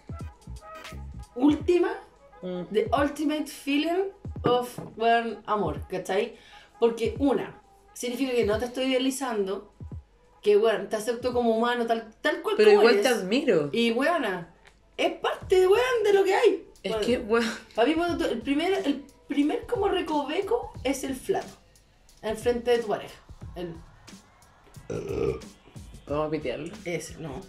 última, Mm. the ultimate feeling of, weón, amor, ¿cachai? Porque una, significa que no te estoy idealizando, que, weón, te acepto como humano, tal, tal cual Pero como igual te eres. admiro. Y, weona, es parte, weón, de lo que hay. Es Weón. que, bueno, Para mí, cuando tú- el primer, el primer como recoveco es el flaco. Al frente de tu pareja. El, vamos a pitearlo. ese, no.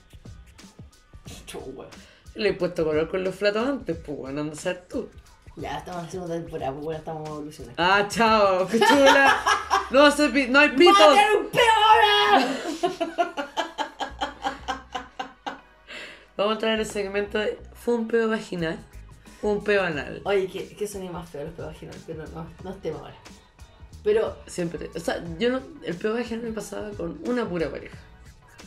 Chu, weón. Le he puesto color con los flatos antes, pues bueno, anda a ser tú. Ya estamos haciendo temporada, pues bueno, estamos evolucionando. Ah, chao, pichula. no, se pi- Ah, no hay ¡Va a pitos. tener un peo ahora! Vamos a traer el segmento de. Fue un peo vaginal, un peo anal. Oye, que, que sonido más feo los peos vaginales, pero no, no es tema ahora. Pero Siempre. O sea, yo no. El peo vaginal me pasaba con una pura pareja.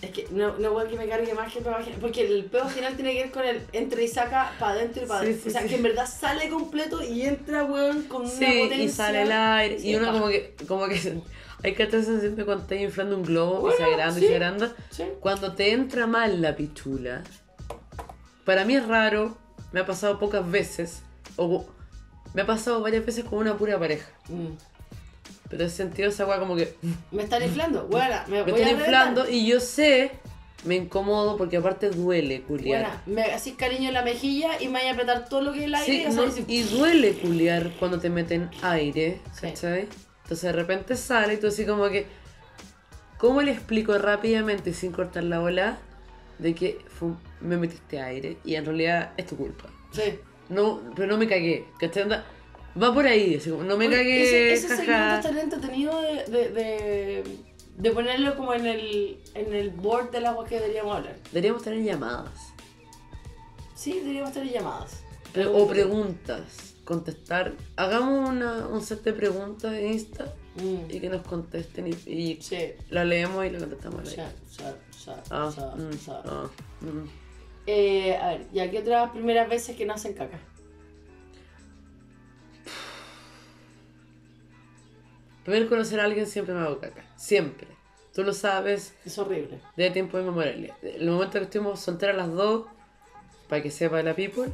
es que no, no voy a que me cargue más que el peo vaginal, porque el peo vaginal tiene que ver con el entre y saca para adentro y para Sí, adentro. sí, o sea, sí. que en verdad sale completo y entra, weón, con una Sí, potencia. y sale el aire. Sí, y uno paja. como que, como que se- hay que estar siempre cuando estás inflando un globo y se Bueno, agranda sí. y se agranda. Sí. Cuando te entra mal la pichula, para mí es raro, me ha pasado pocas veces, o me ha pasado varias veces con una pura pareja. Mm. Pero he sentido esa weá como que Me están inflando, weona, me, Mm. me voy a están inflando reventar. y yo sé, me incomodo porque aparte duele culiar. Weona, me haces cariño en la mejilla y me voy a apretar todo lo que es el aire Sí, y vas a no, decir, y duele culiar cuando te meten aire, Sí. ¿cachai? Entonces de repente sale y tú así como que... ¿Cómo le explico rápidamente sin cortar la ola de que fue- me metiste aire y en realidad es tu culpa? Sí. No, pero no me cagué, ¿cachai? Onda, Va por ahí, así como, no me Oye, Ese, cagué, ese jaja. segmento está entretenido de, de, de, De ponerlo como en el, en el board del agua que deberíamos hablar. Deberíamos tener llamadas. Sí, deberíamos tener llamadas. Pre- o preguntas. Contestar. Hagamos una, un set de preguntas en Insta Mm, y que nos contesten y, y Sí. la leemos y la contestamos. a la- Ya, ya, ya, Ah, ya, mm, ya. ah, mm. Eh, a ver, ¿y aquí otras primeras veces que no hacen caca? Primero conocer a alguien siempre me hago caca. Siempre. Tú lo sabes Es horrible. de tiempo inmemorial. El momento que estuvimos solteras las dos, para que sepa la people,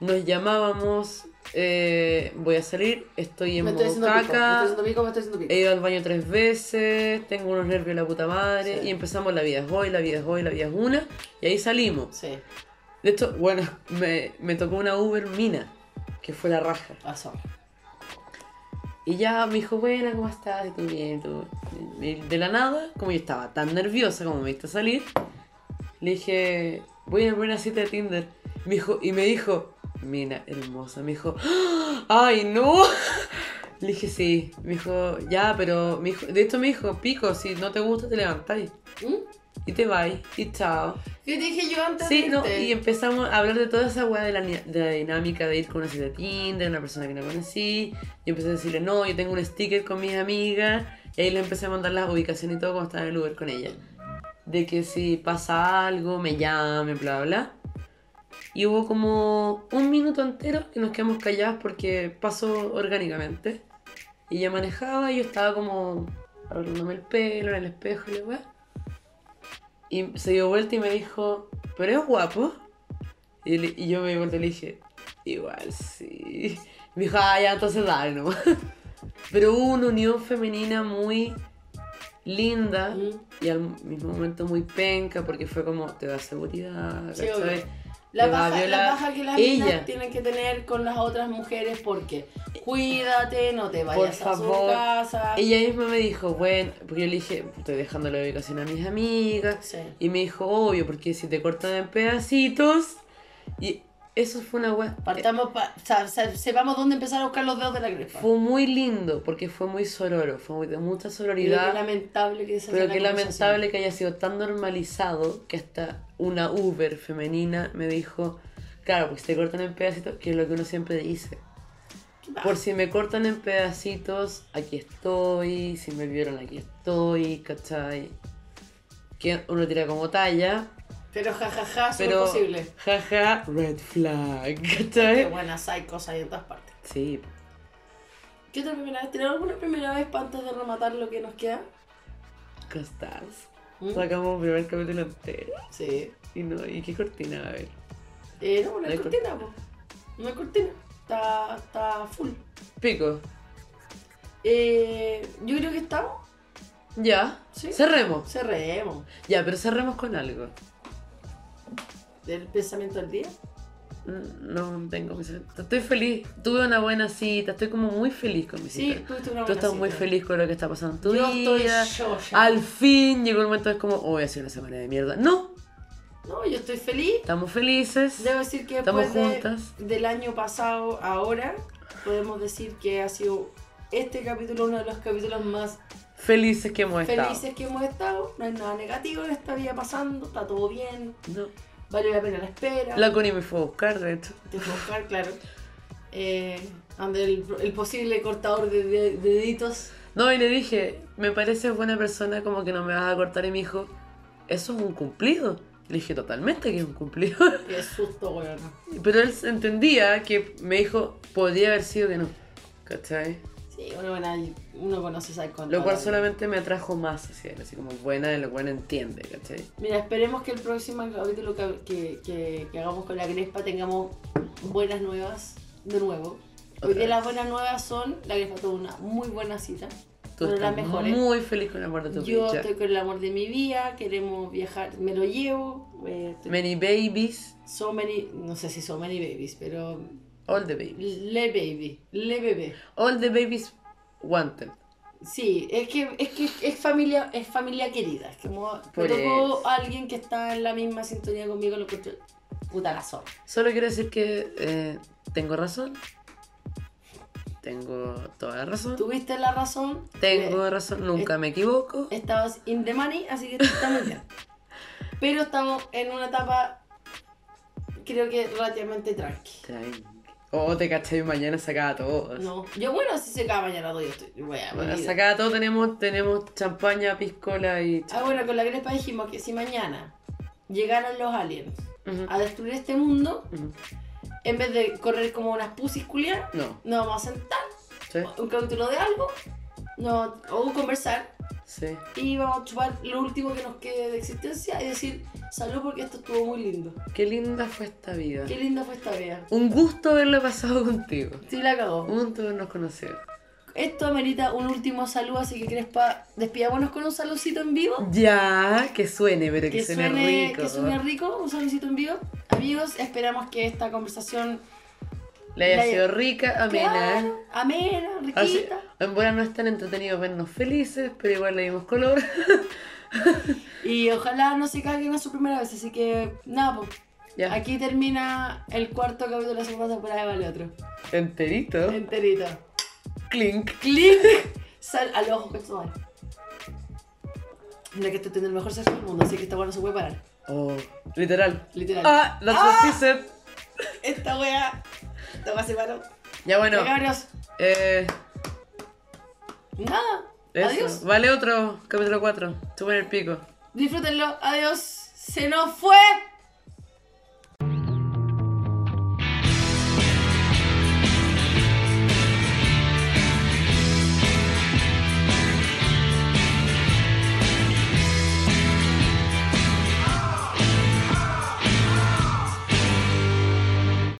nos llamábamos, eh, voy a salir, estoy en Me estoy haciendo modo pico, me caca, Eh. estoy haciendo pico, me estoy haciendo pico. he ido al baño tres veces, tengo unos nervios de la puta madre, Sí. y empezamos la vida es hoy, la vida es hoy, la vida es una, y ahí salimos. Sí, De hecho, bueno, me, me tocó una Uber mina, que fue la raja. ah, sorry. Y ya me dijo, bueno, ¿cómo estás? Y tú bien, tú. Y de la nada, como yo estaba tan nerviosa como me viste salir, le dije, voy a ir a una cita de Tinder. Y me dijo, y me dijo mina hermosa, me dijo, "¡Ah! ¡ay no! Le dije, sí. Me dijo, ya, pero. Me dijo, de esto me dijo, pico, si no te gusta, te levantáis. ¿Mm? Y te vais, y chao. ¿Qué te dije yo antes? Sí, de no, irte? y empezamos a hablar de toda esa weá de la, ni- de la dinámica de ir con una cita de Tinder, una persona que no conocí. Yo empecé a decirle, no, yo tengo un sticker con mis amigas. Y ahí le empecé a mandar las ubicaciones y todo cuando estaba en el Uber con ella. De que si pasa algo, me llamen, bla, bla, bla. Y hubo como un minuto entero que nos quedamos calladas porque pasó orgánicamente. Y ella manejaba y yo estaba como arreglándome el pelo en el espejo y la weá. Y se dio vuelta y me dijo, pero es guapo. Y, le- y yo me di vuelta y le dije, igual sí. Y me dijo, ah, ya, entonces dale nomás. Pero hubo una unión femenina muy linda Mm. y al mismo momento muy penca porque fue como, te da seguridad, Sí, ¿cachai? obvio. La Te va a baja, la violar baja que las ella. niñas tienen que tener con las otras mujeres porque cuídate, no te vayas Por a favor. su casa. Ella misma me dijo, bueno, porque yo le dije, estoy dejando la ubicación a mis amigas. Sí. Y me dijo, obvio, porque si te cortan en pedacitos. Y eso fue una wea. Partamos, pa- sa- sa- sepamos dónde empezar a buscar los dedos de la gripa. Fue muy lindo, porque fue muy sororo, fue muy- de mucha Pero qué sororidad. lamentable que se Pero qué lamentable que haya sido tan normalizado que hasta una Uber femenina me dijo, claro, pues te cortan en pedacitos, que es lo que uno siempre dice. Por si me cortan en pedacitos, aquí estoy. Si me vieron, aquí estoy, ¿cachai? Que uno tira como talla, Pero jajaja, ja, ja, pero. es posible. Jaja, red flag, Qué ¿cachai? buenas hay cosas ahí en todas partes. Sí, ¿Qué otra primera vez? ¿Tenemos alguna primera vez para antes de rematar lo que nos queda? costas. ¿Mm? Sacamos el primer capítulo entero. Sí. Y no, ¿y qué cortina va a haber? Eh, no, una No hay cortina, po. Una cortina. Está, está full. Pico. Eh, yo creo que estamos. Ya. Sí. Cerremos. Cerremos. Ya, pero cerremos con algo. Del pensamiento del día. Mm, No tengo pensamiento. Estoy feliz. Tuve una buena cita. Estoy como muy feliz con mi Sí, cita. tuviste una buena Tú estás muy cita. feliz con lo que está pasando en tu Yo estoy vida. yo ya. Al fin llegó el momento, es como, oh, voy a hacer una semana de mierda. No, No, yo estoy feliz. estamos felices. Debo decir que Estamos después de- juntas. del año pasado a ahora, podemos decir que ha sido este capítulo uno de los capítulos más Felices que hemos felices que hemos estado. No hay nada negativo en esta vida pasando, está todo bien, estado. vale la pena la espera. No. La Connie me fue a buscar, de hecho. Te puedo buscar, claro. Eh, ande el, el posible cortador de, de- deditos. No, y le dije, me pareces buena persona, como que no me vas a cortar. Y me dijo, eso es un cumplido. Le dije, totalmente que es un cumplido. Qué susto, weón. Pero él entendía que me dijo, podría haber sido que no. ¿Cachai? Sí, uno, buena- uno conoce esa Lo cual solamente me atrajo más hacia él, así como buena, lo cual entiende, ¿cachai? Mira, esperemos que el próximo capítulo que, que, que- que hagamos con la Crespa tengamos buenas nuevas de nuevo. Otra Porque vez. las buenas nuevas son, la Crespa tuvo una muy buena cita. Tú Pero estás las mejores. muy feliz con el amor de tu Yo bicha. estoy con el amor de mi vida, queremos viajar, me lo llevo. eh, estoy- Many babies, So many, no sé si so many babies, pero all the babies. le baby, le bebé. All the babies wanted. Sí, es que es que es familia, es familia querida. Es como me Por tocó eso. alguien que está en la misma sintonía conmigo, lo encuentro puta la zorra. Solo quiero decir que eh, tengo razón. Tengo toda la razón. Tuviste la razón. Tengo razón, nunca me equivoco. Eh, Estabas in the money, así que está muy bien. Pero estamos en una etapa, creo que relativamente tranqui. Tranqui. Oh, te cachai, mañana sacaba todo. No. Yo, bueno, si se acaba mañana, doy estoy. wea, mi Bueno, vida. sacaba todo, tenemos, tenemos champaña, piscola y... Ah, bueno, con la Crespa dijimos que si mañana llegaran los aliens Ujú. a destruir este mundo, Ujú. en vez de correr como unas pusis culiadas, No, nos vamos a sentar, sí, un capítulo de algo, no, o conversar, sí. y vamos a chupar lo último que nos quede de existencia y decir salud porque esto estuvo muy lindo. Qué linda fue esta vida. Qué linda fue esta vida. Un gusto haberlo pasado contigo. Sí, la cagó. Un gusto habernos conocido. Esto amerita un último saludo, así que Crespa, despidámonos con un saludcito en vivo. Ya, que suene, pero que, Que suene, suene, rico. que suene rico, un saludcito en vivo. Amigos, esperamos que esta conversación Le haya La- sido rica, amena. Ah, Claro, amena, Así- riquita. en buena no es tan entretenido vernos felices, pero igual le dimos color. Y ojalá no se caguen a su primera vez. Así que nada, pues, ya, aquí termina el cuarto capítulo de la segunda temporada de Vale Otro. enterito. Enterito. Clink. Clic. Sal al ojo que esto vale. Mira que estoy teniendo el mejor sexo del mundo, así que esta weá no se puede parar. Oh, literal. Literal. Ah, that's what she said. Esta weá. Esta weá se paró. Ya bueno, Ya, cabros. eh, Nada. eso. Adiós. Vale otro, capítulo 4. Tú en el pico. Disfrútenlo. Adiós. Se nos fue.